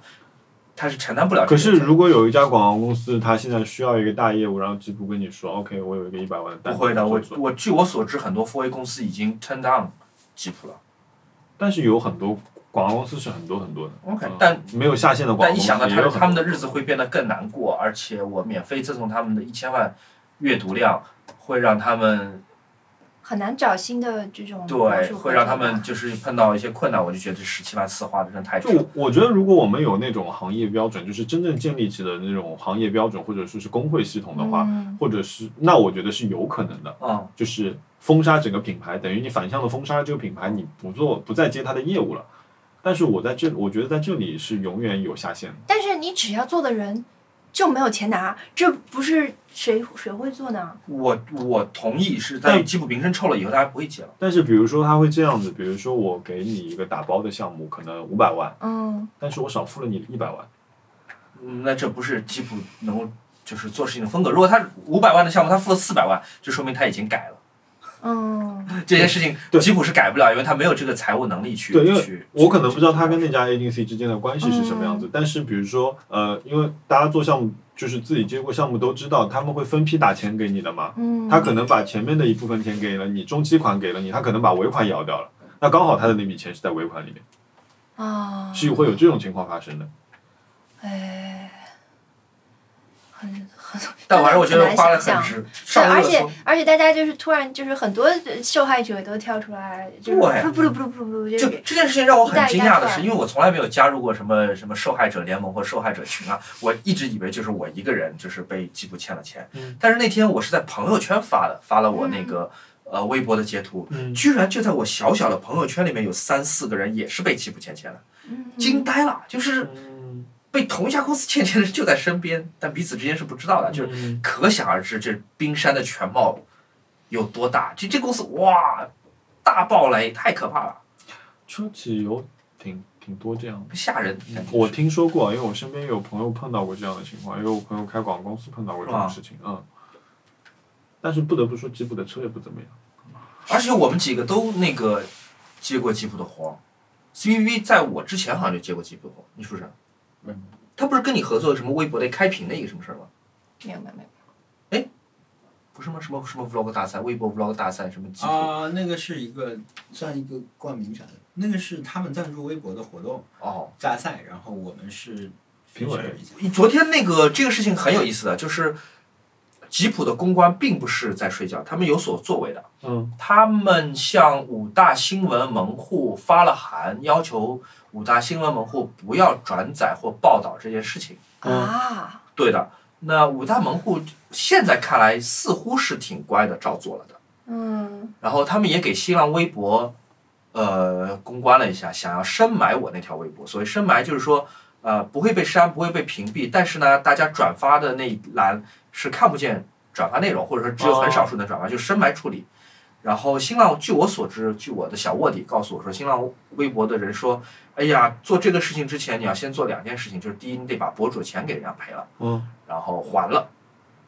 Speaker 4: 他是承担不了这
Speaker 3: 可
Speaker 4: 个责
Speaker 3: 是
Speaker 4: 任。
Speaker 3: 如果有一家广告公司，它现在需要一个大业务，然后吉普跟你说，OK，我有一个一百万的单
Speaker 4: 不
Speaker 3: 子，
Speaker 4: 会的，
Speaker 3: 你
Speaker 4: 我
Speaker 3: 做
Speaker 4: 我据我所知，很多 4A 公司已经 turn down 吉普了。
Speaker 3: 但是有很多广告公司是很多很多的。
Speaker 4: OK，
Speaker 3: 嗯
Speaker 4: 但
Speaker 3: 没有下线的广告
Speaker 4: 但一
Speaker 3: 公司
Speaker 4: 想到
Speaker 3: 也
Speaker 4: 他
Speaker 3: 有
Speaker 4: 的
Speaker 3: 很
Speaker 4: 他们
Speaker 3: 多
Speaker 4: 的日子会变得更难过，而且我免费赠送他们的一千万阅读量，会让他们
Speaker 6: 很难找新的这种帮
Speaker 4: 对，
Speaker 6: 助
Speaker 4: 会让
Speaker 6: 合
Speaker 4: 他
Speaker 6: 作吧
Speaker 4: 们就是碰到一些困难，我就觉得十七万四花的真的太值了
Speaker 3: 就。我觉得，如果我们有那种行业标准，就是真正建立起的那种行业标准，或者说是工会系统的话，
Speaker 6: 嗯
Speaker 3: 或者是那我觉得是有可能的，
Speaker 4: 嗯，
Speaker 3: 就是封杀整个品牌，等于你反向的封杀这个品牌，你不做不再接它的业务了。但是我在这，我觉得在这里是永远有下限的。
Speaker 6: 但是你只要做的人就没有钱拿，这不是谁谁会做呢？
Speaker 4: 我我同意是，
Speaker 3: 但
Speaker 4: 但吉普名声臭了以后，大家不会接了。
Speaker 3: 但是比如说他会这样子，比如说我给你一个打包的项目，可能五百万，
Speaker 6: 嗯，
Speaker 3: 但是我少付了你一百万，
Speaker 4: 嗯，那这不是吉普能够就是做事情的风格。如果他五百万的项目，他付了四百万，就说明他已经改了。
Speaker 6: 嗯，
Speaker 4: 这些事情
Speaker 3: 对
Speaker 4: 吉普是改不了，因为他没有这个财务能力去
Speaker 3: 对因为
Speaker 4: 去。
Speaker 3: 我可能不知道他跟那家 agency 之间的关系是什么样子，但是比如说，呃，因为大家做项目就是自己接过项目都知道，他们会分批打钱给你的嘛。
Speaker 6: 嗯
Speaker 3: 他可能把前面的一部分钱给了你，中期款给了你，他可能把尾款也要掉了，那刚好他的那笔钱是在尾款里面，
Speaker 6: 啊，
Speaker 3: 是会有这种情况发生的。
Speaker 6: 哎，很很，
Speaker 4: 但反正我觉得花了
Speaker 6: 真的很难想象。
Speaker 4: 很值。
Speaker 6: 是，
Speaker 4: 上
Speaker 6: 而
Speaker 4: 热
Speaker 6: 且
Speaker 4: 搜，
Speaker 6: 而且大家就是突然就是很多受害者都跳出来，就是
Speaker 4: 对
Speaker 6: 不噜不噜不噜不噜，
Speaker 4: 就
Speaker 6: 给
Speaker 4: 这件事情让我很
Speaker 6: 一
Speaker 4: 惊讶的
Speaker 6: 代一代
Speaker 4: 是，
Speaker 6: 传
Speaker 4: 因为我从来没有加入过什么什么受害者联盟或受害者群啊，我一直以为就是我一个人就是被吉普欠了钱。
Speaker 3: 嗯
Speaker 4: 但是那天我是在朋友圈发的，发了我
Speaker 6: 嗯
Speaker 4: 那个、呃微博的截图，
Speaker 3: 嗯，
Speaker 4: 居然就在我小小的朋友圈里面有三四个人也是被吉普欠钱的，
Speaker 6: 嗯
Speaker 4: 惊呆了，就是被同一家公司欠钱的人就在身边，但彼此之间是不知道的，就是
Speaker 3: 是
Speaker 4: 可想而知这冰山的全貌有多大。就这公司哇，大爆雷，太可怕了，
Speaker 3: 车企有挺挺多这样的。
Speaker 4: 吓人。
Speaker 3: 嗯我听说过，因为我身边有朋友碰到过这样的情况，因为我朋友开广告公司碰到过这种事情，嗯。但是不得不说，吉普的车也不怎么样。
Speaker 4: 而且我们几个都那个接过吉普的活儿，CVV 在我之前好像就接过吉普的活儿，你是不是？
Speaker 1: 嗯，
Speaker 4: 他不是跟你合作什么微博的开屏的一个什么事儿吗？
Speaker 6: 没有没有没有，
Speaker 4: 不是吗？什么什么 vlog 大赛，微博 vlog 大赛，什么吉普？
Speaker 5: 啊，那个是一个算一个冠名啥的，那个是他们赞助微博的活动
Speaker 4: 哦，
Speaker 5: 加赛，然后我们是
Speaker 3: 评委
Speaker 5: feature 一下。
Speaker 4: 昨天那个这个事情很有意思的，就是吉普的公关并不是在睡觉，他们有所作为的。
Speaker 3: 嗯，
Speaker 4: 他们向五大新闻门户发了函，要求五大新闻门户不要转载或报道这件事情。
Speaker 6: 啊，
Speaker 4: 对的，那五大门户现在看来似乎是挺乖的，照做了的。
Speaker 6: 嗯
Speaker 4: 然后他们也给新浪微博，呃，公关了一下，想要深埋我那条微博。所谓深埋，就是说，呃，不会被删，不会被屏蔽，但是呢，大家转发的那一栏是看不见转发内容，或者说只有很少数能转发，就深埋处理。然后新浪，据我所知，据我的小卧底告诉我说，新浪微博的人说，哎呀，做这个事情之前，你要先做两件事情，就是第一，你得把博主的钱给人家赔了。
Speaker 3: 嗯，
Speaker 4: 然后还了。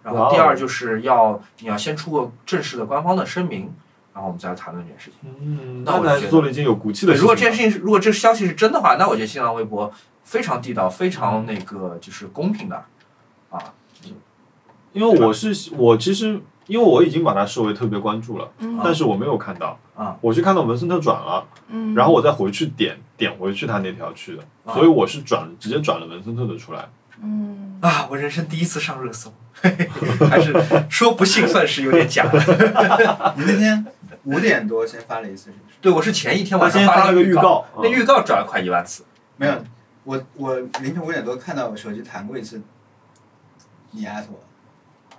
Speaker 4: 然
Speaker 3: 哇
Speaker 4: 后
Speaker 3: 哦
Speaker 4: 第二就是要你要先出个正式的官方的声明，然后我们再来谈论这件事情。
Speaker 3: 嗯
Speaker 4: 那我就
Speaker 3: 还
Speaker 4: 觉得
Speaker 3: 做了一件有骨气的
Speaker 4: 对，
Speaker 3: 事情。
Speaker 4: 如果这件事情是如果这消息是真的话，那我觉得新浪微博非常地道，非常那个就是公平的啊。
Speaker 3: 因为我是我其实因为我已经把它视为特别关注了，
Speaker 6: 嗯
Speaker 3: 但是我没有看到
Speaker 4: 啊，
Speaker 3: 我是看到文森特转了，
Speaker 6: 嗯，
Speaker 3: 然后我再回去点点回去他那条去的，
Speaker 4: 啊
Speaker 3: 所以我是转直接转了文森特的出来。
Speaker 6: 嗯，
Speaker 4: 啊，我人生第一次上热搜， [laughs] 还是说不兴奋是有点假的。 [laughs]
Speaker 5: [laughs] 你那天五点多先发了一次，是不是？
Speaker 4: 对，我是前一天
Speaker 3: 他
Speaker 4: 晚上
Speaker 3: 先发
Speaker 4: 了
Speaker 3: 了个
Speaker 4: 预
Speaker 3: 预，告，嗯
Speaker 4: 那预告转了快一万次。
Speaker 5: 没有，我我凌晨五点多看到我手机弹过一次，你艾特我， [laughs]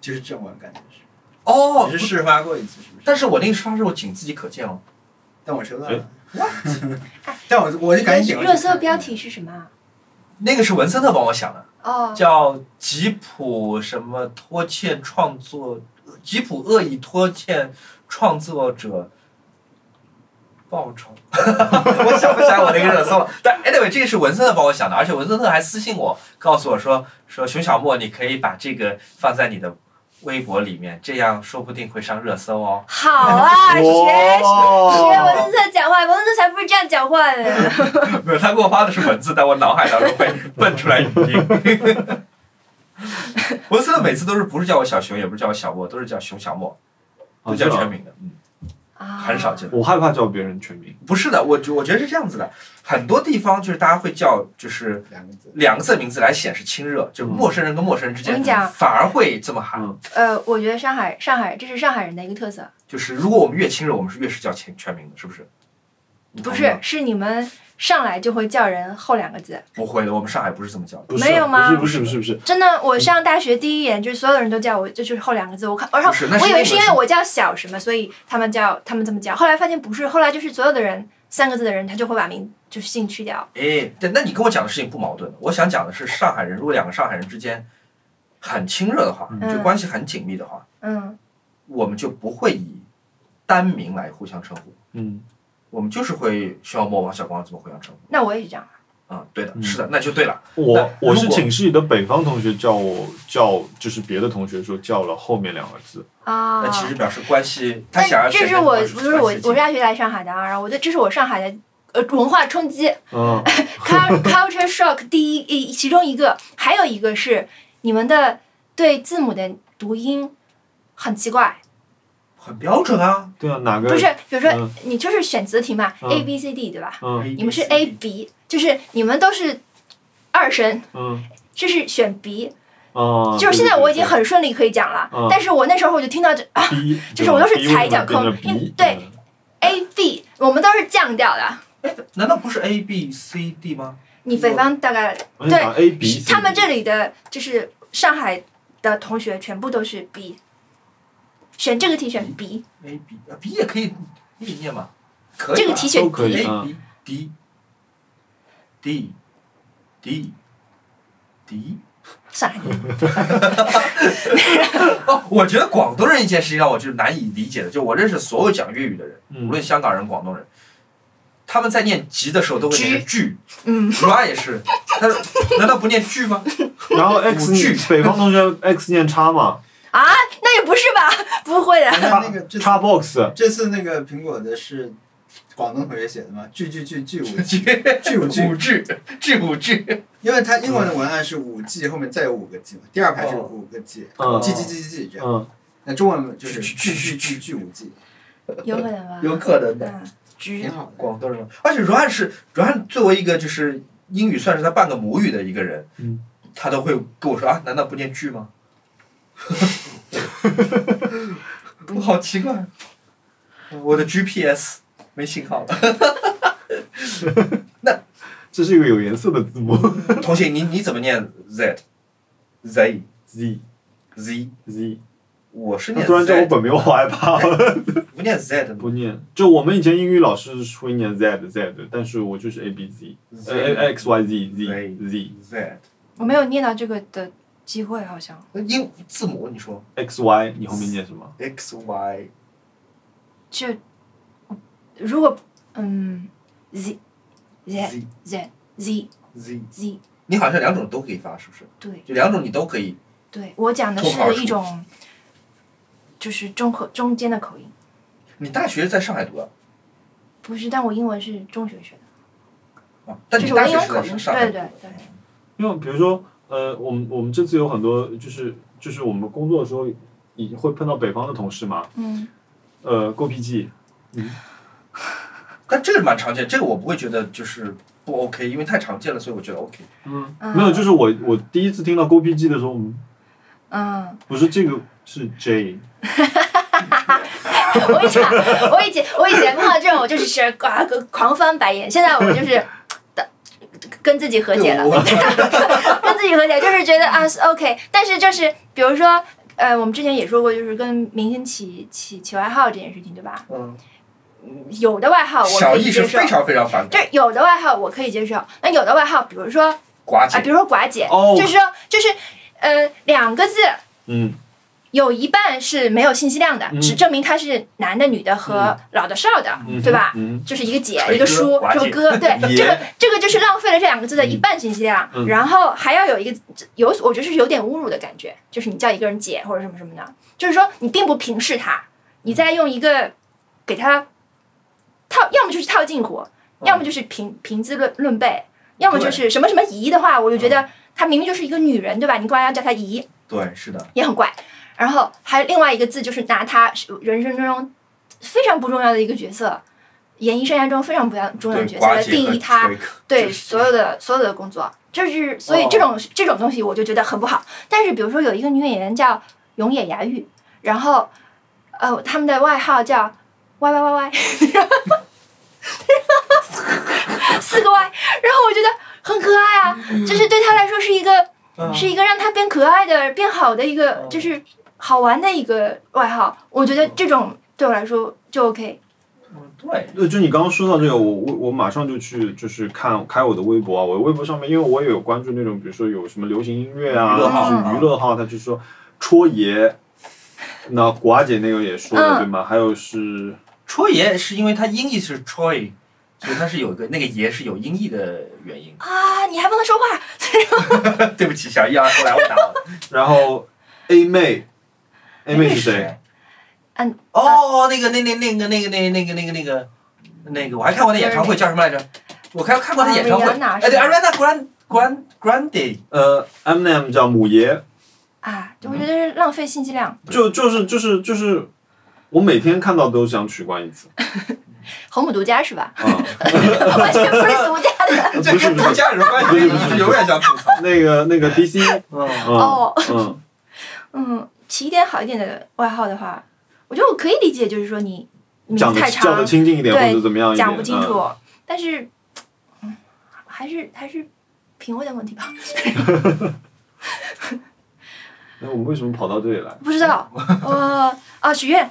Speaker 5: 就是这我感觉是，
Speaker 4: 哦
Speaker 5: 你是，试发过一次是不是？
Speaker 4: 但是我那个发是我仅自己可见哦。
Speaker 5: 但我收到
Speaker 3: 哎
Speaker 5: 了， [laughs] 但我我就赶紧点过去
Speaker 6: 热搜
Speaker 5: 看
Speaker 6: 标题是什么啊？
Speaker 4: 那个是文森特帮我想的。
Speaker 6: 哦，
Speaker 4: 叫吉普什么拖欠创作，吉普恶意拖欠创作者报酬。 [laughs] 我想不起来我那个热搜了，但 anyway 这个是文森特帮我想的，而且文森特还私信我，告诉我说说熊小莫，你可以把这个放在你的微博里面，这样说不定会上热搜哦。 [laughs]
Speaker 2: 好啊，学学
Speaker 3: 哇
Speaker 2: 文字讲话，文字才不是这样讲话
Speaker 4: [laughs]
Speaker 2: 的。
Speaker 4: 没有，他给我发的是文字，但我脑海当中会蹦出来语音。 [laughs] 文森特每次都是不是叫我小熊，也不是叫我小莫，都是叫熊小莫，不
Speaker 3: 啊
Speaker 4: 叫
Speaker 3: 是吗
Speaker 4: 全名的，嗯，
Speaker 2: 啊，
Speaker 4: 很少见。
Speaker 3: 我害怕叫别人全名。
Speaker 4: 不是的，我觉我觉得是这样子的，很多地方就是大家会叫就是
Speaker 1: 两个字，
Speaker 4: 两个字的名字来显示亲热，就是陌生人跟陌生人之
Speaker 2: 我
Speaker 4: 间
Speaker 2: 跟你讲
Speaker 4: 反而会这么喊。
Speaker 3: 嗯
Speaker 2: 呃，我觉得上海，上海，这是上海人的一个特色，
Speaker 4: 就是如果我们越亲热，我们是越是叫全全名的，是不是？你
Speaker 2: 不
Speaker 4: 同意
Speaker 2: 是
Speaker 4: 吗，
Speaker 2: 是你们上来就会叫人后两个字。
Speaker 4: 不会的，我们上海不是这么叫的。
Speaker 3: 不是
Speaker 2: 没有吗
Speaker 3: 不是不是不是不是，
Speaker 2: 真的，我上大学第一眼就是所有人都叫我，就是后两个字。我看，然后
Speaker 4: 不是那是
Speaker 2: 我以
Speaker 4: 因为
Speaker 2: 为是因为
Speaker 4: 是
Speaker 2: 我叫小什么，所以他们叫他们这么叫。后来发现不是，后来就是所有的人三个字的人，他就会把名就是姓去掉。
Speaker 4: 哎，对，那你跟我讲的事情不矛盾。我想讲的是，上海人如果两个上海人之间很亲热的话，
Speaker 3: 嗯
Speaker 4: 就关系很紧密的话，
Speaker 2: 嗯，
Speaker 4: 我们就不会以单名来互相称呼，
Speaker 3: 嗯，
Speaker 4: 我们就是会徐小莫、王小光这么互相称
Speaker 2: 那我也是这样。
Speaker 4: 呼。啊、对的，
Speaker 3: 嗯
Speaker 4: 是的，那就对了。
Speaker 3: 我
Speaker 4: 那如果
Speaker 3: 我是寝室里的北方同学叫我叫，就是别的同学说叫了后面两个字，
Speaker 2: 啊、
Speaker 4: 那其实表示关系，他想要
Speaker 2: 但这
Speaker 4: 前
Speaker 2: 是
Speaker 4: 面
Speaker 2: 我
Speaker 4: 关系
Speaker 2: 不是我
Speaker 4: 关系
Speaker 2: 我大学来上海的啊，然后我对这是我上海的呃文化冲击
Speaker 3: 嗯，
Speaker 2: ，cul-，culture shock 第一一呃其中一个，还有一个是你们的对字母的读音很奇怪，
Speaker 4: 很标准啊。
Speaker 3: 对啊，哪个
Speaker 2: 不是，比如说
Speaker 3: 嗯
Speaker 2: 你就是选择题嘛
Speaker 3: 嗯
Speaker 2: ，A B C D 对吧？
Speaker 3: 嗯
Speaker 2: 你们是 A B，就是你们都是二声，
Speaker 3: 嗯
Speaker 2: 这是选 B，
Speaker 3: 啊，
Speaker 2: 就是现在我已经很顺利可以讲了
Speaker 3: 嗯，
Speaker 2: 但是我那时候我就听到这啊
Speaker 3: 逼，
Speaker 2: 就是我都是踩脚
Speaker 3: 逼为什么
Speaker 2: 控
Speaker 3: 变成逼
Speaker 2: 对，A B，我们都是降调的。
Speaker 4: 难道不是 A B C D 吗？
Speaker 2: 你北方大概
Speaker 3: 嗯我想，A B，C
Speaker 2: 他们这里的就是上海的同学全部都是 B，选这个题选 B，
Speaker 4: A B 啊 B 也可以，可以念嘛？可以吧。
Speaker 2: 这个题
Speaker 3: 都
Speaker 2: 选
Speaker 3: 可以
Speaker 2: B，
Speaker 3: 啊
Speaker 4: A B D D D D。
Speaker 2: 算了，你
Speaker 4: 哦，我觉得广东人一件事情让我就是难以理解的，就我认识所有讲粤语的人，
Speaker 3: 嗯
Speaker 4: 无论香港人、广东人，他们在念“急”的时候都会念“剧 [laughs]
Speaker 2: 嗯，”，
Speaker 4: r 也是，他说难道不念“剧”吗？
Speaker 3: [laughs] 然后 X
Speaker 4: 五句
Speaker 3: 北方同学 X 念叉嘛，
Speaker 2: 啊，那也不是吧？不会的，
Speaker 1: 哎那那个这次
Speaker 3: 叉 box，
Speaker 1: 这次那个苹果的是广东同学写的吗？巨巨巨
Speaker 5: [laughs]
Speaker 1: 巨五
Speaker 4: 剧
Speaker 1: 巨五
Speaker 4: 五
Speaker 1: 巨，
Speaker 4: 句，剧五句，
Speaker 1: 因为它英文的文案是五 G，后面再有五个 G 嘛，第二排
Speaker 4: 哦
Speaker 1: 是五个 G，G
Speaker 3: 嗯
Speaker 1: G G G G 这样。
Speaker 3: 嗯，
Speaker 1: 那中文就是巨巨巨巨五 G，
Speaker 2: 有可能吧？
Speaker 4: 可
Speaker 2: 嗯，
Speaker 4: 能。
Speaker 1: 挺好的。
Speaker 4: 广东人，而且 Ryan 是 Ryan 作为一个就是英语算是他半个母语的一个人，
Speaker 3: 嗯
Speaker 4: 他都会跟我说啊，难道不念剧吗？ [laughs] 我好奇怪，我的 GPS 没信号了。 [laughs]
Speaker 3: 这是一个有颜色的字
Speaker 1: [laughs]
Speaker 3: 母
Speaker 4: 同学，你你怎么念 Z Z
Speaker 3: Z
Speaker 4: Z？
Speaker 3: Z，
Speaker 4: 我是
Speaker 3: 他
Speaker 4: 念
Speaker 3: 突然叫我
Speaker 4: Z，
Speaker 3: 本名，我害怕了。
Speaker 4: 不念 Z 的
Speaker 3: 不念，就我们以前英语老师是会念 Z Z 的，但是我就是 A B Z，呃
Speaker 4: Z
Speaker 3: X Y Z
Speaker 4: Z
Speaker 3: Z Z
Speaker 4: Z。
Speaker 2: 我没有念到这个的机会，好像
Speaker 4: 那英字母你说
Speaker 3: X Y，你后面念什么？
Speaker 4: X Y
Speaker 2: 就如果嗯 Z Z
Speaker 4: Z
Speaker 2: Z Z
Speaker 4: Z，
Speaker 2: Z，
Speaker 4: 你好像两种都可以发，是不是？
Speaker 2: 对
Speaker 4: 就两种你都可以
Speaker 2: 对，我讲的
Speaker 4: 脱口而
Speaker 2: 是
Speaker 4: 出
Speaker 2: 一种就是中和中间的口音。
Speaker 4: 你大学在上海读的
Speaker 2: 不是，但我英文是中学学的，
Speaker 4: 啊？但
Speaker 2: 就
Speaker 4: 你
Speaker 2: 是
Speaker 4: 大
Speaker 2: 我
Speaker 4: 学
Speaker 2: 英文
Speaker 4: 是
Speaker 2: 口
Speaker 4: 在
Speaker 2: 音。
Speaker 4: 上海
Speaker 2: 对
Speaker 4: 读的
Speaker 2: 对对，
Speaker 3: 因为比如说，呃，我们我们这次有很多就是就是我们工作的时候，也会碰到北方的同事嘛，
Speaker 2: 嗯，
Speaker 3: 呃，狗屁记，嗯
Speaker 4: 但这个蛮常见，这个我不会觉得就是不 OK，因为太常见了，所以我觉得 OK。
Speaker 3: 嗯，
Speaker 2: 啊
Speaker 3: 没有，就是我我第一次听到狗屁记的时候，嗯
Speaker 2: 嗯，
Speaker 3: 我说这个是 J，
Speaker 2: 我以前我以前我以前碰到这种，我就是是啊狂翻白眼，现在我
Speaker 4: [laughs]
Speaker 2: 就是。跟自己和解了，
Speaker 4: 对我
Speaker 2: [laughs] 跟自己和解，就是觉得啊是 OK，但是就是比如说，呃，我们之前也说过，就是跟明星起起起外号这件事情，对吧？
Speaker 4: 嗯，
Speaker 2: 有的外号哦我
Speaker 4: 小
Speaker 2: 可
Speaker 4: 易
Speaker 2: 以
Speaker 4: 是
Speaker 2: 接受
Speaker 4: 非，常非常反感
Speaker 2: 这有的外号我可以接受，那有的外号，比如说啊、
Speaker 4: 寡姐
Speaker 2: 比如说寡姐，
Speaker 3: 哦
Speaker 2: 就是说就是呃两个字，
Speaker 3: 嗯，
Speaker 2: 有一半是没有信息量的，只证明他是男的、女的和老的、少的，对吧？
Speaker 3: 嗯，
Speaker 2: 就是一个姐
Speaker 4: 还，有
Speaker 2: 一个
Speaker 4: 歌
Speaker 2: 叔
Speaker 4: 寡，
Speaker 2: 这个
Speaker 4: 姐
Speaker 2: 哥，对，
Speaker 3: 爷
Speaker 2: 这个这个就是浪费了这两个字的一半信息量，然后还要有一个有，我觉得是有点侮辱的感觉，就是你叫一个人姐或者什么什么的，就是说你并不平视他，你在用一个给他套，要么就是套近乎，要么就是平平资论论辈，要么就是什么什么姨的话，我就觉得她明明就是一个女人，对吧？你光要叫她姨，
Speaker 4: 对，是的，
Speaker 2: 也很怪。然后还有另外一个字，就是拿他人生中非常不重要的一个角色，演艺生涯中非常不要重要的
Speaker 4: 对，
Speaker 2: 角色来
Speaker 4: 寡姐
Speaker 2: 定
Speaker 4: 和
Speaker 2: 义他
Speaker 4: 崔哥
Speaker 2: 对
Speaker 4: 就是哦
Speaker 2: 所有的所有的工作，这是所以这种、这种东西我就觉得很不好。但是比如说有一个女演员叫永野芽郁，然后呃他们的外号叫 Y Y Y Y，四个 Y，然后我觉得很可爱啊，就是对他来说是一个、
Speaker 4: 嗯
Speaker 2: 是一个让他变可爱的、变好的一个，就是好玩的一个外号。我觉得这种对我来说就 OK。
Speaker 4: 嗯对，
Speaker 3: 对，就你刚刚说到这个，我我我马上就去就是看开我的微博啊，我微博上面，因为我也有关注那种，比如说有什么流行音乐啊，
Speaker 4: 娱乐号
Speaker 3: 就是娱乐号，他就说戳爷，那寡姐那个也说
Speaker 2: 嗯。
Speaker 3: 了、对吗？还有是
Speaker 4: 戳爷是因为它音译是 Troy，所以它是有一个那个爷是有音译的原因 [laughs]
Speaker 2: 啊，你还帮他说话，
Speaker 4: 对不起，小易啊，后来我打了。
Speaker 3: 然后 A 妹，A 妹是
Speaker 4: 是
Speaker 3: 谁？？呃
Speaker 2: 嗯，
Speaker 4: 哦，那个那那那个那个那个那个那个那个那个，我还看过他演唱会，叫什么来着？我看看过
Speaker 3: 啊
Speaker 4: 他演唱会，
Speaker 2: Ariana
Speaker 4: 哎，对
Speaker 2: 是吧啊
Speaker 4: ，Ariana Grand Grand Grande，
Speaker 3: 呃，Eminem 叫母爷，
Speaker 2: 啊，
Speaker 4: 嗯
Speaker 2: 我觉得是浪费信息量，
Speaker 3: 就就是就是就是，我每天看到都想取关一次
Speaker 4: 嗯
Speaker 2: 红母独家是吧？
Speaker 3: 啊。
Speaker 2: [laughs] 完全不是独家的
Speaker 3: 呃不是不是
Speaker 4: 跟家人关
Speaker 3: 不
Speaker 4: 系
Speaker 3: 是不是
Speaker 4: 就是永远想吐槽。
Speaker 3: 那个那个 DC，
Speaker 4: 嗯，
Speaker 3: 嗯
Speaker 2: 哦。
Speaker 3: 嗯，
Speaker 2: 嗯，起一点好一点的外号的话，我觉得我可以理解，就是说你名
Speaker 3: 讲
Speaker 2: 字
Speaker 3: 的
Speaker 2: 太
Speaker 3: 叫的
Speaker 2: 长，
Speaker 3: 亲近一点
Speaker 2: 对
Speaker 3: 或者怎么样一点，
Speaker 2: 讲不清楚，
Speaker 3: 嗯
Speaker 2: 但是、嗯、还是还是品味的问题吧， [laughs]
Speaker 3: 那我们为什么跑到这里来？
Speaker 2: 不知
Speaker 4: [laughs]
Speaker 2: 道。呃啊，许愿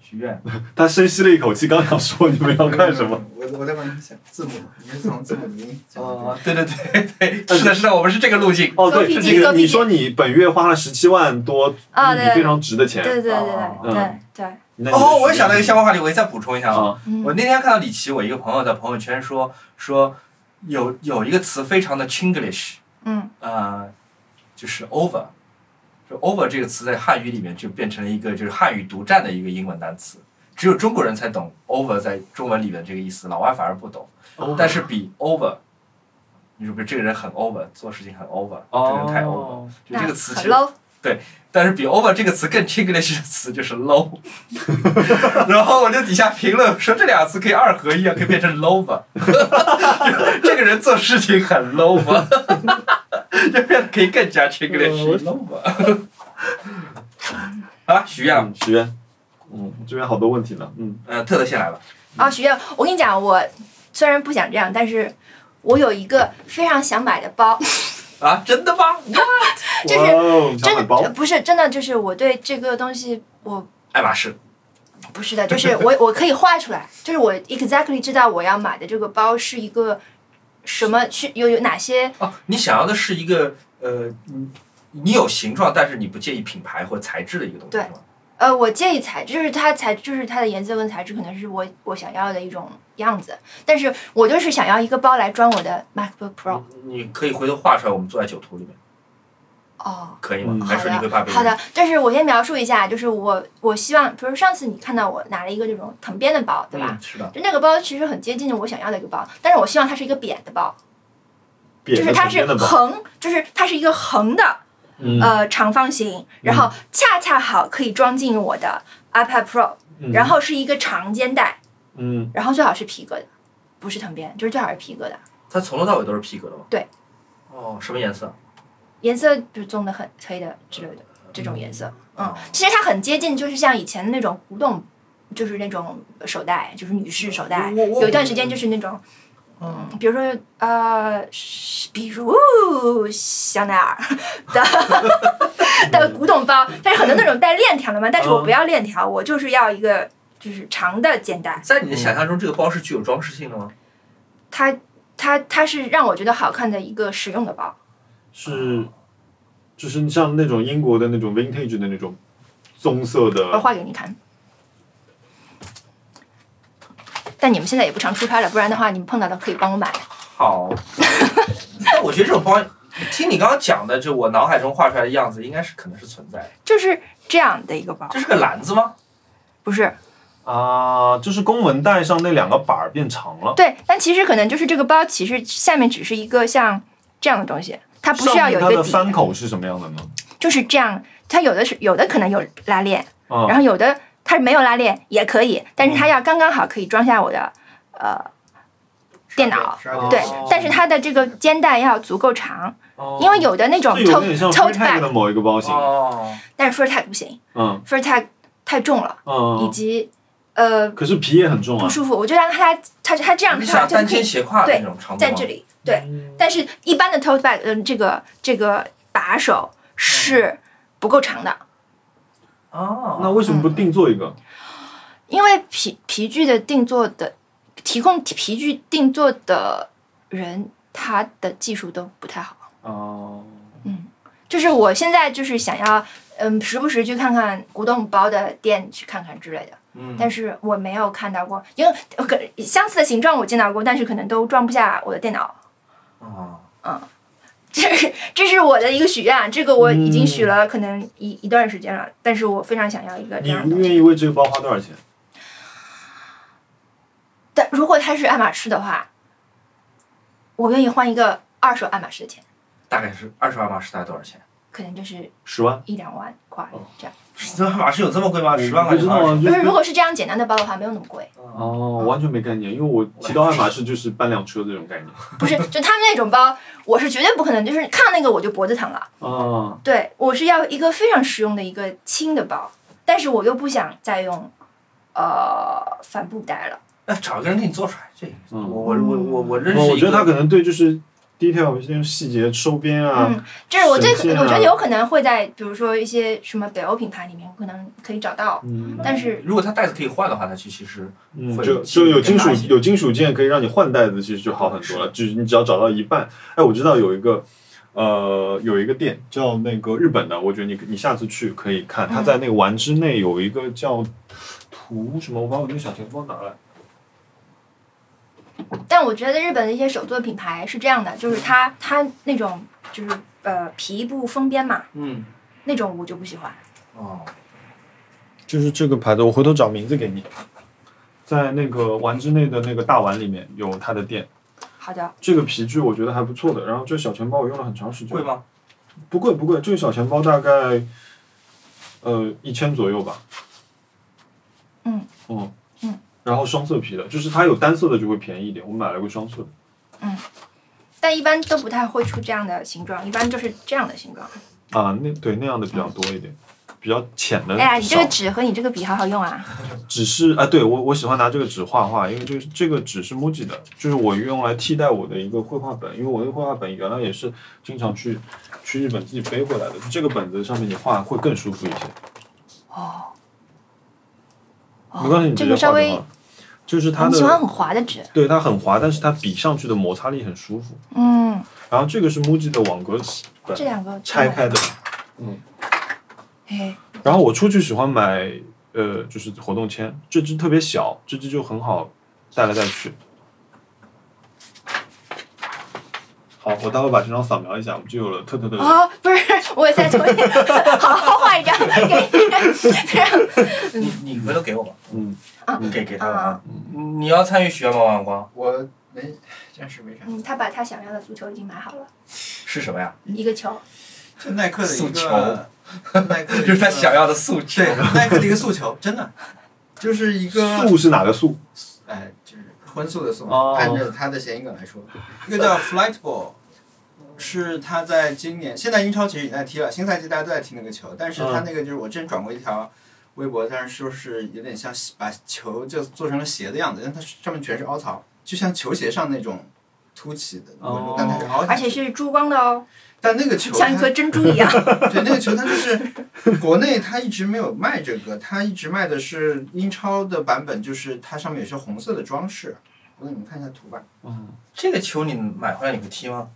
Speaker 4: 许愿，
Speaker 3: 他深吸了一口气，刚想说你们要干什
Speaker 2: [laughs]
Speaker 3: 么，？
Speaker 1: 我我在帮你想字母，你是从字母读音讲
Speaker 4: 哦
Speaker 1: 的。，
Speaker 4: 对对对对，是的，是的，我们是这个路径。
Speaker 3: 哦，对，
Speaker 2: 做笔
Speaker 3: 这
Speaker 2: 记
Speaker 3: 个
Speaker 2: 做笔记
Speaker 3: 你说你本月花了十七万多，
Speaker 2: 啊
Speaker 3: 你
Speaker 2: 对
Speaker 3: 非常值的钱。
Speaker 2: 对对对
Speaker 4: 哦
Speaker 2: 对对对，
Speaker 3: 那你
Speaker 4: 哦，我也想
Speaker 3: 嗯
Speaker 4: 到一个相关话题，我也再补充一下啊。
Speaker 3: 啊，
Speaker 2: 嗯
Speaker 4: 我那天看到李琦，我一个朋友在朋友圈说说有有一个词非常的 Chinglish，
Speaker 2: 嗯，
Speaker 4: 呃，就是 over，就 over 这个词在汉语里面就变成了一个就是汉语独占的一个英文单词，只有中国人才懂 over 在中文里面这个意思，老外反而不懂。
Speaker 3: 哦
Speaker 4: 但是比 over，你说不是这个人很 over，做事情很 over，这个人太 over，
Speaker 3: 哦，
Speaker 4: 就
Speaker 2: 那
Speaker 4: 这个词其
Speaker 2: 很
Speaker 4: 实
Speaker 2: low，
Speaker 4: 但是比 over 这个词更 Chinglish 的词就是 low，然后我就底下评论说这俩词可以二合一啊，可以变成 low 吧， [laughs] 这个人做事情很 low 吧， [laughs] 就变可以更加 Chinglish low 吧。 [laughs] 啊好了，许愿了，
Speaker 3: 嗯许愿，嗯，这边好多问题呢，嗯，
Speaker 4: 呃，特特先来吧。
Speaker 2: 啊，许愿，我跟你讲，我虽然不想这样，但是我有一个非常想买的包，
Speaker 4: 啊，真的吗？
Speaker 2: 就是
Speaker 3: 哇哦，小
Speaker 2: 真
Speaker 3: 海
Speaker 2: 的
Speaker 3: 包
Speaker 2: 呃，不是真的，就是我对这个东西我。
Speaker 4: 爱马仕，
Speaker 2: 不是的，就是
Speaker 4: [laughs]
Speaker 2: 我我可以画出来，就是我 exactly 知道我要买的这个包是一个什么去有有哪些
Speaker 4: 哦，你想要的是一个呃，你你有形状，但是你不介意品牌或材质的一个东西
Speaker 2: 对
Speaker 4: 是吗？
Speaker 2: 呃，我介意材质，就是它材，就是它的颜色跟材质可能是我我想要的一种样子，但是我就是想要一个包来装我的 MacBook Pro。
Speaker 4: 你你可以回头画出来，我们坐在酒图里面，
Speaker 2: 哦，
Speaker 4: 可以吗？
Speaker 3: 嗯
Speaker 4: 还
Speaker 2: 好
Speaker 4: 是你会
Speaker 2: 的
Speaker 4: 怕被
Speaker 2: 好的，但是我先描述一下，就是我我希望，比如上次你看到我拿了一个这种藤编的包，对吧？
Speaker 4: 嗯，是的。
Speaker 2: 就那个包其实很接近我想要的一个包，但是我希望它是一个扁的包，
Speaker 3: 扁
Speaker 2: 就是
Speaker 3: 的
Speaker 2: 它
Speaker 3: 旁
Speaker 2: 是
Speaker 3: 边的包，
Speaker 2: 横，就是它是一个横的，
Speaker 3: 嗯
Speaker 2: 呃长方形，然后恰恰好可以装进我的 iPad Pro，、
Speaker 3: 嗯
Speaker 2: 然后是一个长肩带，
Speaker 3: 嗯，
Speaker 2: 然后最好是皮革的，不是藤编，就是最好是皮革的，
Speaker 4: 它从头到尾都是皮革的吗？
Speaker 2: 对。
Speaker 4: 哦，什么颜色？
Speaker 2: 颜色比如棕的、很黑的之类的这种颜色。嗯，其实它很接近，就是像以前的那种古董，就是那种手袋，就是女士手袋，
Speaker 4: 我我
Speaker 2: 有一段时间就是那种。嗯，比如说，呃，是比如香奈儿的的古董包，但是很多那种带链条的嘛，但是我不要链条，我就是要一个就是长的肩带，
Speaker 4: 在你的想象中，这个包是具有装饰性的吗？
Speaker 2: 它它它是让我觉得好看的一个实用的包。
Speaker 3: 是，就是像那种英国的那种 vintage 的那种棕色
Speaker 2: 我
Speaker 3: 的，
Speaker 2: 画给你看。但你们现在也不常出差了，不然的话，你们碰到的可以帮我买。
Speaker 4: 好， [laughs] 但我觉得这种方，听你刚刚讲的，就我脑海中画出来的样子，应该是可能是存在的。
Speaker 2: 就是这样的一个包，
Speaker 4: 这是个篮子吗？
Speaker 2: 不是
Speaker 3: 啊，就是公文袋上那两个板儿变长了，
Speaker 2: 对，但其实可能就是这个包，其实下面只是一个像这样的东西，它不需要
Speaker 3: 上面
Speaker 2: 有
Speaker 3: 它
Speaker 2: 一个
Speaker 3: 的
Speaker 2: 底，
Speaker 3: 翻口是什么样的呢？
Speaker 2: 就是这样。它有的是有的可能有拉链，
Speaker 3: 啊
Speaker 2: 然后有的它没有拉链也可以，但是它要刚刚好可以装下我的
Speaker 3: 嗯
Speaker 2: 呃电脑。
Speaker 1: 十二点
Speaker 2: 对
Speaker 4: 哦，
Speaker 2: 但是它的这个肩带要足够长，
Speaker 4: 哦
Speaker 2: 因为有的那种
Speaker 3: 这有
Speaker 2: tote
Speaker 3: 点像
Speaker 2: tote
Speaker 3: free tag
Speaker 2: bag，
Speaker 3: 的某一个包型，
Speaker 4: 哦，
Speaker 2: 但是 fur tag 不行
Speaker 3: 嗯
Speaker 2: ，fur tag 太重了，以
Speaker 3: 嗯，
Speaker 2: 及呃
Speaker 3: 可是皮也很重
Speaker 2: 不
Speaker 3: 啊，
Speaker 2: 舒服。我就让它它它这样
Speaker 4: 你
Speaker 2: 穿
Speaker 4: 想
Speaker 2: 就
Speaker 4: 单
Speaker 2: 是可
Speaker 4: 肩
Speaker 2: 以
Speaker 4: 斜挎
Speaker 2: 对
Speaker 4: 那种长度
Speaker 2: 在
Speaker 4: 吗
Speaker 2: 这里，对。
Speaker 4: 嗯
Speaker 2: 但是一般的 tote bag，嗯、这个这个把手是不够长的，
Speaker 4: 哦，
Speaker 3: 那为什么不定做一个？
Speaker 2: 因为皮皮具的定做的提供皮具定做的人，他的技术都不太好。
Speaker 3: 哦，
Speaker 2: 就是我现在就是想要，嗯，时不时去看看古董包的店去看看之类的，
Speaker 4: 嗯
Speaker 2: 但是我没有看到过，因为呃可相似的形状我见到过，但是可能都装不下我的电脑。
Speaker 4: 哦
Speaker 2: [laughs] 这是这是我的一个许愿，啊这个我已经
Speaker 3: 嗯
Speaker 2: 许了可能一、一段时间了，但是我非常想要一个这
Speaker 3: 你
Speaker 2: 样的。
Speaker 3: 愿意为这个包花多少钱？
Speaker 2: 但如果它是爱马仕的话，我愿意换一个二手爱马仕的钱，
Speaker 4: 大概是二十万码是大概多少钱？ [laughs]
Speaker 2: 可能就是
Speaker 3: 十万？
Speaker 2: 一两万块
Speaker 3: 哦
Speaker 2: 这样。
Speaker 4: 这码是有这么贵吗？十万
Speaker 3: 我
Speaker 4: 块
Speaker 3: 不
Speaker 4: 钱
Speaker 3: 知道啊，
Speaker 2: 不，
Speaker 3: 就是
Speaker 2: 如果是这样简单的包的话，没有那么贵。
Speaker 3: 哦，完全没概念，因为我提到爱马仕就是半辆车这种概念。
Speaker 2: 不是，就他们那种包，我是绝对不可能，就是看到那个我就脖子疼了。
Speaker 4: 哦
Speaker 3: 啊，
Speaker 2: 对我是要一个非常实用的一个轻的包，但是我又不想再用，呃，帆布袋了。
Speaker 4: 那找一个人给你做出来，这我
Speaker 3: 嗯
Speaker 4: 我我我我认识一个，
Speaker 3: 哦我觉得他可能对就是 detail 一些细节收边啊，
Speaker 2: 嗯，这是我最可
Speaker 3: 神仙啊
Speaker 2: 我觉得有可能会在，比如说一些什么北欧品牌里面可能可以找到，
Speaker 3: 嗯，
Speaker 2: 但是
Speaker 4: 如果他袋子可以换的话，他其其实
Speaker 3: 嗯，
Speaker 4: 会
Speaker 3: 就
Speaker 4: 吸引
Speaker 3: 就有
Speaker 4: 更
Speaker 3: 金
Speaker 4: 大
Speaker 3: 属
Speaker 4: 一些
Speaker 3: 有金属件可以让你换袋子，其实就好很多了。就是你只要找到一半，哎，我知道有一个。呃，有一个店叫那个日本的，我觉得你你下次去可以看，它在那个丸之内有一个叫图什么，我把我那个小钱包拿来。
Speaker 2: 但我觉得日本的一些手作品牌是这样的，就是它它那种就是呃皮不封边嘛，
Speaker 4: 嗯
Speaker 2: 那种我就不喜欢。
Speaker 4: 哦
Speaker 2: 啊
Speaker 3: 就是这个牌子，我回头找名字给你，在那个丸之内的那个大丸里面有它的店。
Speaker 2: 好的，
Speaker 3: 这个皮具我觉得还不错的，然后这小钱包我用了很长时间
Speaker 4: 贵，吗？
Speaker 3: 不贵不贵，这个小钱包大概呃一千左右吧。
Speaker 2: 嗯
Speaker 3: 嗯
Speaker 2: 嗯，
Speaker 3: 然后双色皮的，就是它有单色的就会便宜一点，我买了个双色的。
Speaker 2: 但一般都不太会出这样的形状，一般就是这样的形状。
Speaker 3: 啊，那对那样的比较多一点，比较浅的
Speaker 2: 嗯哎呀，你这
Speaker 3: 嗯少
Speaker 2: 个。纸和你这个笔好好用啊！
Speaker 3: 只是啊，对我我喜欢拿这个纸画画，因为这个这个纸是 MUJI 的，就是我用来替代我的一个绘画本，因为我那个绘画本原来也是经常去去日本自己背回来的。这个本子上面你画会更舒服一些。
Speaker 2: 哦，哦
Speaker 3: 没关系，你直
Speaker 2: 这
Speaker 3: 接
Speaker 2: 个稍
Speaker 3: 画就好
Speaker 2: 微哦
Speaker 3: 了。就是它
Speaker 2: 你喜欢
Speaker 3: 的，
Speaker 2: 很滑的纸，
Speaker 3: 对它很滑，但是它比上去的摩擦力很舒服。
Speaker 2: 嗯，
Speaker 3: 然后这个是 MUJI 的网格纸本
Speaker 2: 这，两个
Speaker 3: 拆开的。
Speaker 2: 哎，
Speaker 3: 然后我出去喜欢买呃，就是活动签，这支特别小，这支就很好带来带去。好，我待会把这张扫描一下，我们就有了特特的。
Speaker 2: 哦，不是， [laughs] 我在重新 [laughs] 好好画一张给你。
Speaker 4: 你你回头给我吧，
Speaker 3: 嗯，
Speaker 4: 你给给他
Speaker 2: 嗯
Speaker 4: 吧
Speaker 2: 啊
Speaker 4: 啊！你你要参与许愿吗？王阳光
Speaker 1: 我没，暂时没啥。
Speaker 2: 嗯，他把他想要的足球已经买好了，
Speaker 4: 是什么呀？
Speaker 1: 嗯
Speaker 2: 一个球。
Speaker 1: 就耐克的一
Speaker 4: 诉
Speaker 1: 个，耐克的一
Speaker 4: [laughs] 就是他
Speaker 1: 个
Speaker 4: 想要的哎诉求
Speaker 1: 对，耐克的一个诉求，真的，就是一个
Speaker 3: 素是哪个素？
Speaker 1: 哎，就是荤素的素，
Speaker 3: 哦
Speaker 1: 按照它的谐音梗来说，一个叫 Flightball，是他在今年，现在英超其实已经在踢了，新赛季大家都在踢那个球，但是他
Speaker 2: 嗯
Speaker 1: 那个就是我之前转过一条微博，但是就是有点像把球就做成了鞋的样子，因为它上面全是凹槽，就像球鞋上那种凸起的纹路，
Speaker 3: 哦
Speaker 1: 但它是凹下
Speaker 2: 而
Speaker 1: 去
Speaker 2: 且是珠光的哦，
Speaker 1: 但那个球它
Speaker 2: 像一颗珍珠一样。
Speaker 1: [laughs] 对，那个球它就是国内它一直没有卖这个，它一直卖的是英超的版本，就是它上面有些红色的装饰。我给你们看一下图吧，
Speaker 3: 嗯，
Speaker 4: 这个球你买回来你会踢吗？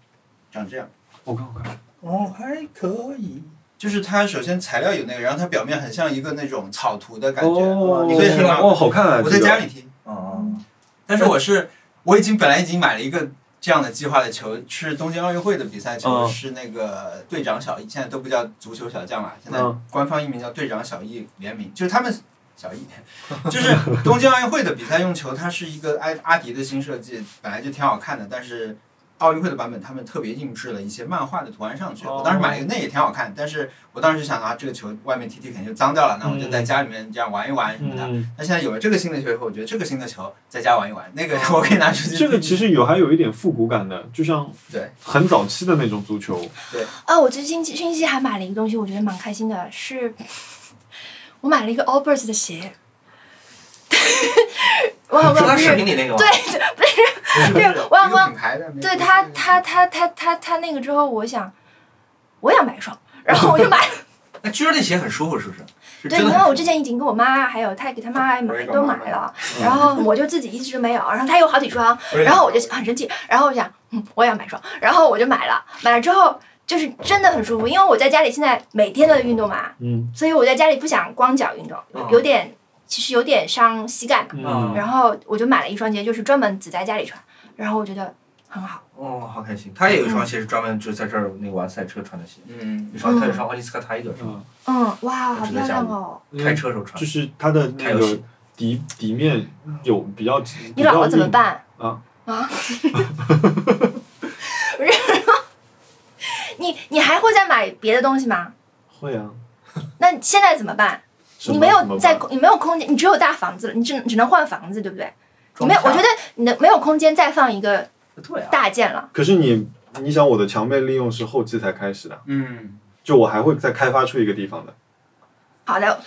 Speaker 1: 长这样。
Speaker 3: 我看我看，
Speaker 4: 哦，还可以。
Speaker 1: 就是它首先材料有那个，然后它表面很像一个那种草图的感觉。
Speaker 3: 哦，
Speaker 1: 你可以看到
Speaker 3: 哦，好看啊！
Speaker 1: 我在家里踢，
Speaker 4: 嗯
Speaker 1: 但是我是我已经本来已经买了一个这样的计划的球，是东京奥运会的比赛球，
Speaker 3: 嗯
Speaker 1: 是那个队长小易，现在都不叫足球小将了，现在
Speaker 3: 嗯
Speaker 1: 官方译名叫队长小易联名，就是他们小易， [laughs] 就是东京奥运会的比赛用球，它是一个阿阿迪的新设计，本来就挺好看的，但是。奥运会的版本，他们特别印制了一些漫画的图案上去。
Speaker 3: 哦
Speaker 1: 我当时买了一个，那也挺好看，但是我当时就想啊，这个球外面踢踢肯定就脏掉了，那我就在家里面这样玩一玩什么的。
Speaker 3: 嗯，
Speaker 1: 那现在有了这个新的球以后，我觉得这个新的球在家玩一玩，那个我可以拿出去踢。
Speaker 3: 这个其实有还有一点复古感的，就像
Speaker 1: 对
Speaker 3: 很早期的那种足球，
Speaker 2: 啊，我最近星期还买了一个东西，我觉得蛮开心的，是我买了一个 Allbirds 的鞋。我很
Speaker 4: 是
Speaker 2: 不
Speaker 4: 他
Speaker 2: 是
Speaker 4: 给你那个吗？
Speaker 1: 是不是
Speaker 2: 对我
Speaker 1: 一个
Speaker 2: 我
Speaker 1: 品牌的，没
Speaker 2: 对
Speaker 1: 不是
Speaker 2: 他
Speaker 1: 那，个
Speaker 2: 他他他他他那个之后，我想，我想买一双，然后我就
Speaker 1: [laughs]
Speaker 2: 买。
Speaker 4: 那居然那鞋很舒服，是不是？是
Speaker 2: 对，
Speaker 4: 真
Speaker 2: 因
Speaker 4: 的
Speaker 2: 为
Speaker 4: 很
Speaker 2: 我之前已经跟我妈还有她给她妈
Speaker 1: 我
Speaker 2: 买
Speaker 1: 也跟
Speaker 2: 都
Speaker 1: 我妈
Speaker 2: 买了，然后我就自己一直没有，然后她有好几双，
Speaker 4: 我也
Speaker 2: 然后我就很生气，然后我想，嗯，我也要买一双，然后我就买了，买了之后就是真的很舒服，因为我在家里现在每天都在运动嘛，
Speaker 3: 嗯
Speaker 2: 所以我在家里不想光脚运动，
Speaker 4: 嗯
Speaker 2: 有有点其实有点伤膝盖嘛，
Speaker 4: 嗯
Speaker 2: 然后我就买了一双鞋，就是专门只在家里穿，然后我觉得很好，
Speaker 4: 哦，好开心。他也有一双鞋是专门就在这儿那个玩赛车穿的鞋，
Speaker 1: 嗯，
Speaker 4: 一双他有一双奥尼斯卡 Tiger 是吧？
Speaker 2: 嗯，哇，
Speaker 4: 我
Speaker 2: 好
Speaker 4: 只在
Speaker 2: 漂
Speaker 4: 家
Speaker 2: 亮
Speaker 4: 里
Speaker 2: 哦，
Speaker 3: 嗯
Speaker 4: 开车时候穿
Speaker 3: 就。是它的
Speaker 4: 开
Speaker 3: 那
Speaker 4: 游
Speaker 3: 个
Speaker 4: 戏
Speaker 3: 底底面有比较，
Speaker 2: 你老了怎么
Speaker 3: 比较硬？
Speaker 2: 办？
Speaker 3: 啊
Speaker 2: 啊！ [laughs] 不是， [laughs] 你你还会再买别的东西吗？
Speaker 3: 会啊，
Speaker 2: 那你现在怎么办？
Speaker 3: 什么
Speaker 2: 你没
Speaker 3: 怎么
Speaker 2: 有
Speaker 3: 办
Speaker 2: 在空，你没有空间，你只有大房子了，你只只能换房子，对不对？你没有，我
Speaker 4: 装
Speaker 2: 觉
Speaker 4: 不
Speaker 2: 得你的没有空间再放一个
Speaker 4: 下对啊，
Speaker 2: 大件了。
Speaker 3: 可是你你想我的墙被利用是后期才开始的，
Speaker 1: 嗯，
Speaker 3: 就我还会再开发出一个地方的。
Speaker 2: 好的，
Speaker 1: 哦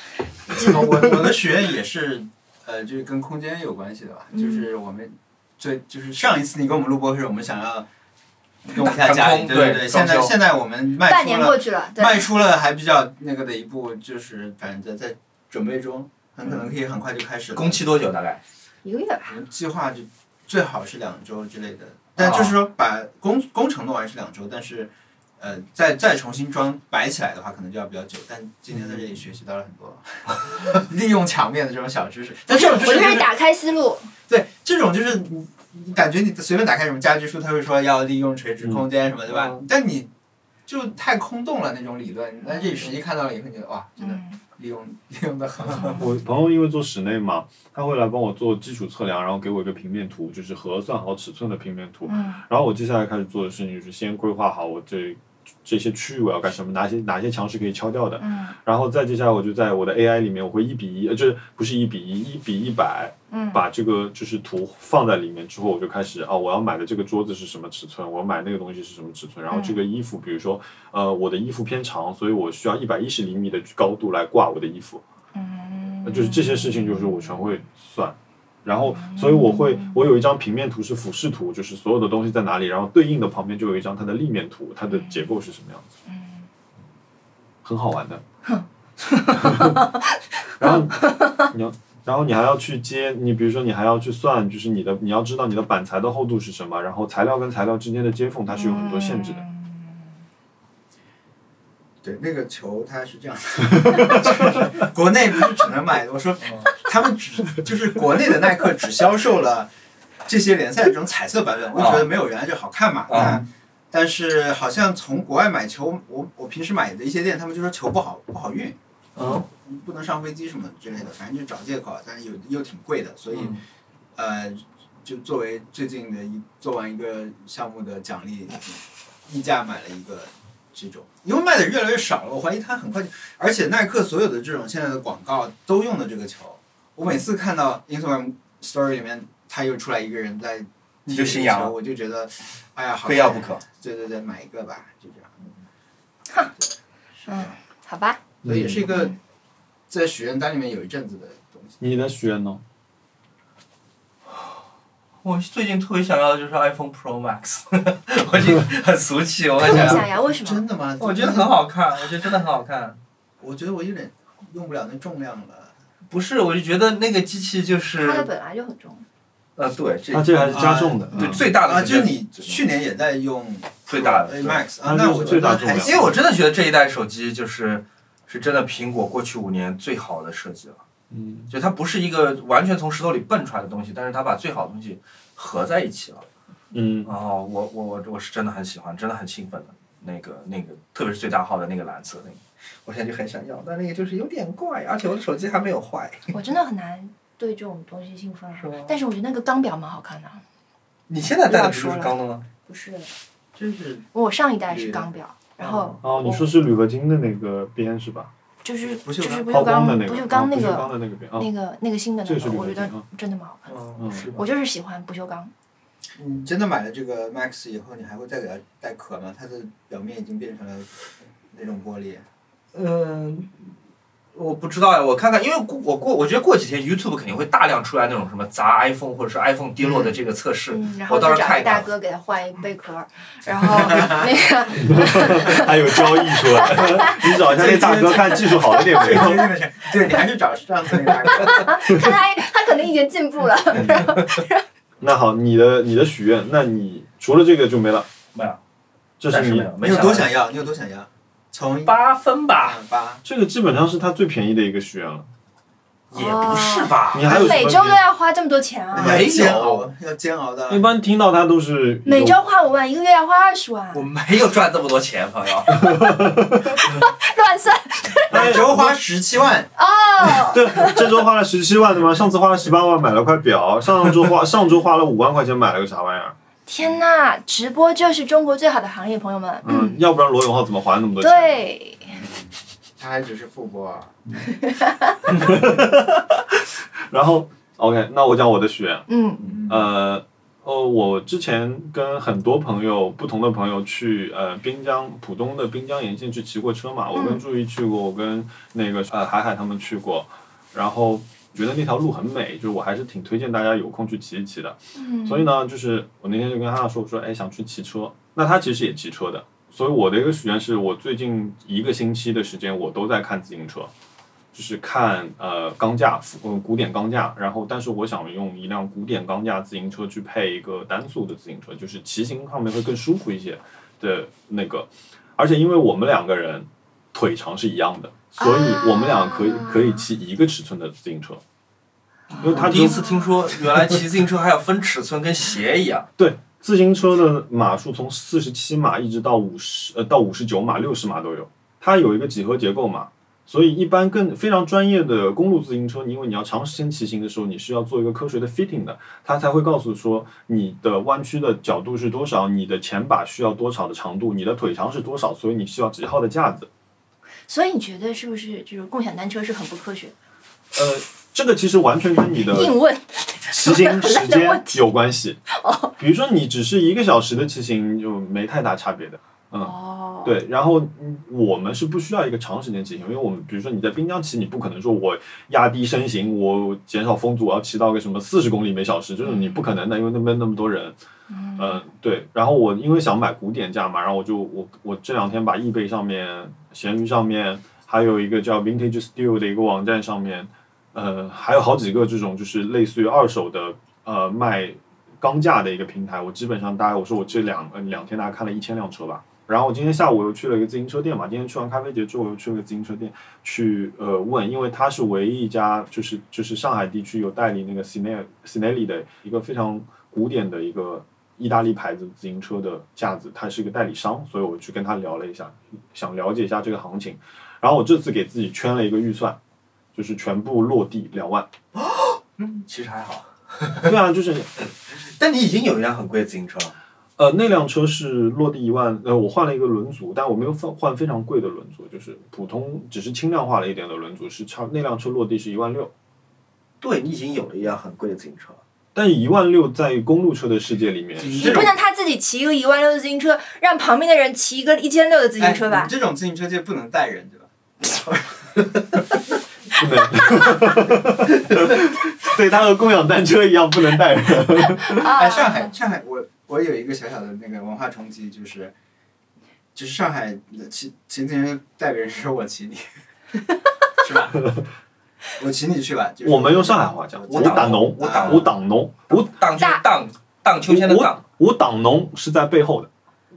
Speaker 1: 我我我的许愿也是，呃，就是跟空间有关系的吧，
Speaker 2: 嗯
Speaker 1: 就是我们最就是上一次你跟我们录播时，我们想要用一下家里，
Speaker 4: 腾
Speaker 1: 对
Speaker 4: 空
Speaker 1: 对对，
Speaker 4: 对
Speaker 1: 现在
Speaker 4: 装修
Speaker 1: 现在我们迈
Speaker 2: 半
Speaker 1: 出
Speaker 2: 年
Speaker 1: 了
Speaker 2: 过去了，对，
Speaker 1: 迈出了还比较那个的一步，就是反正在在准备中，很可能可以很快就开始了。
Speaker 4: 工期多
Speaker 2: 嗯
Speaker 4: 久大概？
Speaker 2: 一个月吧。
Speaker 1: 嗯计划就最好是两周之类的，
Speaker 2: 哦
Speaker 1: 但就是说把工工程弄完是两周，但是呃再再重新装摆起来的话，可能就要比较久。但今天在
Speaker 2: 嗯
Speaker 1: 这里学习到了很多 [laughs] 利用墙面的这种小知识，但这
Speaker 2: 我
Speaker 1: 种知识
Speaker 2: 就
Speaker 1: 就是是
Speaker 2: 打开思路，
Speaker 1: 对这种就是你你感觉你随便打开什么家居书，他会说要利用垂直空间什么，对吧？
Speaker 2: 嗯
Speaker 1: 但你就太空洞了那种理论，你在这里实际看到了以后，你觉得哇，真的
Speaker 2: 嗯，
Speaker 1: 利用利用的很好。
Speaker 3: 我朋友因为做室内嘛，他会来帮我做基础测量，然后给我一个平面图，就是核算好尺寸的平面图。
Speaker 2: 嗯
Speaker 3: 然后我接下来开始做的事情就是先规划好我这这些区域我要干什么，哪些哪些墙是可以敲掉的，
Speaker 2: 嗯
Speaker 3: 然后再接下来我就在我的 AI 里面，我会一比一，呃，就是不是一比一，一比一百，
Speaker 2: 嗯
Speaker 3: 把这个就是图放在里面之后，我就开始啊，我要买的这个桌子是什么尺寸，我要买那个东西是什么尺寸，然后这个
Speaker 2: 嗯
Speaker 3: 衣服，比如说呃，我的衣服偏长，所以我需要一百一十厘米的高度来挂我的衣服。
Speaker 2: 嗯
Speaker 3: 那就是这些事情就是我全会算，然后
Speaker 2: 嗯
Speaker 3: 所以我会我有一张平面图是俯视图，就是所有的东西在哪里，然后对应的旁边就有一张它的立面图，它的
Speaker 2: 嗯
Speaker 3: 结构是什么样子，很好玩的。然后
Speaker 6: [laughs]
Speaker 3: 嗯你要。然后你还要去接，你比如说你还要去算，就是你的你要知道你的板材的厚度是什么，然后材料跟材料之间的接缝它是有很多限制的。
Speaker 6: 嗯
Speaker 1: 对，那个球它是这样子，就是国内不是只能买？我说他们只就是国内的耐克只销售了这些联赛这种彩色版本，我就觉得没有原来这好看嘛。
Speaker 4: 啊
Speaker 1: 那但是好像从国外买球，我我平时买的一些店，他们就说球不好不好运，
Speaker 4: 嗯，
Speaker 1: 不能上飞机什么之类的，反正就找借口，啊但是又又挺贵的，所以呃，就作为最近的一做完一个项目的奖励，溢价买了一个这种，因为卖的越来越少了，我怀疑它很快就，而且耐克所有的这种现在的广告都用的这个球，我每次看到 Instagram Story 里面他又出来一个人在踢这个球。
Speaker 4: 你就心痒了
Speaker 1: 我就觉得，哎呀，好
Speaker 4: 非要不可。
Speaker 1: 对对对，买一个吧，就这样。
Speaker 2: 嗯，好吧，
Speaker 1: 所以也是一个
Speaker 2: 嗯
Speaker 1: 在许愿单里面有一阵子的东西。
Speaker 3: 嗯你的许愿呢？
Speaker 4: 我最近特别想要的就是 iPhone Pro Max，我 [laughs] 已经很俗气，我很想要。
Speaker 2: 想呀，为什么？
Speaker 1: 真的吗？
Speaker 4: 我觉得很，好看，我觉得真的很好看。
Speaker 1: 我觉得我有点用不了那重量了。
Speaker 4: 不是，我就觉得那个机器就
Speaker 2: 它的
Speaker 4: 是，
Speaker 2: 本来就很重，
Speaker 4: 呃，对，这
Speaker 3: 啊它这个还是加重的，嗯
Speaker 4: 对最大的
Speaker 1: 啊，
Speaker 4: 肯
Speaker 1: 就
Speaker 4: 定
Speaker 1: 是你去年也在用
Speaker 4: 最大的
Speaker 1: A
Speaker 4: 对
Speaker 1: Max 啊，
Speaker 3: 那
Speaker 1: 那
Speaker 3: 就
Speaker 1: 我
Speaker 3: 是
Speaker 1: 觉
Speaker 3: 最大
Speaker 1: 得
Speaker 3: 众
Speaker 1: 还
Speaker 3: 了
Speaker 1: 行
Speaker 4: 因为我真的觉得这一代手机就是是真的苹果过去五年最好的设计了，
Speaker 3: 嗯，
Speaker 4: 就它不是一个完全从石头里蹦出来的东西，但是它把最好的东西合在一起了。
Speaker 3: 嗯，
Speaker 4: 然后哦我我我我是真的很喜欢，真的很兴奋的那个那个，特别是最大号的那个蓝色那个，我现在就很想要，但那个就是有点怪，而且我的手机还没有坏。
Speaker 6: 我真的很难对这种东西兴奋啊
Speaker 4: 是吗。
Speaker 6: 但是我觉得那个钢表蛮好看的啊，
Speaker 4: 你现在戴的不就是钢的吗？
Speaker 6: 不是
Speaker 1: 真是
Speaker 6: 我上一代是钢表，然后
Speaker 3: 哦，你说是铝合金的那个边是吧？
Speaker 6: 就是
Speaker 1: 不
Speaker 6: 就
Speaker 1: 锈
Speaker 6: 是不
Speaker 3: 抛
Speaker 6: 锈
Speaker 3: 光的那个，
Speaker 6: 不锈
Speaker 3: 啊
Speaker 6: 钢那
Speaker 3: 不锈
Speaker 6: 个
Speaker 3: 钢的那个边啊，
Speaker 6: 那个那个新的
Speaker 3: 这
Speaker 6: 那
Speaker 3: 个是
Speaker 6: 个，
Speaker 3: 铝
Speaker 6: 我
Speaker 3: 合
Speaker 6: 觉
Speaker 3: 金
Speaker 6: 得
Speaker 3: 啊，
Speaker 6: 真的蛮好看的。
Speaker 4: 嗯
Speaker 3: 嗯
Speaker 4: 是吧
Speaker 6: 我？就是喜欢不锈钢，
Speaker 1: 你嗯真的买了这个 Max 以后，你还会再给它带壳吗？它的表面已经变成了那种玻
Speaker 4: [laughs]
Speaker 1: 璃。
Speaker 4: 嗯，我不知道呀，我看看，因为我我过我觉得过几天 YouTube 肯定会大量出来那种什么砸 iPhone 或者是 iPhone 跌落的这个测试，
Speaker 6: 嗯，然
Speaker 4: 我
Speaker 6: 后
Speaker 4: 到
Speaker 6: 就
Speaker 4: 时候
Speaker 6: 找
Speaker 4: 看
Speaker 6: 个
Speaker 4: 一
Speaker 6: 大
Speaker 4: 看。
Speaker 6: 哥给他换一贝
Speaker 4: [laughs]
Speaker 6: 壳，然后那个
Speaker 3: 还有交易出
Speaker 6: [laughs]
Speaker 3: 来，你找一下那大哥看技术好一点没有？
Speaker 1: 对，你还是找上次那个。
Speaker 6: 看他他可能已经进步了。
Speaker 3: 那好，你的你的许愿，那你除了这个就没了，
Speaker 4: 没有，
Speaker 3: 这
Speaker 4: 暂时
Speaker 3: 是
Speaker 4: 没
Speaker 3: 你
Speaker 4: 有，没
Speaker 1: 你有
Speaker 4: 啥
Speaker 1: 多想要？你有多想要？从
Speaker 4: 八分吧，
Speaker 1: 八
Speaker 3: 这个基本上是他最便宜的一个许愿了。
Speaker 4: 也不是吧？
Speaker 3: 你还嗯有什么
Speaker 6: 每周都要花这么多钱啊！
Speaker 1: 要
Speaker 4: 没有
Speaker 1: 煎熬，要煎熬的
Speaker 3: 一。般听到他都是有
Speaker 6: 每周花五万，一个月要花二十万
Speaker 3: 嗯
Speaker 4: 我，没有赚这么多钱，朋友。
Speaker 6: 乱算
Speaker 4: 哎
Speaker 1: 每周花十七万，
Speaker 6: 哦。
Speaker 3: 对，这周花了十七万对吗？上次花了十八万买了块表，上上周花上周花了五万块钱买了个啥玩意儿？
Speaker 6: 天呐，直播就是中国最好的行业，朋友们。
Speaker 3: 嗯，要不然罗永浩怎么花那么多钱？，
Speaker 6: 对，
Speaker 1: 他还只是副播。
Speaker 3: 然后 OK，那我讲我的许愿，
Speaker 6: 嗯，
Speaker 3: 呃。哦，我之前跟很多朋友，不同的朋友去呃滨江浦东的滨江沿线去骑过车嘛，我跟朱怡去过，我跟那个呃海海他们去过，然后觉得那条路很美，就是我还是挺推荐大家有空去骑一骑的。所以呢，就是我那天就跟哈娜说，我说哎想去骑车，那他其实也骑车的，所以我的一个许愿是我最近一个星期的时间我都在看自行车，就是看呃钢架，嗯、古典钢架，然后但是我想用一辆古典钢架自行车去配一个单速的自行车，就是骑行上面会更舒服一些的那个，而且因为我们两个人腿长是一样的，所以我们俩可以可以骑一个尺寸的自行车。因为它
Speaker 4: 我哦
Speaker 3: 只
Speaker 4: 第
Speaker 3: 有
Speaker 4: 一次听说，原来骑自行车还要分尺寸，跟鞋一样。
Speaker 3: 对，自行车的码数从四十七码一直到五十呃到五十九码、六十码都有，它有一个几何结构嘛，所以一般更非常专业的公路自行车，因为你要长时间骑行的时候，你是要做一个科学的 fitting 的，它才会告诉说你的弯曲的角度是多少，你的前把需要多少的长度，你的腿长是多少，所以你需要几号的架子。
Speaker 6: 所以你觉得是不是就是共享单车是很不科学？
Speaker 3: 呃，这个其实完全跟你的
Speaker 6: 硬问，
Speaker 3: 骑 [laughs] 行时间有关系。比如说你只是一个小时的骑行，就没太大差别的。嗯，
Speaker 6: 哦
Speaker 3: 对，然后嗯我们是不需要一个长时间骑行，因为我们比如说你在滨江骑，你不可能说我压低身形，我减少风阻，我要骑到个什么四十公里每小时，这种你不可能的，因为那边那么多人。嗯、对。然后我因为想买古典价嘛，然后我就我我这两天把易贝上面、闲鱼上面，还有一个叫 Vintage Steel 的一个网站上面，呃，还有好几个这种就是类似于二手的呃卖钢架的一个平台，我基本上大概我说我这两呃两天大概看了一千辆车吧。然后我今天下午我又去了一个自行车店嘛，今天去完咖啡节之后，我又去了个自行车店去呃问，因为它是唯一一家就是就是上海地区有代理那个 Sine Sinelli 的一个非常古典的一个意大利牌子自行车的架子，它是一个代理商，所以我去跟他聊了一下，想了解一下这个行情。然后我这次给自己圈了一个预算，就是全部落地两万。
Speaker 4: 其实还好，
Speaker 3: 对啊，就是
Speaker 4: 但你已经有一辆很贵的自行车了。
Speaker 3: 呃，那辆车是落地一万，呃，我换了一个轮组，但我没有换换非常贵的轮组，就是普通，只是轻量化了一点的轮组，是差那辆车落地是一万六，
Speaker 4: 对你已经有了一辆很贵的自行车了。
Speaker 3: 但一万六在公路车的世界里面，
Speaker 1: 你
Speaker 6: 你
Speaker 1: 这
Speaker 6: 不
Speaker 1: 种
Speaker 6: 能他自己骑一个一万六的自行车，让旁边的人骑一个一千六的自行车
Speaker 1: 哎
Speaker 6: 吧
Speaker 1: 你？这种自行车界不能带人，对吧？
Speaker 3: 不能， [laughs] 对，它和共享单车一样不能带人。
Speaker 2: 啊
Speaker 6: 啊
Speaker 1: 哎，上海，上海，我我有一个小小的那个文化冲击，就是，就是上海的骑骑自行车带别人说我骑你，是吧？ [laughs] 我请你去吧。就是
Speaker 3: 我们用上海话讲，
Speaker 1: 我
Speaker 3: 我
Speaker 1: 打
Speaker 3: 打农，
Speaker 4: 我
Speaker 1: 打
Speaker 3: 我打农，我
Speaker 4: 荡就是荡荡秋千的荡
Speaker 3: 我打农是在背后的，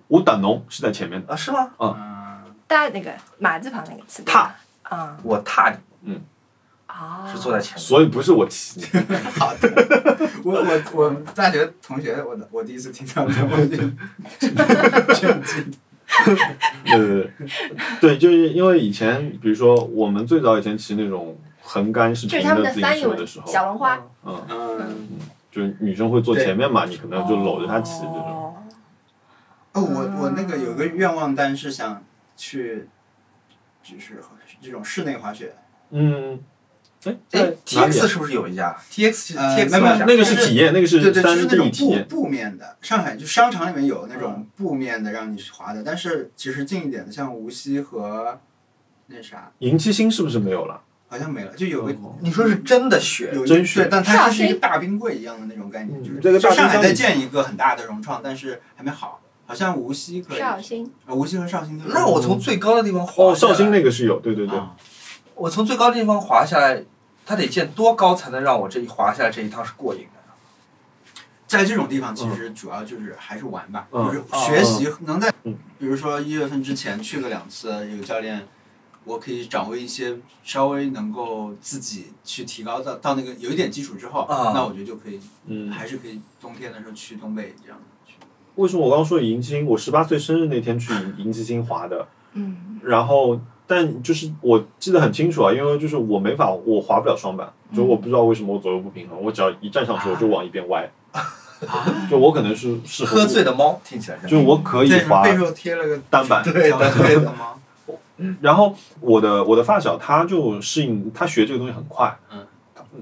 Speaker 3: 我打农是在前面的。
Speaker 4: 啊，是吗？
Speaker 1: 嗯，
Speaker 2: 大那个马字旁那个词。对
Speaker 3: 踏
Speaker 2: 吧。啊
Speaker 4: 我踏你
Speaker 3: 哦
Speaker 2: 啊。
Speaker 4: 是坐在前面，哎
Speaker 3: 所以不是我骑你，
Speaker 1: 好的。我我我大学同学，我我第一次听到这个，我就震惊。
Speaker 3: [laughs] 对对对，对，就是因为以前，比如说我们最早以前骑那种横杆是
Speaker 2: 这
Speaker 3: 平
Speaker 2: 是他们
Speaker 3: 的
Speaker 2: 的
Speaker 3: 自
Speaker 2: 翻
Speaker 3: 行
Speaker 2: 译
Speaker 3: 车
Speaker 2: 文
Speaker 3: 的时，候，
Speaker 2: 小文花。
Speaker 3: 嗯，
Speaker 1: 嗯，
Speaker 3: 就是女生会坐前面嘛，你可能就搂着她骑这种。
Speaker 2: 哦。
Speaker 1: 哦，我我那个有个愿望单是想去，就是这种室内滑雪。
Speaker 3: 嗯，哎，
Speaker 4: 哎
Speaker 3: 在哪里啊
Speaker 4: ，TX 是不是有一家？TX
Speaker 1: 呃
Speaker 4: TX
Speaker 1: 没有
Speaker 4: 有一家
Speaker 3: 那个是体验，那
Speaker 1: 对
Speaker 3: 个是
Speaker 1: 对，就是
Speaker 3: 三
Speaker 1: 那
Speaker 3: D
Speaker 1: 种
Speaker 3: 体
Speaker 1: 布
Speaker 3: 验。
Speaker 1: 布面的，上海就商场里面有那
Speaker 3: 嗯
Speaker 1: 种布面的让你去滑的，但是其实近一点的，像无锡和那啥
Speaker 3: 银七星是不是没有了？
Speaker 1: 好像没了，就有个
Speaker 3: 哦
Speaker 4: 你说是真的雪，
Speaker 1: 有一
Speaker 3: 真雪
Speaker 1: 对，但它就是
Speaker 2: 是啊
Speaker 1: 一个大冰柜一样的那种概念，
Speaker 3: 嗯
Speaker 1: 就是
Speaker 3: 这个大
Speaker 1: 就
Speaker 3: 冰
Speaker 1: 上海
Speaker 3: 箱
Speaker 1: 在
Speaker 3: 里
Speaker 1: 建一个很大的融创，但是还没好，好像无锡可以，
Speaker 2: 邵星。
Speaker 1: 呃无锡和绍兴嗯都有
Speaker 4: 那我从最高的地方滑
Speaker 3: 哦，
Speaker 4: 下来
Speaker 3: 绍兴那个是有，对对对，
Speaker 1: 啊
Speaker 4: 我从最高的地方滑下来，它得建多高才能让我这一滑下来这一趟是过瘾啊的？
Speaker 1: 在这种地方，其实主要就是还是玩吧，
Speaker 3: 嗯
Speaker 1: 就是
Speaker 2: 哦
Speaker 1: 学习能在，
Speaker 3: 嗯
Speaker 1: 比如说一月份之前去个两次，啊有教练，我可以掌握一些稍微能够自己去提高到到那个有一点基础之后，
Speaker 4: 啊
Speaker 1: 那我觉得就可以，
Speaker 3: 嗯，
Speaker 1: 还是可以冬天的时候去东北这样去。
Speaker 3: 为什么我刚刚说银七星？我十八岁生日那天去银七星滑的，
Speaker 2: 嗯。
Speaker 3: 然后但就是我记得很清楚啊，因为就是我没法，我滑不了双板，就
Speaker 4: 嗯
Speaker 3: 我不知道为什么我左右不平衡，我只要一站上去我就往一边歪， [laughs] 就我可能是适合
Speaker 4: 啊喝醉，的猫听起来
Speaker 3: 就
Speaker 4: 像。
Speaker 3: 我可以
Speaker 1: 对，
Speaker 3: 滑
Speaker 1: 背后贴了个
Speaker 3: 单板，
Speaker 1: 对对的吗？
Speaker 3: 然后我的我的发小他就适应，他学这个东西很快，
Speaker 1: 嗯，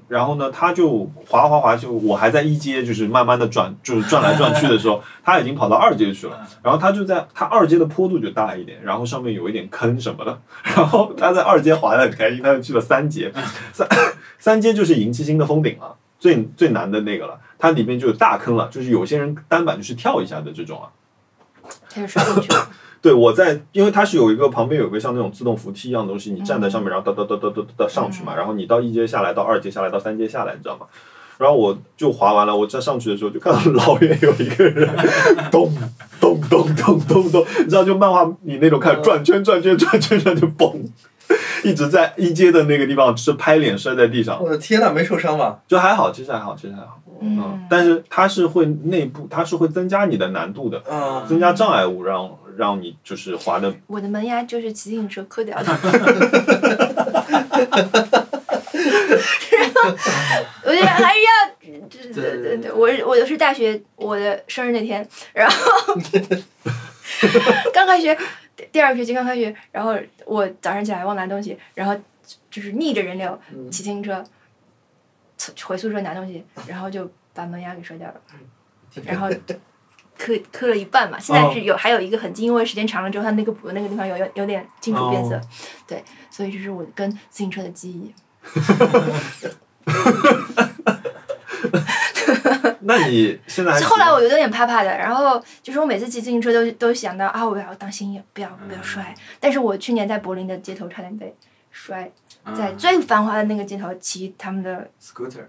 Speaker 3: 然后呢，他就滑滑滑，就我还在一阶，就是慢慢的转，就是转来转去的时候，他已经跑到二阶去了，然后他就在他二阶的坡度就大一点，然后上面有一点坑什么的，然后他在二阶滑的很开心，他就去了三阶，三三阶就是银七星的封顶了。最最难的那个了，它里面就有大坑了，就是有些人单板就是跳一下的这种啊，
Speaker 2: 他就摔过去了。
Speaker 3: 对，我在，因为它是有一个旁边有个像那种自动扶梯一样的东西，你站在上面，然后哒哒哒哒哒哒哒上去嘛，然后你到一阶下来，到二阶下来，到三阶下来，你知道吗？然后我就滑完了，我在上去的时候就看到老远有一个人咚咚咚咚咚咚，你知道就漫画里那种开始转圈转圈转圈转圈就嘣，一直在一阶的那个地方是拍脸摔在地上，
Speaker 4: 我的天呐，没受伤吧？
Speaker 3: 就还好，其实还好，其实还好，
Speaker 2: [laughs]
Speaker 3: 嗯，但是它是会内部它是会增加你的难度的，
Speaker 4: 嗯，
Speaker 3: 增加障碍物让让你就是滑的
Speaker 2: 我的门牙就是骑自行车磕掉的。然 [laughs] 后我就哎还是要，对对对对，我是我就是大学我的生日那天，然后刚开学，第第二学期刚开学，然后我早上起来忘拿东西，然后就是逆着人流骑自行车，从回宿舍拿东西，然后就把门牙给摔掉了，然后磕磕了一半嘛，现在是有、还有一个痕迹，因为时间长了之后，它那个补的那个地方有有有点金属变色，
Speaker 3: 哦
Speaker 2: 对，所以这是我跟自行车的记忆。
Speaker 3: 那你现在还
Speaker 2: 后来我有点怕怕的，然后就是我每次骑自行车都都想到啊，我要当心眼，不要不要摔。但是我去年在柏林的街头差点被摔，
Speaker 1: 嗯
Speaker 2: 在最繁华的那个街头骑他们的
Speaker 1: scooter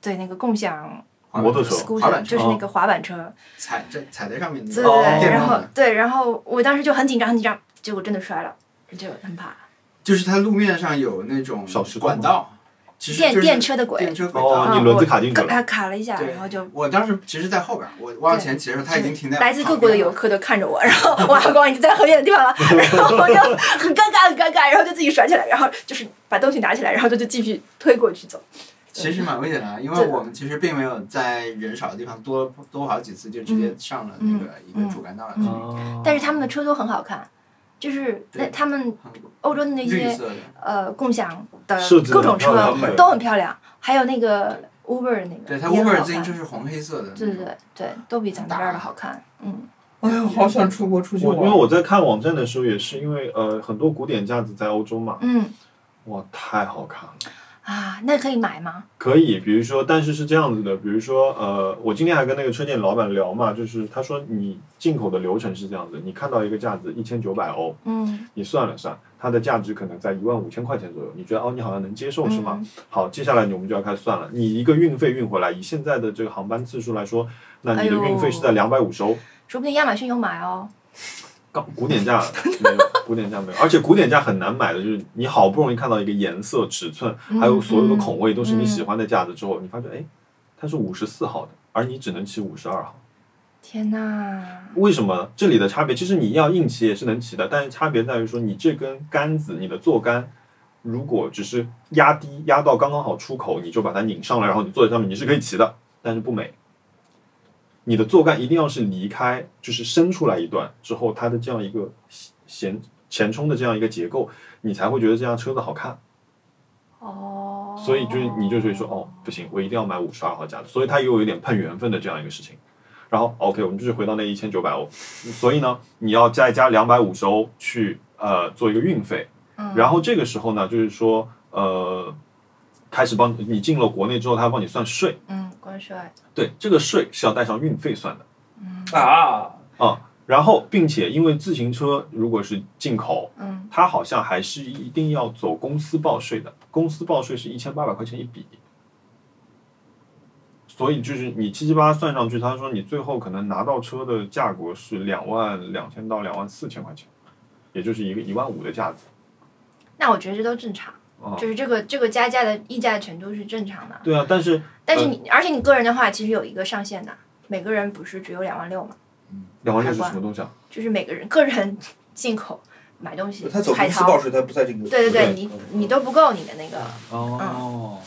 Speaker 2: 对那个共享
Speaker 3: 摩托车
Speaker 1: 滑
Speaker 2: scooter，
Speaker 1: 板车
Speaker 2: 就是那个滑板车，
Speaker 1: 踩在踩在上面的
Speaker 2: 对
Speaker 1: 那个
Speaker 2: 对对，
Speaker 3: 哦
Speaker 1: 电
Speaker 2: 然
Speaker 1: 动
Speaker 2: 后
Speaker 1: 的，
Speaker 2: 对，然后我当时就很紧张很紧张，结果真的摔了，就很怕。
Speaker 1: 就是它路面上有那种
Speaker 3: 小石头
Speaker 1: 管道，其实
Speaker 2: 电
Speaker 1: 就是
Speaker 2: 电车的轨
Speaker 1: 电，车轨道
Speaker 3: 哦，
Speaker 2: 啊
Speaker 3: 你轮子卡进去
Speaker 2: 卡
Speaker 3: 了，
Speaker 2: 它卡了一下，
Speaker 1: 对
Speaker 2: 然后就
Speaker 1: 我当时其实，在后边儿，我往前骑的时候，他已经停在
Speaker 2: 来自各
Speaker 1: 旁
Speaker 2: 国的
Speaker 1: 边
Speaker 2: 游
Speaker 1: 了，
Speaker 2: 客都看着我，然后我阿光已经在很远的地方
Speaker 3: [laughs]
Speaker 2: 了，然后我就很尴尬很尴尬，然后就自己甩起来，然后就是把东西拿起来，然后就就继续推过去
Speaker 3: 哦
Speaker 2: 走。
Speaker 1: 其实蛮危险的，因为
Speaker 2: 对
Speaker 1: 我们其实并没有在人少的地方多多跑几次，就直接上了那个一个主干道了。
Speaker 2: 嗯但是他们的车都很好看，就是那
Speaker 1: 对
Speaker 2: 他们
Speaker 1: 很
Speaker 2: 欧洲的那
Speaker 1: 绿
Speaker 2: 些
Speaker 1: 色的，
Speaker 2: 呃共享的
Speaker 3: 设置得
Speaker 2: 各种
Speaker 3: 很漂
Speaker 2: 车
Speaker 3: 亮对
Speaker 2: 都很漂亮，还有那个 Uber 那个
Speaker 1: 对，它
Speaker 2: 也很好
Speaker 1: Uber
Speaker 2: 看
Speaker 1: 自行车是红黑色的，
Speaker 2: 啊对对对对，都比咱们这儿的好看。嗯，
Speaker 4: 哎呀，好想出国出去
Speaker 3: 我
Speaker 4: 玩。
Speaker 3: 因为我在看网站的时候，也是因为呃很多古典架子在欧洲嘛，
Speaker 2: 嗯
Speaker 3: 哇，太好看了，
Speaker 6: 啊，那可以买吗？
Speaker 3: 可以，比如说，但是是这样子的，比如说，呃，我今天还跟那个车店老板聊嘛，就是他说你进口的流程是这样子，你看到一个架子一千九百欧，
Speaker 6: 嗯
Speaker 3: 你算了算，它的价值可能在一万五千块钱左右，你觉得哦，你好像能接受是
Speaker 6: 嗯
Speaker 3: 吗？好，接下来你我们就要开始算了，你一个运费运回来，以现在的这个航班次数来说，那你的
Speaker 6: 哎呦
Speaker 3: 运费是在两百五十欧，
Speaker 6: 说不定亚马逊有买哦。
Speaker 3: 高古典价没有，古典价没有，而且古典价很难买的，就是你好不容易看到一个颜色、尺寸，还有所
Speaker 6: 嗯
Speaker 3: 有的孔位都是你喜欢的架子之后，你发觉哎，它是五十四号的，而你只能骑五十二号，
Speaker 6: 天哪！
Speaker 3: 为什么呢？这里的差别其实你要硬骑也是能骑的，但是差别在于说你这根杆子，你的坐杆。如果只是压低压到刚刚好出口，你就把它拧上来，然后你坐在上面，你是可以骑的，但是不美。你的坐杆一定要是离开，就是伸出来一段之后，它的这样一个前前冲的这样一个结构，你才会觉得这辆车子好看。
Speaker 6: 哦，
Speaker 3: 所以就是你就会说，哦，不行，我一定要买五十二号架子。所以它又有点碰缘分的这样一个事情。然后 OK，我们就是回到那一千九百欧，所以呢，你要再加两百五十欧去呃做一个运费。
Speaker 6: 嗯
Speaker 3: 然后这个时候呢，就是说呃，开始帮你进了国内之后，他帮你算税。
Speaker 6: 嗯，关税，
Speaker 3: 对，这个税是要带上运费算的。
Speaker 4: 啊，
Speaker 3: 然后，并且因为自行车如果是进口，
Speaker 6: 嗯
Speaker 3: 它好像还是一定要走公司报税的，公司报税是一千八百块钱一笔。所以就是你七七八八算上去，他说你最后可能拿到车的价格是两万两千到两万四千块钱，也就是一个一万五的价子
Speaker 6: 那我觉得这都正常，
Speaker 3: 啊、
Speaker 6: 就是这个这个加价的溢价程度是正常的。
Speaker 3: 对啊，但是
Speaker 6: 但是你，而且你个人的话，其实有一个上限的，每个人不是只有两万六嘛，
Speaker 3: 两万六是什么东西啊？
Speaker 6: 就是每个人个人 [laughs] 进口买东西
Speaker 1: 他走
Speaker 6: 海
Speaker 1: 公司
Speaker 6: 淘
Speaker 1: 报，税，他不在这个。
Speaker 6: 对对对，
Speaker 3: 对
Speaker 6: 你你都不够你的那个，
Speaker 3: 哦，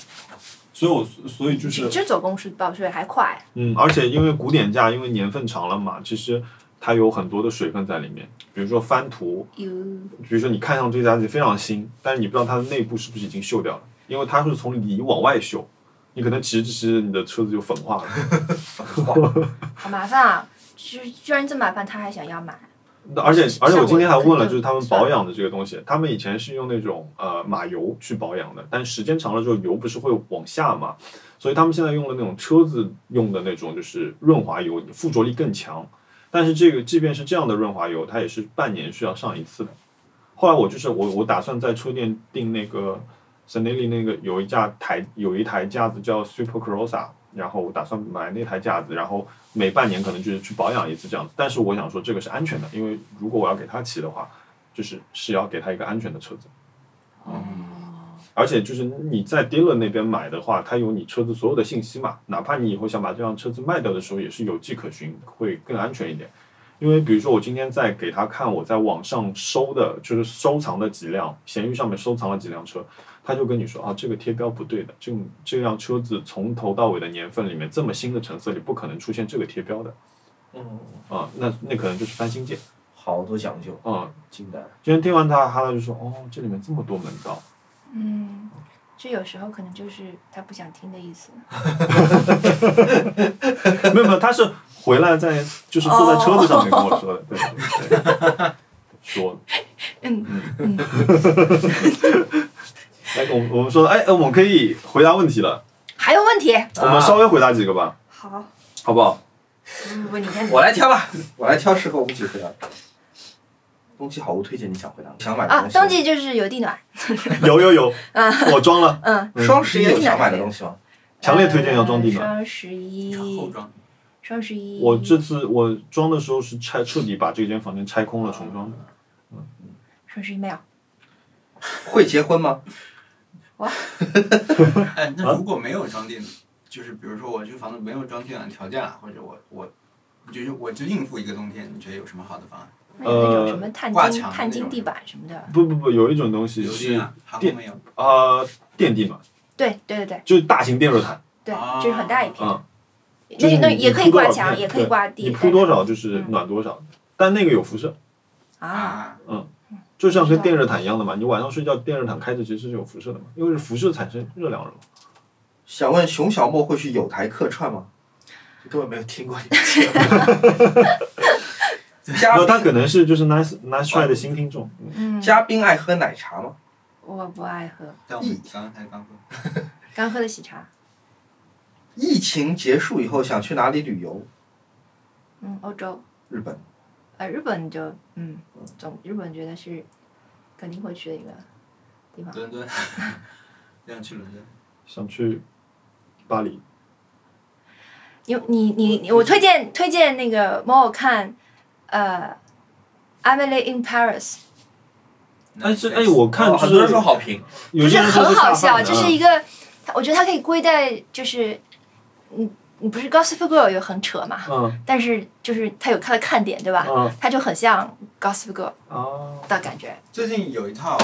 Speaker 3: 所以我所以就是
Speaker 6: 这走公司报税还快，
Speaker 3: 嗯，而且因为古典价，因为年份长了嘛，其实它有很多的水分在里面。比如说翻图，
Speaker 6: 有
Speaker 3: 比如说你看上这个家具非常新，但是你不知道它的内部是不是已经锈掉了，因为它是从里往外锈，你可能骑着骑着你的车子就粉化了。
Speaker 6: 好麻烦啊！居居然这么麻烦，他还想要买，
Speaker 3: 那而且而且我今天还问了，
Speaker 6: 像我
Speaker 3: 就是他们保养的这个东西，他们以前是用那种呃马油去保养的，但时间长了之后油不是会往下嘛，所以他们现在用的那种车子用的那种就是润滑油，附着力更强。但是这个即便是这样的润滑油，它也是半年是要上一次的。后来我就是我我打算在车店订那个 s e n e l i 那个有一架台有一台架子叫 Super Crossa，然后我打算买那台架子，然后每半年可能就是去保养一次这样子。但是我想说这个是安全的，因为如果我要给他骑的话，就是是要给他一个安全的车子。而且就是你在 dealer 那边买的话，它有你车子所有的信息嘛，哪怕你以后想把这辆车子卖掉的时候，也是有迹可循，会更安全一点。因为比如说我今天在给他看我在网上收的，就是收藏的几辆，闲鱼上面收藏了几辆车，他就跟你说啊，这个贴标不对的，这这辆车子从头到尾的年份里面，这么新的成色里不可能出现这个贴标的
Speaker 1: 嗯，
Speaker 3: 啊，那那可能就是翻新件
Speaker 1: 好多讲究，
Speaker 3: 啊。
Speaker 1: 近代。
Speaker 3: 今天听完他，哈拉就说哦，这里面这么多门道，
Speaker 6: 嗯，这有时候可能就是他不想听的意思。
Speaker 3: 没有没有，他是回来在就是坐在车子上面跟我说的，对对对对，说
Speaker 6: 嗯
Speaker 3: 嗯，来我们我们说哎呃我们可以回答问题了，
Speaker 6: 还有问题？
Speaker 3: 我
Speaker 1: 啊
Speaker 3: 们稍微回答几个吧，
Speaker 6: 好，
Speaker 3: 好不好？
Speaker 6: 不不，你看你
Speaker 4: 我来挑吧， [laughs] 我来挑适合我们一起回答的。东西好物推荐，你想回答吗？想买的
Speaker 6: 啊，
Speaker 4: 东西吗。
Speaker 6: 冬季就是有地暖，
Speaker 3: 有有有，我装了，
Speaker 6: 嗯，
Speaker 4: 双十一有想买的东西吗？
Speaker 3: 强烈推荐要装地暖。
Speaker 6: 呃双十
Speaker 5: 后
Speaker 6: 一，
Speaker 5: 装
Speaker 6: 双十一，
Speaker 3: 我这次我装的时候是拆彻底把这间房间拆空了重装的，
Speaker 6: 双十一没有，
Speaker 4: 会结婚吗？
Speaker 1: 哎，那如果没有装订，就是比如说我这个房子没有装订暖条件了，啊或者我我。就是我就应付一个冬天，你觉得有什么好的方案？
Speaker 6: 没有那种
Speaker 3: 呃
Speaker 6: 什么碳
Speaker 1: 挂
Speaker 6: 晶
Speaker 1: 墙的
Speaker 6: 碳
Speaker 1: 那
Speaker 6: 晶
Speaker 1: 种
Speaker 6: 地板什么的。
Speaker 3: 不不不，有一种东西
Speaker 1: 有
Speaker 3: 是
Speaker 1: 电啊，韩国没有。
Speaker 3: 呃电地暖，
Speaker 6: 对对对对
Speaker 3: 就是大型电热毯，
Speaker 6: 对
Speaker 1: 啊，
Speaker 6: 就是很大一片
Speaker 4: 哦
Speaker 3: 嗯，就
Speaker 6: 那
Speaker 3: 是
Speaker 6: 那
Speaker 3: 你
Speaker 6: 也可以
Speaker 3: 铺多
Speaker 6: 挂
Speaker 3: 少
Speaker 6: 墙，
Speaker 3: 片
Speaker 6: 也可以
Speaker 3: 对
Speaker 6: 挂地
Speaker 3: 你
Speaker 6: 板。
Speaker 3: 铺多少就是
Speaker 6: 嗯
Speaker 3: 暖多少，但那个有辐射，
Speaker 6: 啊？
Speaker 3: 就像跟电热毯一样的嘛，你晚上睡觉电热毯开着其实是有辐射的嘛，因为是辐射产生热量了嘛。
Speaker 4: 想问熊小莫会去有台客串吗？根本没有听过 [laughs] 你们节目。
Speaker 3: 然
Speaker 4: 嘉
Speaker 3: 后他
Speaker 4: 宾
Speaker 3: 可能是就是 nice nice try 的新听众，嗯
Speaker 6: 嗯，
Speaker 4: 嘉宾爱喝奶茶吗？
Speaker 2: 我不爱喝，
Speaker 1: 但我们刚才刚说，
Speaker 2: 刚喝的喜茶。
Speaker 4: 疫情结束以后想去哪里旅游？
Speaker 2: 嗯，欧洲，
Speaker 4: 日本。
Speaker 2: 呃，日本就嗯，总日本觉得是肯定会去的一个地方。
Speaker 1: 伦
Speaker 2: [laughs]
Speaker 1: 敦，想去伦敦，
Speaker 3: 想去巴黎，
Speaker 2: 你你你你，我推荐推荐那个猫我看，呃，《Emily in Paris》，
Speaker 3: 哎这哎我看
Speaker 4: 哦
Speaker 3: 就是
Speaker 4: 很多人说好评，
Speaker 3: 有
Speaker 2: 就是
Speaker 3: 些人说
Speaker 2: 很好
Speaker 3: 下
Speaker 2: 笑，
Speaker 3: 饭啊
Speaker 2: 就
Speaker 3: 的
Speaker 2: 是一个，它我觉得它可以归在就是，嗯，你不是 Gossip Girl 有很扯嘛，
Speaker 3: 嗯
Speaker 2: 但是就是它有它的看点，对吧？
Speaker 3: 嗯
Speaker 2: 它就很像 Gossip Girl
Speaker 3: 啊
Speaker 2: 的感觉，
Speaker 1: 最近有一套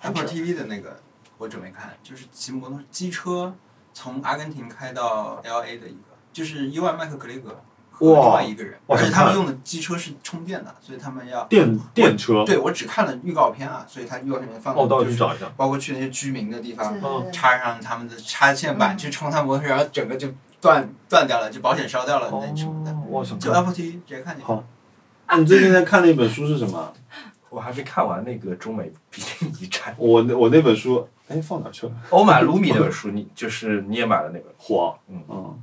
Speaker 1: Apple TV 的那个，我准备看，就是骑摩托机车从阿根廷开到 LA 的一个，就是伊万麦克格雷格和另外一个人，
Speaker 3: 哇
Speaker 1: 而且他
Speaker 3: 我
Speaker 1: 们
Speaker 3: 想看
Speaker 1: 用的机车是充电的，所以他们要
Speaker 3: 电电车
Speaker 1: 对我只看了预告片啊，所以他预告片里面放
Speaker 3: 哦，到
Speaker 1: 的就
Speaker 3: 时
Speaker 1: 是
Speaker 3: 去找一下。
Speaker 1: 包括去那些居民的地方
Speaker 2: 对，对对，
Speaker 1: 嗯插上他们的插线
Speaker 3: 嗯
Speaker 1: 板去充他摩托车，然后整个就断断掉了，就保险烧掉了那什么的，
Speaker 3: 哦，我想
Speaker 1: 就
Speaker 3: 看。
Speaker 1: Apple TV 直接看见。
Speaker 3: 好那你最近在看那本书是什么？
Speaker 4: 我还没看完那个中美必定遗产。
Speaker 3: 我那我那本书，哎，放哪去了？
Speaker 4: 欧买卢米那本书，你就是你也买了那本，
Speaker 3: 火，
Speaker 4: 嗯
Speaker 3: 嗯，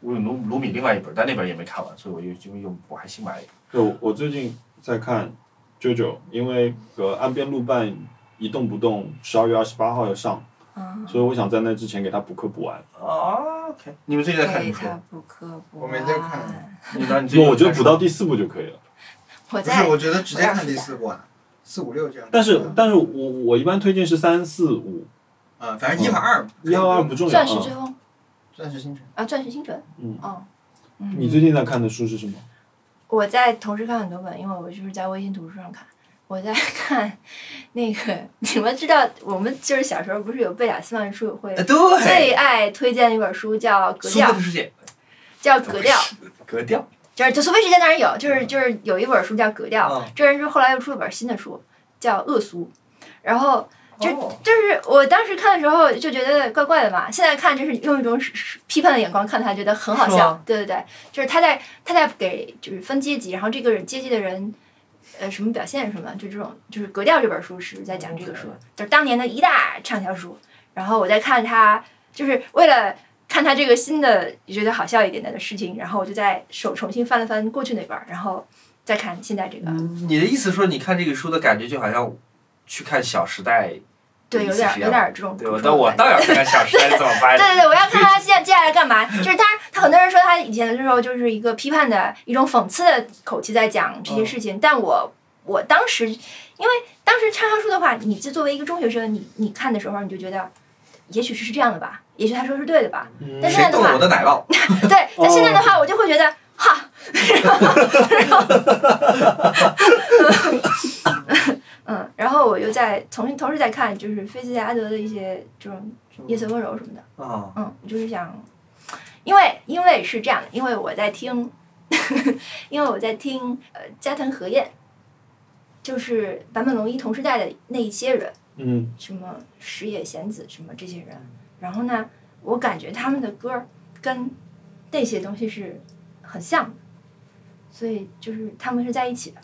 Speaker 4: 我有卢卢米另外一本，但那本也没看完，所以我又就又我还新买了一本。
Speaker 3: 就我最近在看《JoJo》，因为和岸边路伴一动不动，十二月二十八号要上，
Speaker 2: 嗯，
Speaker 3: 所以我想在那之前给他补课补完。
Speaker 4: 啊，OK，你们最近在看
Speaker 2: 对
Speaker 4: 什么书？
Speaker 2: 它不啊可不。
Speaker 1: 我没在看。
Speaker 4: 你呢？你最近
Speaker 3: 我觉得补
Speaker 4: 到
Speaker 3: 到第四部就可以了。
Speaker 1: 不
Speaker 2: 我
Speaker 1: 是，
Speaker 2: 在
Speaker 1: 我觉得直接看第四部啊，四五六这样。
Speaker 3: 但
Speaker 2: 嗯
Speaker 3: 是，但是我我一般推荐是三四五，
Speaker 1: 嗯，反正一和二，
Speaker 3: 一号二不重要。
Speaker 2: 钻石
Speaker 3: 嗯
Speaker 2: 追风
Speaker 1: 钻石星辰。
Speaker 2: 啊，钻石星辰，
Speaker 3: 嗯
Speaker 2: 哦，
Speaker 3: 你最近在看的书是什么？
Speaker 2: 我在同时看很多本，因为我就是在微信读书上看。我在看那个，你们知道，我们就是小时候不是有贝雅斯曼书友会
Speaker 4: 哎，
Speaker 3: 呃
Speaker 4: 对，
Speaker 2: 最爱推荐一本书叫《格
Speaker 4: 苏
Speaker 2: 调
Speaker 4: 格》，世界，
Speaker 2: 叫《格调》，
Speaker 4: 格调，
Speaker 2: 就是就苏菲世界当然有，
Speaker 3: 嗯
Speaker 2: 就是就是有一本书叫《格调》
Speaker 4: 嗯，
Speaker 2: 这人是后来又出了本新的书叫《恶俗》，然后就
Speaker 4: 哦
Speaker 2: 就是我当时看的时候就觉得怪怪的嘛，现在看就是用一种是是批判的眼光看他，觉得很好
Speaker 4: 是
Speaker 2: 笑
Speaker 4: 吗。
Speaker 2: 对对对，就是他在他在给就是分阶级，然后这个人阶级的人。呃，什么表现什么，就这种，就是《格调》这本书是在讲这个书，
Speaker 4: 嗯
Speaker 2: 就是当年的一大畅销书。然后我在看他，就是为了看他这个新的觉得好笑一点点的事情，然后我就在手重新翻了翻过去那本儿，然后再看现在这个，
Speaker 4: 你的意思说，你看这个书的感觉就好像去看《小时代》，
Speaker 2: 对，有点儿有点儿这种。
Speaker 4: 对吧
Speaker 2: 这？种
Speaker 4: 那我
Speaker 2: 感觉
Speaker 4: 倒要看看《小时代》怎么拍的
Speaker 2: [laughs] 对。对对，我要看他现在接下来干嘛。就是他，他很多人说他以前的时候就是一个批判的一种讽刺的口气在讲这些事情，但我我当时，因为当时插上书的话，你这作为一个中学生，你你看的时候你就觉得，也许是是这样的吧，也许他说是对的吧，但现在的
Speaker 4: 谁动了
Speaker 2: 话
Speaker 4: 我，的奶酪？
Speaker 2: 对，但现在的话，我就会觉得哈， [laughs] 然后，然后 [laughs] 嗯，然后我又在重新同时在看，就是菲茨杰拉德的一些这种夜色温柔什么的，
Speaker 4: 啊，
Speaker 2: 嗯，我就是想，因为因为是这样的，因为我在听， [laughs] 因为我在听呃加藤和彦，就是坂本龙一同时代的那一些人，
Speaker 3: 嗯，
Speaker 2: 什么石野贤子什么这些人，然后呢，我感觉他们的歌儿跟那些东西是很像的，所以就是他们是在一起的，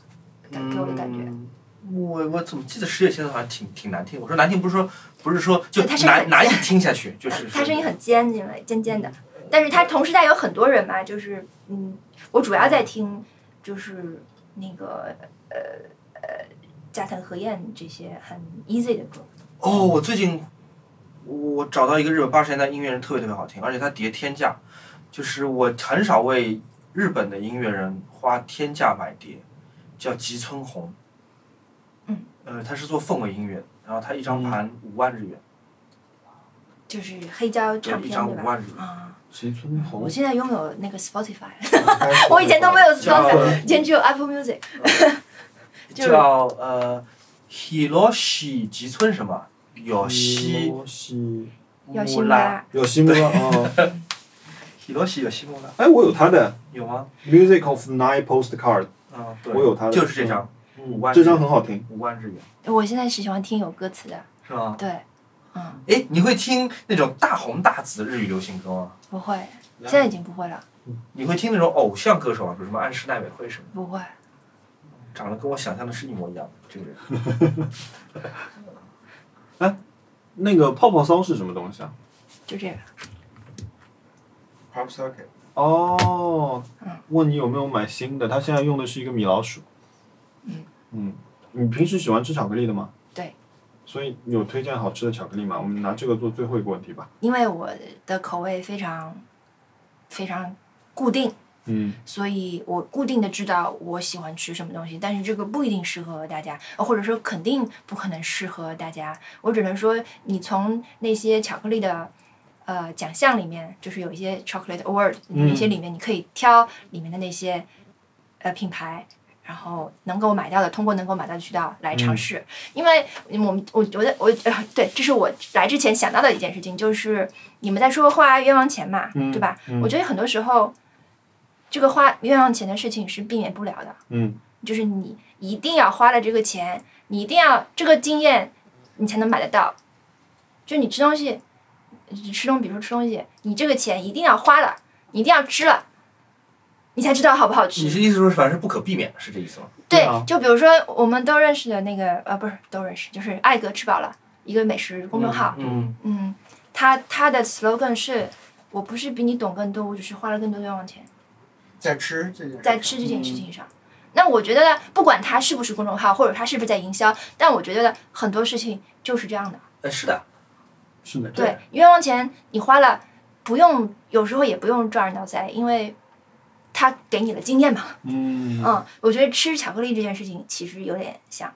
Speaker 2: 感给我的感觉。
Speaker 4: 嗯我我怎么记得石野现在好像挺挺难听？我说难听不是说不是说就
Speaker 2: 对他声音
Speaker 4: 难
Speaker 2: 很
Speaker 4: 难以
Speaker 2: 尖
Speaker 4: 听下去，就是
Speaker 2: 呃
Speaker 4: 嗯
Speaker 2: 他声音很尖，因为尖尖的，但是他同时代有很多人嘛，就是嗯，我主要在听就是那个呃呃加藤和彦这些很 easy 的歌，
Speaker 4: 哦，我最近我找到一个日本八十年代音乐人特别特别好听，而且他叠天价，就是我很少为日本的音乐人花天价买碟，叫吉村弘。
Speaker 2: 嗯。
Speaker 4: 呃，他是做氛围音乐的，然后他一张盘五万日元，
Speaker 2: 就是黑胶
Speaker 4: 对
Speaker 2: 唱
Speaker 4: 一
Speaker 2: 片
Speaker 4: 张
Speaker 2: 对
Speaker 4: 五万嗯
Speaker 2: 吧？
Speaker 4: 日元。
Speaker 2: 啊，
Speaker 3: 吉村
Speaker 2: 我
Speaker 3: 弘，
Speaker 2: 现在拥有那个 Spotify，我 [laughs] 以前都没有
Speaker 4: 叫
Speaker 2: Spotify，以前只有 Apple Music。就是
Speaker 4: 叫呃，Hiroshi 吉村什么？有西
Speaker 3: 西
Speaker 2: 要
Speaker 4: 木
Speaker 2: 新
Speaker 4: 拉
Speaker 2: 拉，
Speaker 3: 有西木拉哦，
Speaker 4: ，Hiroshi 有西木拉
Speaker 3: 哎，我有他的
Speaker 4: 有吗？
Speaker 3: 《Music of Nine Postcard》，
Speaker 4: 嗯，对，
Speaker 3: 我有他的，
Speaker 4: 就是这张五万
Speaker 3: 嗯，
Speaker 4: 日
Speaker 3: 这
Speaker 4: 元，
Speaker 3: 张很好听。
Speaker 4: 五万日元
Speaker 2: 我现在是喜欢听有歌词的，
Speaker 4: 是吗？
Speaker 2: 对，嗯，
Speaker 4: 哎，你会听那种大红大紫的日语流行歌吗？
Speaker 2: 不会，现在已经不会了，
Speaker 4: 你会听那种偶像歌手吗？比如什么安室奈美惠什么的，
Speaker 2: 不会。
Speaker 4: 长得跟我想象的是一模一样的这个人。
Speaker 3: 那个泡泡骚是什么东西啊？
Speaker 2: 就这个。
Speaker 1: Pop Socket
Speaker 3: 哦
Speaker 2: 嗯，
Speaker 3: 问你有没有买新的？他现在用的是一个米老鼠。
Speaker 2: 嗯
Speaker 3: 嗯你平时喜欢吃巧克力的吗？
Speaker 2: 对。
Speaker 3: 所以有推荐好吃的巧克力吗？我们拿这个做最后一个问题吧。
Speaker 2: 因为我的口味非常非常固定，
Speaker 3: 嗯
Speaker 2: 所以我固定的知道我喜欢吃什么东西，但是这个不一定适合大家，呃或者说肯定不可能适合大家。我只能说，你从那些巧克力的。呃，奖项里面就是有一些 chocolate award
Speaker 3: 嗯
Speaker 2: 那些里面，你可以挑里面的那些呃品牌，然后能够买到的，通过能够买到的渠道来
Speaker 3: 嗯
Speaker 2: 尝试。因为我们我觉得我呃对，这是我来之前想到的一件事情，就是你们在说花冤枉钱嘛，
Speaker 3: 嗯
Speaker 2: 对吧？
Speaker 3: 嗯
Speaker 2: 我觉得很多时候，这个花冤枉钱的事情是避免不了的，
Speaker 3: 嗯
Speaker 2: 就是你一定要花了这个钱，你一定要这个经验，你才能买得到。就你吃东西，吃东，比如说吃东西，你这个钱一定要花了，你一定要吃了，你才知道好不好吃。
Speaker 4: 你是意思说，反正是不可避免的，是这意思吗？
Speaker 3: 对
Speaker 2: 对
Speaker 3: 啊，
Speaker 2: 就比如说我们都认识的那个，呃，不是都认识，就是艾格吃饱了一个美食公众号，
Speaker 4: 嗯，
Speaker 2: 嗯，他他的 slogan 是我不是比你懂更多，我只是花了更多的冤枉钱
Speaker 1: 在吃这件事，
Speaker 2: 在吃这件事情上。那我觉得呢，不管他是不是公众号，或者他是不是在营销，但我觉得呢很多事情就是这样的。
Speaker 4: 哎，是的，
Speaker 3: 是的。
Speaker 2: 对，冤枉钱你花了，不用有时候也不用抓耳挠腮，因为他给你了经验嘛。
Speaker 3: 嗯
Speaker 2: 嗯，我觉得吃巧克力这件事情其实有点像，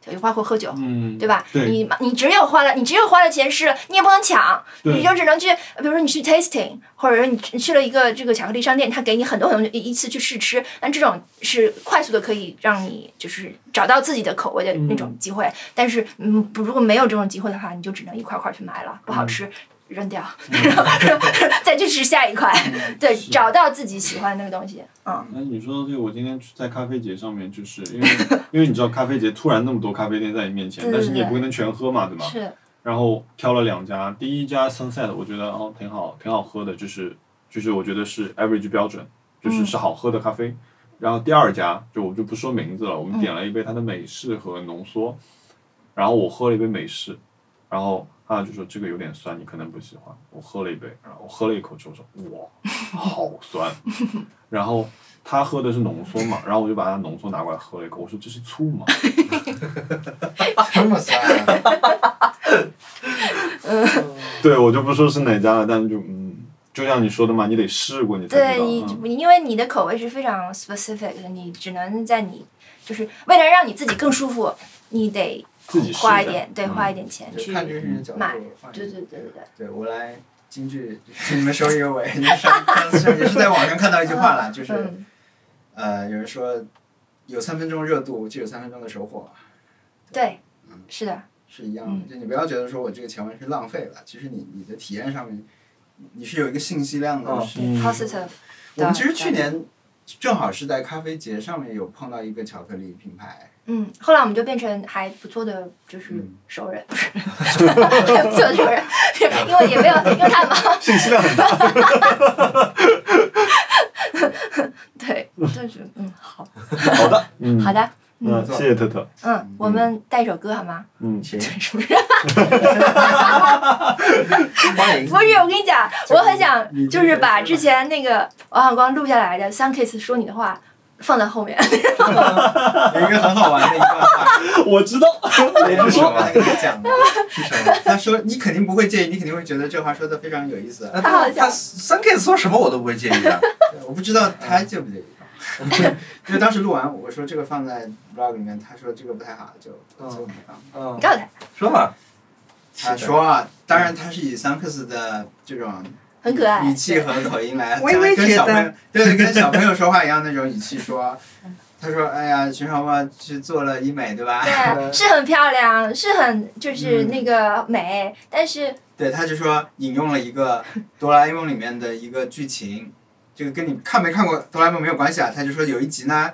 Speaker 2: 就包括喝酒，
Speaker 3: 嗯，
Speaker 2: 对吧？
Speaker 3: 对
Speaker 2: 你 [laughs] 你只有花了，你只有花了钱是，你也不能抢，
Speaker 3: 对
Speaker 2: 你就只能去，比如说你去 tasting，或者说你去了一个这个巧克力商店，他给你很多很多一次去试吃，但这种是快速的可以让你就是找到自己的口味的那种机会。但是，嗯，不如果没有这种机会的话，你就只能一块块去买了，不
Speaker 3: 嗯
Speaker 2: 好吃。扔掉， [laughs] 然后再去吃下一块。对，
Speaker 3: 是
Speaker 2: 找到自己喜欢的那个东西。嗯，
Speaker 3: 那你说到这个，我今天在咖啡节上面，就是因为因为你知道咖啡节突然那么多咖啡店在你面前，
Speaker 2: 对对
Speaker 3: 但是你也
Speaker 2: 对
Speaker 3: 不可能全喝嘛，对吧？
Speaker 2: 是。
Speaker 3: 然后挑了两家，第一家 Sunset 我觉得哦挺好，挺好喝的，就是就是我觉得是 average 标准，就是是好喝的咖啡。然后第二家就我就不说名字了，我们点了一杯它的美式和浓缩，然后我喝了一杯美式，然后他就说这个有点酸，你可能不喜欢。我喝了一杯，然后我喝了一口之后说哇，好酸。然后他喝的是浓缩嘛，然后我就把他浓缩拿过来喝了一口，我说这是醋吗？
Speaker 1: 这么三啊，
Speaker 3: [laughs] 对我就不说是哪家了，但是就嗯，就像你说的嘛，你得试过你才
Speaker 2: 对
Speaker 3: 知道。
Speaker 2: 你
Speaker 3: 嗯，
Speaker 2: 你因为你的口味是非常 specific 的，你只能在你就是为了让你自己更舒服，你得
Speaker 3: 自己试
Speaker 2: 花一
Speaker 3: 下
Speaker 2: 点，对，
Speaker 3: 嗯
Speaker 2: 花一点钱去
Speaker 1: 就。看这个事情的角度
Speaker 2: 买。
Speaker 1: 换一
Speaker 2: 对
Speaker 1: 个
Speaker 2: 对对对对，
Speaker 1: 对我来京剧给你们收一个尾，就是上上也是在网上看到一句话啦，就是
Speaker 2: 嗯，
Speaker 1: 呃，有人说有三分钟热度就有三分钟的收获，
Speaker 2: 对，
Speaker 1: 嗯
Speaker 2: 是的，
Speaker 1: 是一样的。就你不要觉得说我这个钱完是浪费了，其实你你的体验上面，你是有一个信息量的
Speaker 4: 嗯。
Speaker 1: 是
Speaker 2: 对 positive
Speaker 1: 我
Speaker 2: 的。
Speaker 1: 们其实去年正好是在咖啡节上面有碰到一个巧克力品牌，
Speaker 2: 嗯，后来我们就变成还不错的，就是
Speaker 1: 嗯
Speaker 2: 熟人，不是 [laughs] 还不错的熟人，因为也没有因为他忙。
Speaker 3: 信息量很大。
Speaker 2: [laughs] 对，就是嗯，好
Speaker 3: 好的，嗯，
Speaker 2: 好的，
Speaker 3: 嗯，谢谢特特，
Speaker 2: 嗯，我们带一首歌好吗？
Speaker 3: 嗯，
Speaker 2: [laughs]
Speaker 4: 行，
Speaker 2: 是不是？
Speaker 4: 欢迎
Speaker 2: 不是，我跟你讲，我很想
Speaker 1: 你
Speaker 2: 就是把之前那个王小光录下来的《Sun Kiss》说你的话放在后面。
Speaker 1: 有一个很好玩的一段话，
Speaker 3: 我知道，
Speaker 1: 我
Speaker 3: 我
Speaker 1: 不
Speaker 3: 不
Speaker 1: 是
Speaker 3: 说
Speaker 1: 我，来跟你讲的。
Speaker 4: 是什么？
Speaker 1: 他说你肯定不会介意，你肯定会觉得这话说的非常有意思。
Speaker 2: 他好
Speaker 4: 他
Speaker 2: 像
Speaker 4: 三 K 说什么我都不会介意
Speaker 1: [laughs]
Speaker 4: 的。
Speaker 1: 对我不知道他介不介意。 [laughs] 因为当时录完，我说这个放在 vlog 里面，他说这个不太好，就
Speaker 4: 嗯
Speaker 1: 就没放。
Speaker 4: 嗯
Speaker 2: 你，告诉他
Speaker 4: 说嘛，
Speaker 1: 他说啊，当然他是以桑克斯的这种
Speaker 2: 很可爱
Speaker 1: 语，气和口音来，
Speaker 4: 我以为
Speaker 1: 跟
Speaker 4: 觉
Speaker 1: 小朋友 [laughs]
Speaker 4: 得
Speaker 1: 对跟小朋友说话一样那种语气说。他说：“哎呀，徐少波去做了医美，对吧？”
Speaker 2: 对，是很漂亮，是很就是那个美，但是
Speaker 1: 对，他就说引用了一个哆啦 A 梦里面的一个剧情，这个跟你看没看过哆啦 A 梦没有关系啊。他就说有一集呢，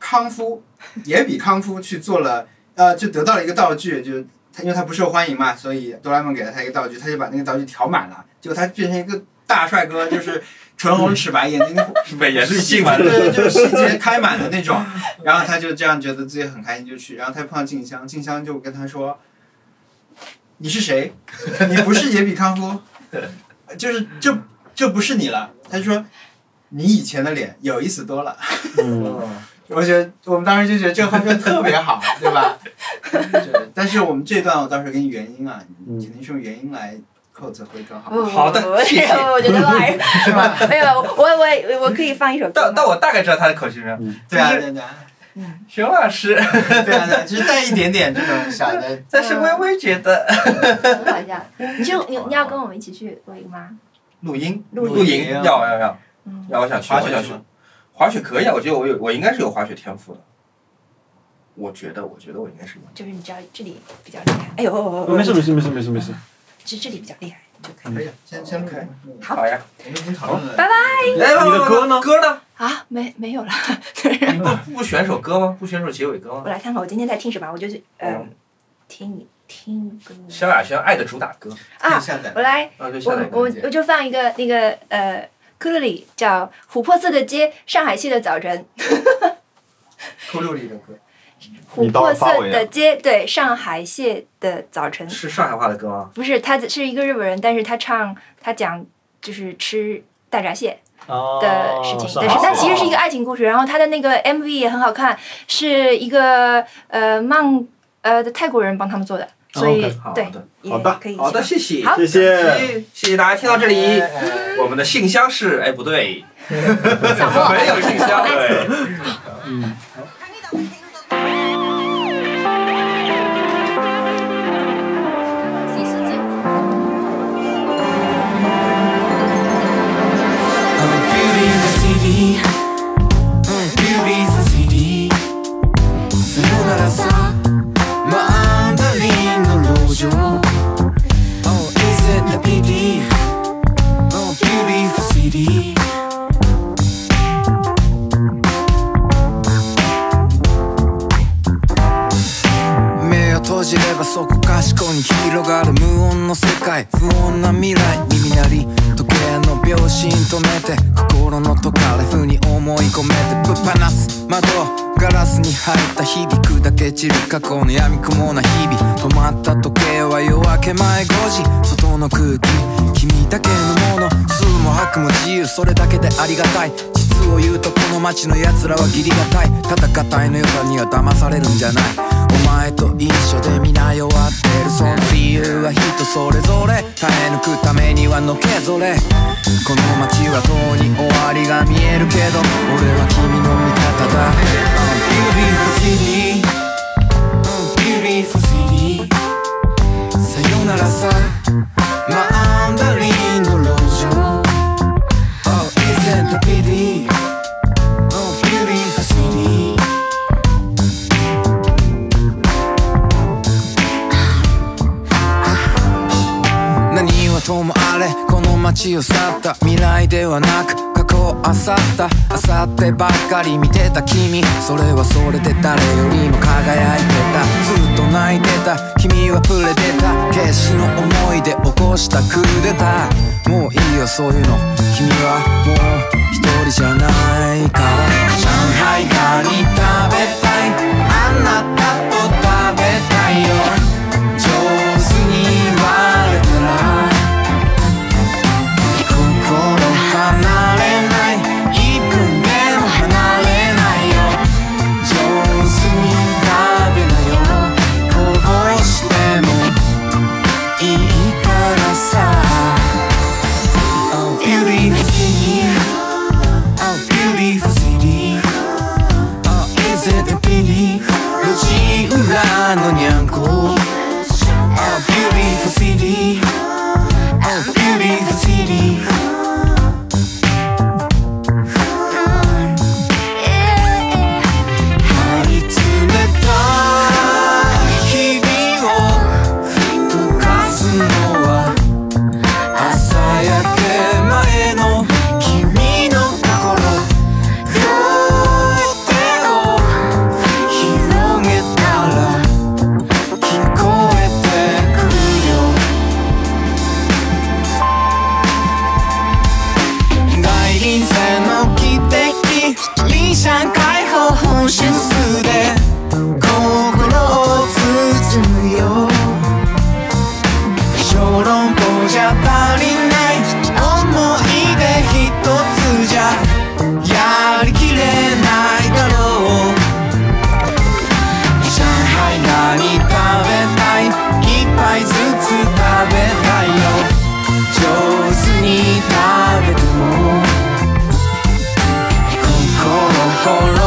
Speaker 1: 康夫也比康夫去做了，呃，就得到了一个道具，就他因为他不受欢迎嘛，所以哆啦 A 梦给了他一个道具，他就把那个道具调满了，结果他变成一个大帅哥，就是唇红齿白，眼睛
Speaker 4: [laughs] 美颜滤镜嘛，
Speaker 1: 对，就是细节开满的那种。然后他就这样觉得自己很开心就去，然后他碰到静香，静香就跟他说：“你是谁？你不是野比康夫，就是这这不是你了。”他说：“你以前的脸有意思多了。”
Speaker 3: [laughs] 嗯，
Speaker 1: 我觉得我们当时就觉得这个画面特别好，对吧？对但是我们这段我到时候给你原音啊，
Speaker 3: 嗯
Speaker 1: 你肯定是用原音来 quote 会更好。
Speaker 2: 不
Speaker 4: 好的
Speaker 2: 不不
Speaker 4: 谢谢
Speaker 2: 哦我觉得还是没有，我我我可以放一首歌吗。
Speaker 4: 但但我大概知道他的口型是
Speaker 1: 对啊，
Speaker 4: 就是
Speaker 1: 对啊，对啊，
Speaker 4: 熊老师，
Speaker 1: 对啊，对啊，就是带一点点这种小的。
Speaker 4: 但是微微觉得
Speaker 2: 很搞笑。你就你你要跟我们一起去露营吗？
Speaker 4: 录音
Speaker 2: 露
Speaker 4: 录
Speaker 1: 营
Speaker 4: 营要要要
Speaker 2: 嗯，
Speaker 4: 要，我想去，
Speaker 1: 滑
Speaker 4: 我
Speaker 1: 雪
Speaker 4: 想
Speaker 1: 去
Speaker 4: 去
Speaker 1: 吗。
Speaker 4: 滑雪可以啊，我觉得我有我应该是有滑雪天赋的。我觉得，我觉得我应该是有。
Speaker 2: 就是你知道这里比较厉害。哎呦，
Speaker 3: 没事没事没事没事
Speaker 2: [laughs]
Speaker 3: 没事，
Speaker 2: 这这里比较厉害就可以。
Speaker 1: 可以，先先录
Speaker 4: OK
Speaker 1: 嗯
Speaker 2: 好
Speaker 4: 好呀，
Speaker 1: 我们已经讨论了。
Speaker 2: 拜
Speaker 1: 拜。
Speaker 4: 哎
Speaker 3: 你的歌呢
Speaker 4: 歌呢？
Speaker 2: 啊，没没有了，
Speaker 4: 你不不选首歌吗？不选首结尾歌吗
Speaker 2: 我？来看看，我今天在听什么？我就去呃
Speaker 4: 嗯，
Speaker 2: 听你听歌
Speaker 4: 萧亚轩《爱的主打歌》，
Speaker 1: 可以
Speaker 2: 啊，
Speaker 1: 下载。
Speaker 2: 我来
Speaker 4: 然后就下
Speaker 2: 我
Speaker 4: 来一
Speaker 2: 我
Speaker 4: 个。
Speaker 2: 我就放一个那个呃。库鲁里叫《琥珀色的街》，上海戏的早晨。
Speaker 1: 扣六里的歌，
Speaker 3: 你
Speaker 2: 琥
Speaker 3: 到
Speaker 2: 珀
Speaker 3: 了发
Speaker 2: 色
Speaker 3: 尾
Speaker 2: 的
Speaker 3: 了
Speaker 2: 街，对，上海蟹的早晨，
Speaker 4: 是上海话的歌吗？
Speaker 2: 不是他是一个日本人，但是他唱他讲就是吃大闸蟹
Speaker 3: 哦
Speaker 2: 的事情，哦但是
Speaker 4: 好
Speaker 2: 它
Speaker 4: 好
Speaker 2: 其实是一
Speaker 4: 好
Speaker 2: 个爱情故事，然后他的那个 MV 也很好看，是一个呃曼呃泰国人帮他们做的，所以
Speaker 3: OK，
Speaker 4: 好
Speaker 2: 对
Speaker 4: 的，
Speaker 2: 也
Speaker 3: 好的
Speaker 2: 可以
Speaker 4: 好的，
Speaker 2: 去
Speaker 4: 谢谢。
Speaker 2: 好
Speaker 3: 谢谢，
Speaker 4: 谢谢大家听到这里。
Speaker 1: 哎
Speaker 4: 我们的信箱是，哎，不对，
Speaker 2: 小莫
Speaker 4: 没有信箱，对。
Speaker 3: 嗯。
Speaker 7: Beauty's a CD. Beauty's a CD. 스누가라서 마음들린 놀로죠. Oh, is it the PD? Oh, beautiful CD.「目を閉じればそこかしこに広がる無音の世界」「不穏な未来」「耳鳴り時計の秒針止めて」「心の解かれ風に思い込めて」「ぶっ放す窓ガラスに入った響くだけ散る過去の闇雲な日々」「止まった時計は夜明け前5時」「外の空気君だけのもの」「数も悪も自由それだけでありがたい」実を言うとこの街の奴らは義理がたい戦いの良さには騙されるんじゃないお前と一緒で皆弱ってるその理由は人それぞれ耐え抜くためにはのけぞれこの街はとうに終わりが見えるけど俺は君の味方だ Beautiful city Beautiful city さよならさマンダリンの路上 Oh, isn't the pity? Oh, beautiful city.「何はともあれこの街を去った」「未来ではなく過去を漁った」「あさってばっかり見てた君」「それはそれで誰よりも輝いてた」「ずっと泣いてた君はプレてた」「決死の思いで起こしたクーデター」「もういいよそういうの君はもう一人じゃないから」「上海ガニ食べたいあなたと食べたいよ」「上手に言われたら」「心離れない」「幾分でも離れないよ」「上手に食べなよ」「こぼしてもいいからさ」「Oh, beauty is here」「Oh, beauty 心